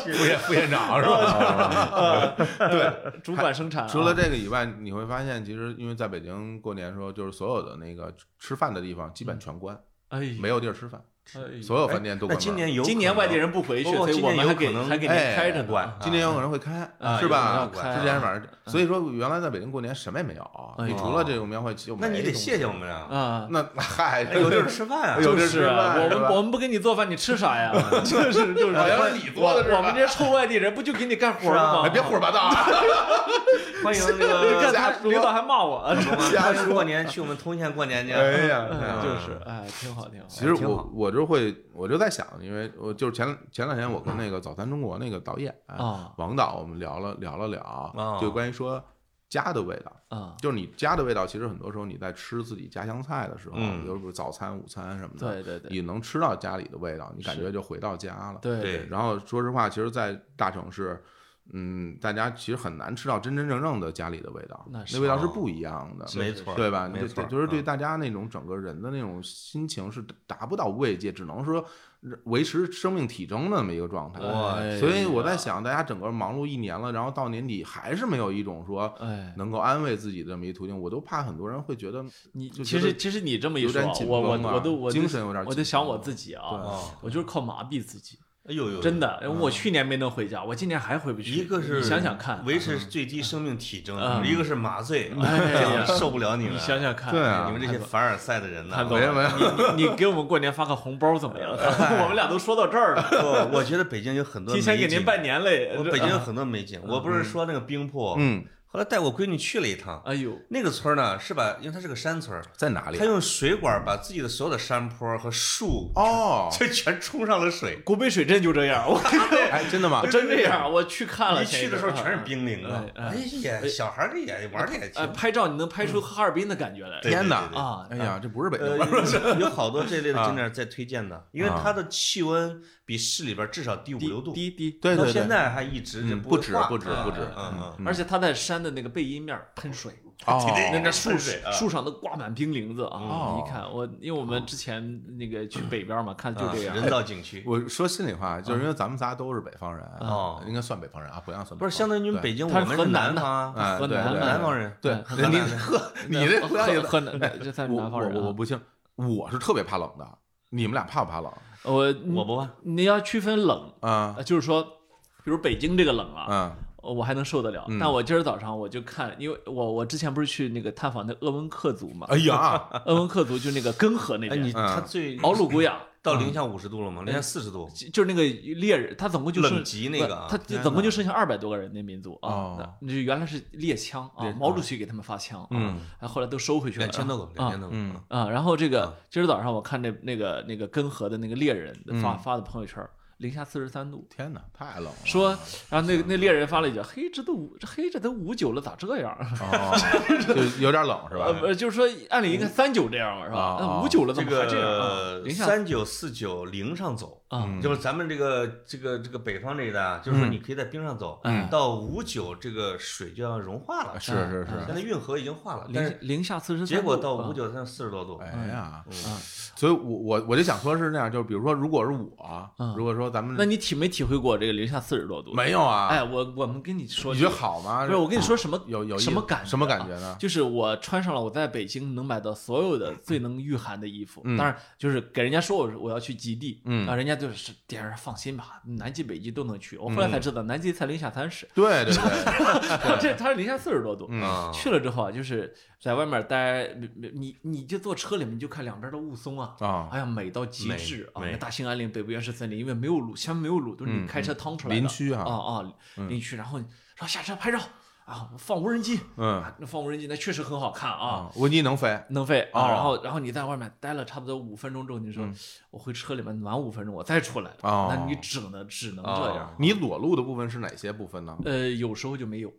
S3: 副县副县长是吧？
S1: 主管生 (laughs) 产、啊。
S3: 嗯除了这个以外，你会发现，其实因为在北京过年的时候，就是所有的那个吃饭的地方基本全关，
S1: 哎呦，
S3: 没有地儿吃饭，
S1: 哎
S3: 所有饭店都
S2: 那
S3: 关门。
S2: 今年有
S1: 今年外地人不回去，
S2: 哦
S1: 所以
S2: 今
S1: 我们
S2: 年
S1: 还
S2: 有可
S1: 给
S2: 能
S1: 还给您
S3: 哎
S1: 开着呢。
S2: 管
S3: 今年有可能会开
S1: 啊，
S3: 是
S1: 有
S3: 吧
S1: 可能要开？嗯
S3: 之前反正，所以说原来在北京过年什么也没有，
S1: 哎
S3: 你除了这种庙会就
S2: 那你
S3: 没
S2: 得
S3: 东西
S2: 谢谢我们啊！
S1: 啊，
S3: 那嗨，
S2: 哎有地儿
S3: (laughs)
S2: 吃饭啊！
S3: 有地
S1: 就
S3: 儿
S1: 是
S3: 吃
S1: 啊
S3: 饭
S1: 我
S3: 是
S1: 们
S3: 吧
S1: 我们不给你做饭，你吃啥
S3: (laughs)
S1: 呀？就是就是，
S3: 好像是你做的是
S1: 我
S3: 吧
S1: 我们这些臭外地人不就给你干活
S2: 是啊
S1: 吗？哎
S3: 哎，别胡说八道啊！
S2: 欢迎那
S1: 你看他
S2: 个
S3: (laughs) 瞎说
S1: 领导还骂我，
S2: (laughs)
S1: 啊
S2: 欢迎过年去我们通县过年去。
S3: 哎呀，
S1: (laughs) 哎
S2: 嗯
S1: 就是哎，挺好挺好。
S3: (laughs) 其实
S2: 挺好
S3: 我我就会我就在想，因为我就是前前两天我跟那个《早餐中国》那个导演
S1: 啊
S3: 王导，我们聊了聊了聊，就关于说家的味道，
S1: 啊，
S3: 就是你家的味道，其实很多时候你在吃自己家乡菜的时候，
S2: 嗯
S3: 就是早餐、午餐什么的，
S1: 对对对
S3: 你能吃到家里的味道，你感
S1: 是
S3: 觉就回到家了。
S1: 对
S2: 对
S3: 然后说实话，其实，在大城市，嗯，大家其实很难吃到真真正正的家里的味道，
S1: 那
S3: 那
S1: 是
S3: 味道
S2: 哦
S3: 是不一样的，
S1: 是
S2: 没错儿，
S3: 对吧？
S2: 没
S3: 对
S2: 错
S3: 对
S2: 儿，
S3: 就是对
S2: 嗯
S3: 大家那种整个人的那种心情是达不到慰藉，只能说维持生命体征的那么一个状态。
S2: 哇
S1: 哎
S3: 所以我在
S1: 呀，
S3: 想，大家整个忙碌一年了，然后到年底还是没有一种说
S1: 哎，
S3: 能够安慰自己的这么一途径，我都怕很多人会觉得
S1: 你
S3: 就
S1: 其
S3: 觉
S1: 实
S3: 得
S1: 其实你这么一
S3: 有
S1: 说
S3: 点
S1: 啊，
S3: 紧
S1: 我我
S3: 绷啊
S1: 我都我都
S3: 精神有点
S1: 我在
S3: 紧
S1: 想
S3: 绷
S1: 我自己啊，
S2: 哦，
S1: 我就是靠麻痹自己，
S2: 哎呦呦，
S1: 真的，我去年没能回家，我今年还回不去。
S2: 一个是
S1: 你想想看，
S2: 维持最低生命体征，
S1: 嗯
S2: 一个是麻醉，
S1: 哎
S2: 这
S1: 呀
S2: 样受不了你
S1: 你
S2: 们，
S1: 想想看，
S3: 对啊
S2: 你们这些凡尔赛的人呐，
S1: 潘
S3: 没
S1: 总
S3: 有没有，
S1: 你你给我们过年发个红包怎么
S2: (laughs)
S1: 样？ (laughs) 我们俩都说到这儿了，
S2: 我我觉得北京有哎很多
S1: 提前给
S2: 美景
S1: 您拜年啊嗯嘞。
S2: 我
S1: 这
S2: 北京有，很多美景，我不是说那个冰瀑，
S3: 嗯，
S2: 后来带我闺女去了一趟，
S1: (laughs) 哎呦，
S2: 那个村儿呢是把，因为它是个山村儿，
S3: 在哪里啊
S2: 它？用水管把自己的所有的山坡和树，
S3: 哦，
S2: 这全 (laughs) 冲上了水。
S1: 古北水镇 (laughs) 就这样，我 (laughs)
S3: 哎，真的吗？
S1: 真这样，我去看了。
S2: 一去的时候全是。冰凌啊，
S1: 哎哎
S2: 哎呀，小孩儿这也玩的也
S1: 哎，
S2: 挺。
S1: 拍照你能拍出哈尔滨的感觉来
S2: 对
S3: 天哪
S2: 对！ (laughs) 对
S1: 啊！
S3: 哎呀，这不是北
S2: 呃
S3: 京，，
S2: 有好多这类的景点儿在推荐的，因为它的气温比市里边儿至少低五六度，
S1: 滴滴，
S3: 对
S2: 到
S3: 对
S2: 现
S3: 对，
S2: 在还一直这
S3: 嗯
S2: 会
S3: 不止
S2: 化
S3: 不止
S2: 啊
S3: 不止
S2: 嗯嗯，
S1: 而且它在山的那个背阴面喷水，
S3: 哦，
S1: (laughs) 那那树
S2: 喷水啊
S1: 树上都挂满冰凌子啊！
S3: 哦
S1: 你一看我，因为我们之前那个去北边嘛，看就
S2: 啊
S1: 这样。 (laughs)
S2: 人造景区
S3: 我说心里话，就是因为咱们仨都是北方人，
S2: 哦
S3: 应该算北方人啊， (laughs) 不让算北方人
S2: 不是相当于你们北京，我
S1: 他是
S2: 们
S1: 河
S2: 是
S1: 南
S2: 南
S1: 的
S2: 方啊，
S3: 哎
S1: 河
S3: 对
S1: 南
S2: 我们
S3: 对
S1: 的
S2: 南方人，
S3: (laughs) 对，
S1: 河
S3: 你呵，你这
S1: 河
S3: 不要也
S1: 河南，这算南方人啊。
S3: 我我我不清，我是特别怕冷的，你们俩怕不怕冷
S1: 我
S2: 我不怕，
S1: 你要区分冷，
S3: 啊
S1: 呃？就是说，比如北京这个冷啊，
S3: 嗯
S1: 呃我还能受得了。
S3: 嗯
S1: 但我今儿早上我就看，因为我我之前不是去那个探访那鄂温克族嘛，
S3: 哎呀，
S1: 鄂温克族就那个根河那
S2: 哎，你
S1: 边，
S3: 嗯
S2: 他最
S1: 敖鲁古雅。
S2: 到零下五十度了吗？零下四十度，
S1: 就就是那个猎人，他总共就剩
S2: 冷极那个啊
S1: 不他
S3: 天
S1: 总共
S3: 哪
S1: 就剩下二百多个人那民族啊
S3: 哦，
S1: 那就原来是猎枪啊
S3: 猎，
S1: 毛主席给他们发枪啊，
S3: 嗯
S1: 然后后来都收回去了，
S2: 两千多个，两千多个，
S3: 嗯
S2: 嗯
S1: 啊，然后这个今儿早上我看那那个那个根河的那个猎人发
S3: 嗯
S1: 发的朋友圈，零下四十三度，
S3: 天哪，太冷了。
S1: 说，然后那那猎人发了一句：“嘿，这都五这嘿，这都五九了，咋这
S2: (laughs)
S1: 样？”
S3: 哦，就有点冷是
S1: 呃，
S3: 吧？
S1: 不是就是说按理应该三九这样吧，是吧
S3: 啊？
S1: 那
S3: 啊
S1: 五九了
S2: 这
S1: 怎么还这样啊？
S2: 个
S1: 零下
S2: 三九四九零上走，
S1: 啊
S3: 嗯
S2: 就是咱们这个这个这个北方这一带啊，就是说
S3: 嗯哎
S2: 你可以在冰上走
S1: 嗯，
S2: 到五九这个水就要融化了，
S3: 啊
S2: 啊
S3: 是是
S2: 现
S3: 是，
S2: 在运河已经化了，但
S1: 零
S2: 是
S1: 零下四十三，啊
S2: 结果到五九才四十多度，
S3: 啊哎呀，
S2: 嗯
S3: 所以我我我就想说是那样，就是比如说，如果是我
S1: 嗯，
S3: 如果说咱
S1: 啊，那
S3: 们
S1: 你体没体会过这个零下四十多度？
S3: 没有啊，
S1: 哎，我我们跟你说，
S3: 你觉得好吗？啊
S1: 不是我跟你说什么
S3: 有有意
S1: 什么感觉
S3: 什么感
S1: 啊
S3: 觉呢？
S1: 就是我穿上了我在北京能买到所有的最能御寒的衣服，
S3: 嗯
S1: 当然就是给人家说我我要去极地，
S3: 嗯
S1: 啊，人家就是点儿放心吧，南极北极都能去。我后来
S3: 嗯
S1: 才知道，南极才零下三
S3: (laughs)
S1: 十，
S3: (laughs) 对对对，
S1: 这它是零下四十多度。
S3: 嗯
S2: 啊，
S1: 去了之后啊，就是在外面待，你你你就坐车里面，你就看两边的雾凇啊，
S3: 啊，
S1: 哎呀，美到极致啊！
S2: 美美
S1: 那大兴安岭北部原始森林，因为没有路，前面没有路，都是你
S3: 嗯
S1: 开车趟出来的。
S3: 林区
S1: 啊
S3: 啊
S1: 啊，
S3: 嗯
S1: 林区，然后你然后下车拍照啊，放无人机，
S3: 嗯
S1: 啊，那放无人机那确实很好看啊，
S3: 啊，温妮能飞，
S1: 能飞啊。
S3: 哦
S1: 然后然后你在外面待了差不多五分钟之后，你说
S3: 嗯
S1: 我回车里面暖五分钟，我再出来，
S3: 哦
S1: 那你只能只能这样。
S2: 啊
S3: 你裸露的部分是哪些部分呢？
S1: 呃，有时候就没有，哦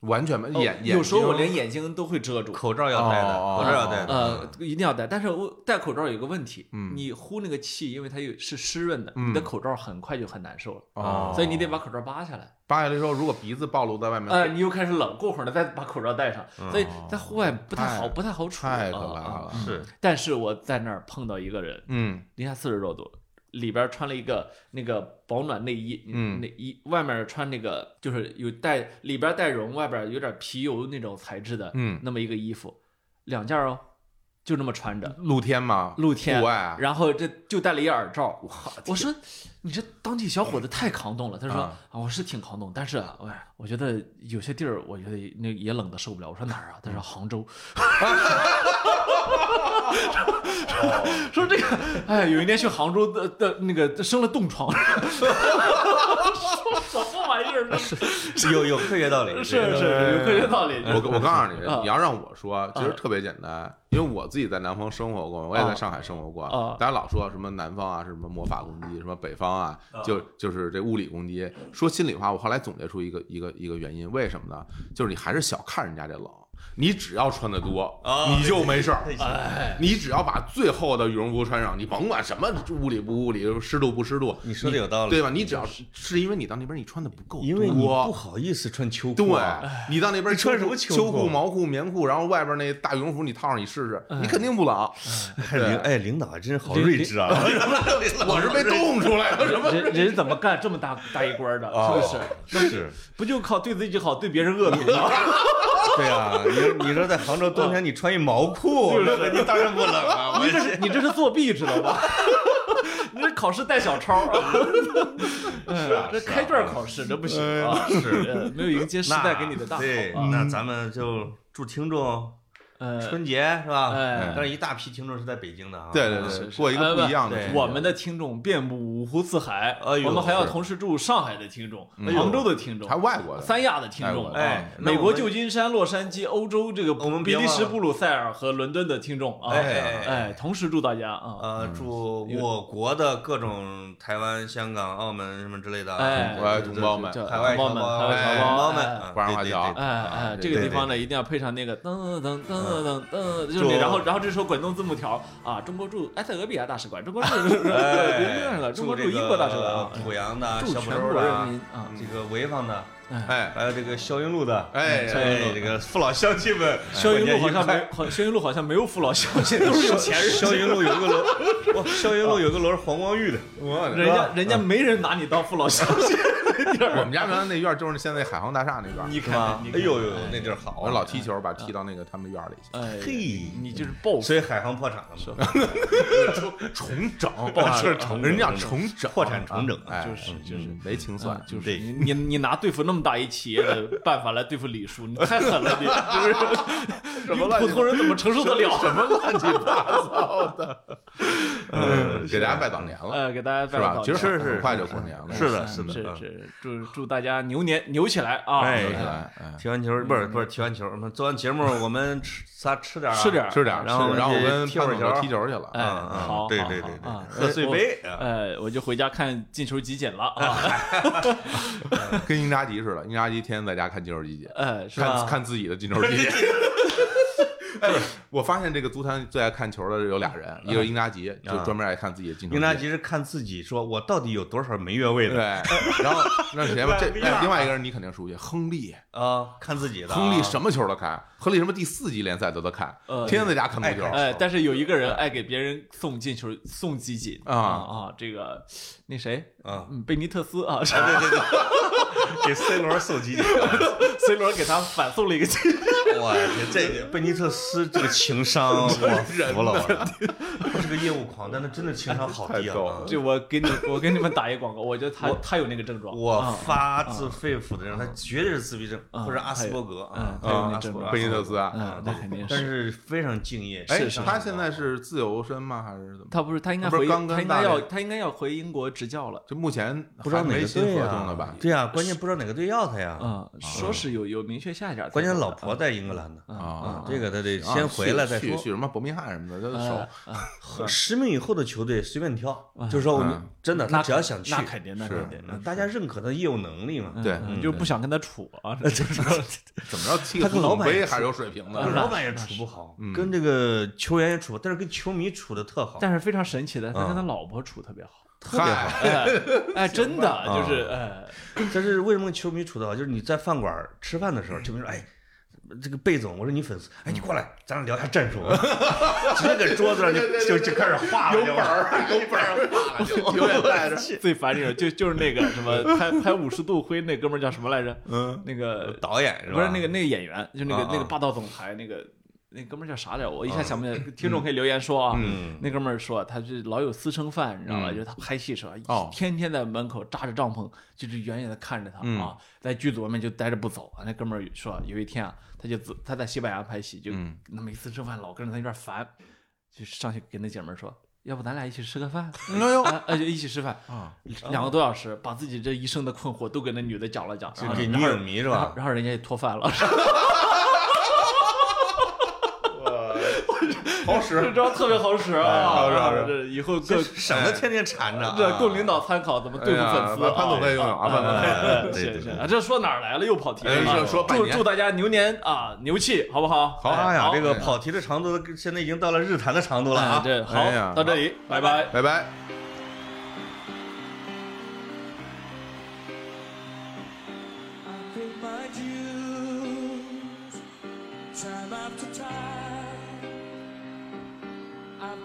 S3: 完全没眼眼睛，
S1: 有时候我连眼睛都会遮住。
S2: 口罩要戴的，
S3: 哦
S2: 口罩要戴的，
S1: 呃，一定要戴，但是我戴口罩有个问题，
S3: 嗯
S1: 你呼那个气，因为它有是湿润的，
S3: 嗯
S1: 你的口罩很快就很难受了，
S3: 哦，
S1: 所以你得把口罩扒下来。
S3: 扒下来之后，如果鼻子暴露在外面，
S1: 呃，你又开始冷，过会儿呢再把口罩戴上，所以在户外不太好，
S3: 嗯哦太
S1: 不太好处。
S3: 太可
S1: 啊
S3: 怕
S1: 啊
S3: 了。
S2: 是
S1: 但是我在那儿碰到一个人，
S3: 嗯
S1: 零下四十多度，里边穿了一个那个保暖内衣，
S3: 嗯
S1: 内衣外面穿那个就是有带里边带绒，外边有点皮油那种材质的，
S3: 嗯，
S1: 那么一个衣服，两件儿哦，就那么穿着。
S3: 露天吗？
S1: 露天
S3: 户外啊，
S1: 然后这就戴了一耳罩，我说你这当地小伙子太抗冻了。他说
S3: 啊
S1: 啊，我是挺抗冻，但是啊，哎我觉得有些地儿，我觉得那也冷的受不了。我说哪儿啊？他说杭州。 (laughs) 说这个，哎，有一年去杭州的的那个生了冻 (laughs) 疮，说什么玩意儿哎呢？ (laughs) 是
S2: 有有科学道理，
S1: 是是，有科学道理。 (laughs)
S3: 我我告诉你
S1: 啊，
S3: 你要让我说，其实
S1: 啊
S3: 特别简单，因为我自己在南方生活过，我也
S1: 啊
S3: 在上海生活过
S1: 啊。
S3: 大家老说什么南方啊，什么魔法攻击，什么北方啊，就就是这物理攻击。说心里话，我后来总结出一个一个一个原因，为什么呢？就是你还是小看人家这冷。你只要穿的多
S2: 啊，
S3: 你就没事儿。
S1: 哎，
S3: (laughs) 你只要把最厚的羽绒服穿上，你甭管什么屋里不屋里，湿度不湿度，
S2: 你说的有道理，
S3: 对吧？你只要是是因为你到那边你穿的不够多，
S2: 因为你不好意思穿秋
S3: 对
S2: 裤啊，
S3: 你到那边
S2: 你穿什么秋
S3: 秋
S2: 裤
S3: 裤、毛裤、棉裤，然后外边那大羽绒服你套上你试试，你肯定不冷。
S2: 哎领哎领导还真是好睿智啊，
S3: 我是被冻出来的，什么？
S1: 人人怎么干这么大大一官的，
S2: 啊
S1: 是不是？
S2: (laughs) 是，
S1: 不就靠对自己好，对别人恶毒吗？
S2: 对啊，你你说在杭州冬天你穿一毛
S1: (laughs)
S2: 裤，那肯定当然不冷啊，我
S1: 你这是你这是作弊，知道吗？ (laughs) 你这考试带小抄啊！这
S2: 啊 (laughs) 是啊
S1: 开卷考试这不行
S2: (laughs)
S1: 啊！
S2: 哎是
S1: 呃没有迎 (laughs) 接时代给你的大
S2: 对，
S1: 好啊！
S2: 那咱们就祝听众
S1: 呃，
S2: 春啊节是吧？
S1: 哎
S2: 但是一大批听众是在北京的啊。
S3: 对对
S1: 是
S3: 对，
S1: 是
S3: 过一个不一样的
S2: 哎
S3: 春
S2: 不
S3: 节。
S1: 我们的听众遍布五湖四海，
S2: 哎呦
S1: 我们还要
S2: 是嗯
S1: 同时祝上海的听众、
S3: 哎呦
S1: 杭州的听众
S3: 还、外国的，
S1: 三亚的听众、
S2: 哎
S1: 啊
S2: 那
S1: 美
S2: 我
S1: 国
S2: 们
S1: 旧金山、洛杉矶、欧洲这个
S2: 我们
S1: 比
S2: 别
S1: 利
S2: 忘
S1: 时
S2: 了
S1: 布鲁塞尔和伦敦的听众啊，
S2: 哎
S1: 哎，
S2: 哎哎
S1: 同时祝大家啊，
S2: 呃，祝我国的各种台湾、香港、澳门什么之类的，啊
S1: 哎
S3: 我爱同胞们，
S1: 叫
S2: 海外
S1: 同胞
S2: 侨
S1: 们、
S2: 胞、
S1: 海外
S2: 哎
S1: 侨胞
S2: 同胞
S1: 们。
S2: 们
S1: 哎，
S3: 瓜上华侨
S2: 对对对
S1: 哎哎，这个地方呢，一定要配上那个噔噔噔噔噔，就是那
S2: 祝
S1: 然后然后这时候滚动字幕条啊，中国驻埃塞俄比亚大使馆，中国驻对 (laughs)
S2: 哎
S1: 对对，中国驻英国大使馆啊，
S2: 濮阳的、
S1: 祝
S2: 小
S1: 全
S2: 浦州
S1: 国
S2: 的
S1: 人
S2: 啊
S1: 民，啊，
S2: 这个潍坊的，
S1: 哎，
S3: 哎，
S2: 还有这个肖云路的，
S3: 哎
S2: 哎，这个父老乡亲
S1: (laughs)
S2: 们，
S1: 肖云路好像
S2: 哎
S1: 没，好，肖云路好像没有父老乡亲，都是有钱人，
S2: 肖云路有一个楼，哇肖云路有一个楼是黄光裕的，
S3: 我
S1: (laughs) 人家人家没人拿你当父老乡亲，
S3: 我们家原来那院就是现在海航大厦那院，
S1: 你
S2: 是吧
S1: 看，？
S2: 哎呦呦，那地儿好
S3: 我
S2: 啊，
S3: 老踢球，把踢到那个他们院里去，
S1: 哎，
S2: 嘿，
S1: 你就是报复
S2: 所以海航破产了嘛，
S3: 重整，
S2: 是重整
S3: 啊人家重整，
S2: 破产重整啊
S3: 哎，
S1: 就是就是
S3: 嗯没清算
S1: 啊，就是
S2: 对
S1: 你你你拿对付那么大一企业的办法来对付李叔，你太狠了，你 (laughs) 是不是？
S3: 么
S1: 你
S3: 乱七八
S1: 普通人怎么承受得了？
S3: 什么乱七八糟的，
S2: 嗯
S3: 给大家拜早年了，
S1: 呃，给大家拜
S3: 是
S1: 个
S3: 吧
S1: 早？
S3: 其
S1: 年
S3: 实
S2: 是
S3: 很
S2: 是
S3: 很快就过年了，
S2: 是的，
S1: 嗯
S2: 是的，嗯
S1: 是是，祝祝大家牛年牛起来啊！
S2: 哎
S3: 留起来，哎
S2: 踢完球不是不是踢完球，我们做完节目我们吃仨吃点儿啊
S1: 吃点儿
S3: 吃点儿，
S2: 然后
S3: 吃点儿然后我跟
S2: 踢会
S3: 潘
S2: 儿
S3: 总
S2: 球
S3: 就踢球去了，
S1: 哎，
S2: 嗯嗯
S1: 好，
S2: 对
S1: 好
S2: 对
S1: 好
S2: 对对
S1: 啊
S2: 贺岁杯
S1: (laughs) 我
S2: 啊
S1: 呃，我就回家看进球集锦了啊！
S3: 跟英扎吉似的，英扎吉天天在家看金球集锦，
S1: 呃，是吧
S3: 看？看自己的金球集锦。 (laughs) 哎，我发现这个足坛最爱看球的有俩人，一个英扎吉，就专门爱看自己的金
S2: 嗯
S3: 球集锦。
S2: 英达吉是看自己说，我到底有多少没越位
S3: 对
S2: 的，(laughs)
S3: 然后那谁吧，这
S2: 不一样
S3: 哎另外一个人你肯定熟悉，亨利，
S2: 啊？看自己的啊，
S3: 亨利什么球都看，亨利什么第四级联赛都在看，
S1: 呃
S3: 天天在家看足
S2: 爱
S3: 球
S2: 看。
S1: 哎，但是有一个人爱给别人送进球、送集锦
S3: 啊
S1: 啊！这个那谁，
S2: 啊？
S1: 嗯，贝尼特斯啊， (laughs)
S2: 对对对， (laughs) 给 C 罗送集锦，
S1: C 罗给他反送了一个进球。
S2: 我天，这贝尼特斯这个情商，我服了我了，他是个业务狂，但他真的情商好低
S3: 太逗
S2: 啊
S3: 了！
S1: 这我给你，我给你们打一广告，我觉得他他有那个症状。
S2: 我
S1: 啊
S2: 发自肺腑的认为，他绝对是自闭症
S1: 啊
S2: 或者阿斯伯格啊
S1: 嗯，还有那
S2: 阿斯
S1: 症
S2: 伯格
S1: 状
S3: 贝尼特斯，
S2: 哎
S1: 嗯，那肯定
S2: 但
S1: 是。
S2: 是非常敬业。
S3: 哎
S2: 情，商
S3: 他
S2: 很
S3: 现
S2: 高
S3: 在是自由身吗？还是怎么？
S1: 他不是，他应该
S3: 他不
S1: 回，
S3: 是刚跟
S1: 他应该要，
S3: 大连
S1: 他应该要回英国执教了。
S3: 就目前
S2: 不知道
S3: 还
S2: 哪
S3: 没
S2: 个
S3: 新
S2: 队
S3: 合
S2: 啊
S3: 同了吧？
S2: 对啊，关键不知道哪个队要他呀。
S1: 嗯，说是有有明确下家，
S2: 关键老婆在英格兰呢，
S3: 啊
S2: 嗯这个他得
S3: 啊
S2: 先回来再
S3: 去去去
S2: 说。呃
S3: 什么伯明翰什么
S1: 呃
S3: 的，他手
S1: 嗯
S2: 十名以后的球队随便挑，就是说我们
S3: 嗯
S2: 真的，他
S1: 那
S2: 只要想去
S1: 那，肯定，那
S3: 是
S1: 肯定，那
S2: 嗯大家认可他的业务能力嘛。
S1: 嗯
S3: 对
S1: 嗯
S2: 嗯
S1: 就不想跟他处
S2: (laughs)
S1: 啊。就是 (laughs)
S3: 怎么着踢
S2: 他
S3: 个
S2: 跟
S3: 足
S2: 老
S3: 总
S2: 板啊
S3: 杯还是有水平
S2: 跟
S3: 的。
S2: 老板也处不好，跟这个球员也处不好，但是跟球迷处的特好，
S1: 嗯但是非常神奇的，他跟
S2: 嗯
S1: 他老婆处特别
S2: (laughs)
S1: 好。
S2: 特别好。
S1: 哎，哎真的就是
S2: 嗯
S1: 哎，
S2: 但是为什么球迷处的好？就是你在饭馆吃饭的时候，球
S1: 嗯
S2: 迷说：“哎，这个贝总，我是你粉丝，哎，你过来，咱俩聊一下战术。”直接搁桌子上就就就开始画了，有本儿，有本儿，
S3: 就 (laughs) 永远带着
S1: 最烦这种，就就是那个什么
S2: (laughs)
S1: 拍拍五十度灰那哥们儿叫什么来着？嗯，那个
S2: 导演呃是吧？
S1: 不是那个那个演员，就那个
S2: 啊啊
S1: 那个霸道总裁那个那哥们儿叫啥来着？我一下想
S2: (laughs)
S1: 不起来，听众可以留言说啊。
S2: 嗯
S1: 那哥们儿说他是老有私生饭，你知道吧？
S3: 嗯
S1: 就是他拍戏时候
S3: 哦，
S1: 天天在门口扎着帐篷，就是远远的看着他
S3: 嗯
S1: 啊，在剧组外面就待着不走啊。那哥们儿说有一天啊，他就自他在西班牙拍戏，就
S3: 嗯
S1: 那没私生饭老跟着他有点烦，就上去跟那姐们儿说。要不咱俩一起吃个饭？
S3: (laughs) 哎
S1: (laughs)
S3: 呦
S1: 啊，啊就一起吃饭，
S3: 啊，
S1: 两个多小时，把自己这一生的困惑都给那女的讲了讲，
S2: 就
S1: 然后
S2: 给
S1: 然
S2: 女
S1: 后
S2: 影迷是
S1: 然后
S2: 吧？嗯
S3: (laughs)
S1: 然后人家也脱饭了，
S3: 好使，
S2: (laughs)
S1: 这招特别好使啊！
S3: 哎好使好使
S1: 这以后
S2: 这
S1: 各
S2: 省得天天缠着啊。
S1: 这供领导参考，怎么对付粉丝啊？
S3: 哎呀潘总可以用用啊，潘总可以。
S1: 哎
S2: 对对
S1: (laughs) 是是
S2: 对
S1: 啊，这说哪儿来了？又跑题了
S3: 哎
S1: 啊。
S3: 说说拜
S1: 祝
S3: 年啊
S1: 祝大家牛年啊牛气，好不好？
S2: 好
S1: 哎
S2: 哎呀，
S1: 好
S2: 这个跑题的长度跟现在已经到了日谈的长度了
S1: 哎
S2: 啊。
S1: 这
S3: 哎呀
S1: 好到这里，拜拜。
S3: 拜拜。
S4: I paid my dues time after time. I've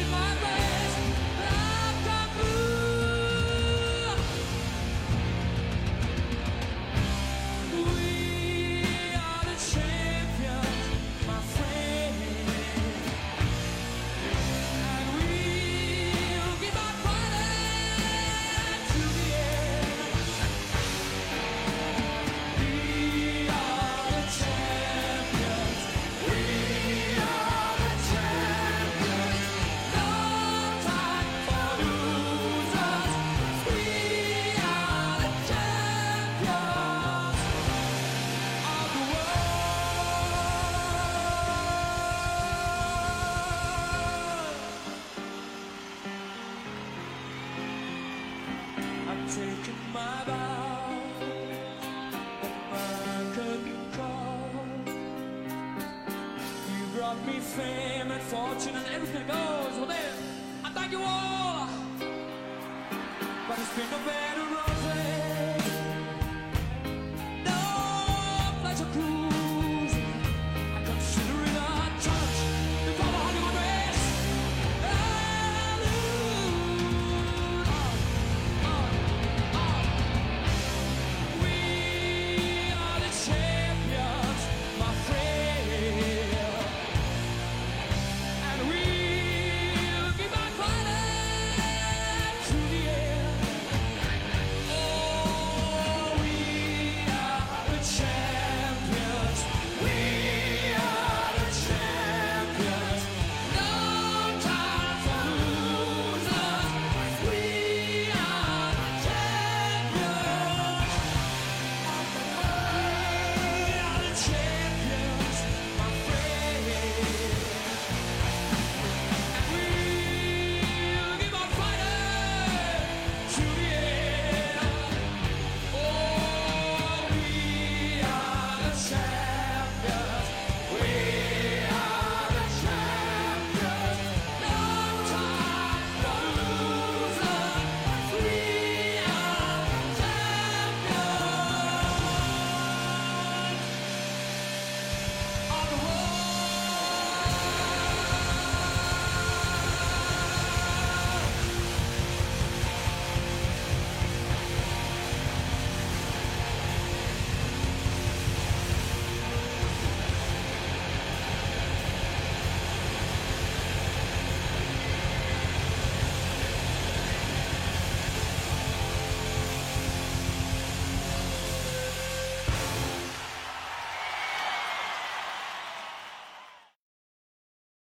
S4: in my ways, but I've got through. We are the champions, my friend, and we'll give our pride to the end. We are the champions. We are the champions. No time for losers. We are the champions of the world. I'm taking my bow at my curtain call. You brought me fame and fortune and everything that goes with it. I thank you all, but it's been a better road.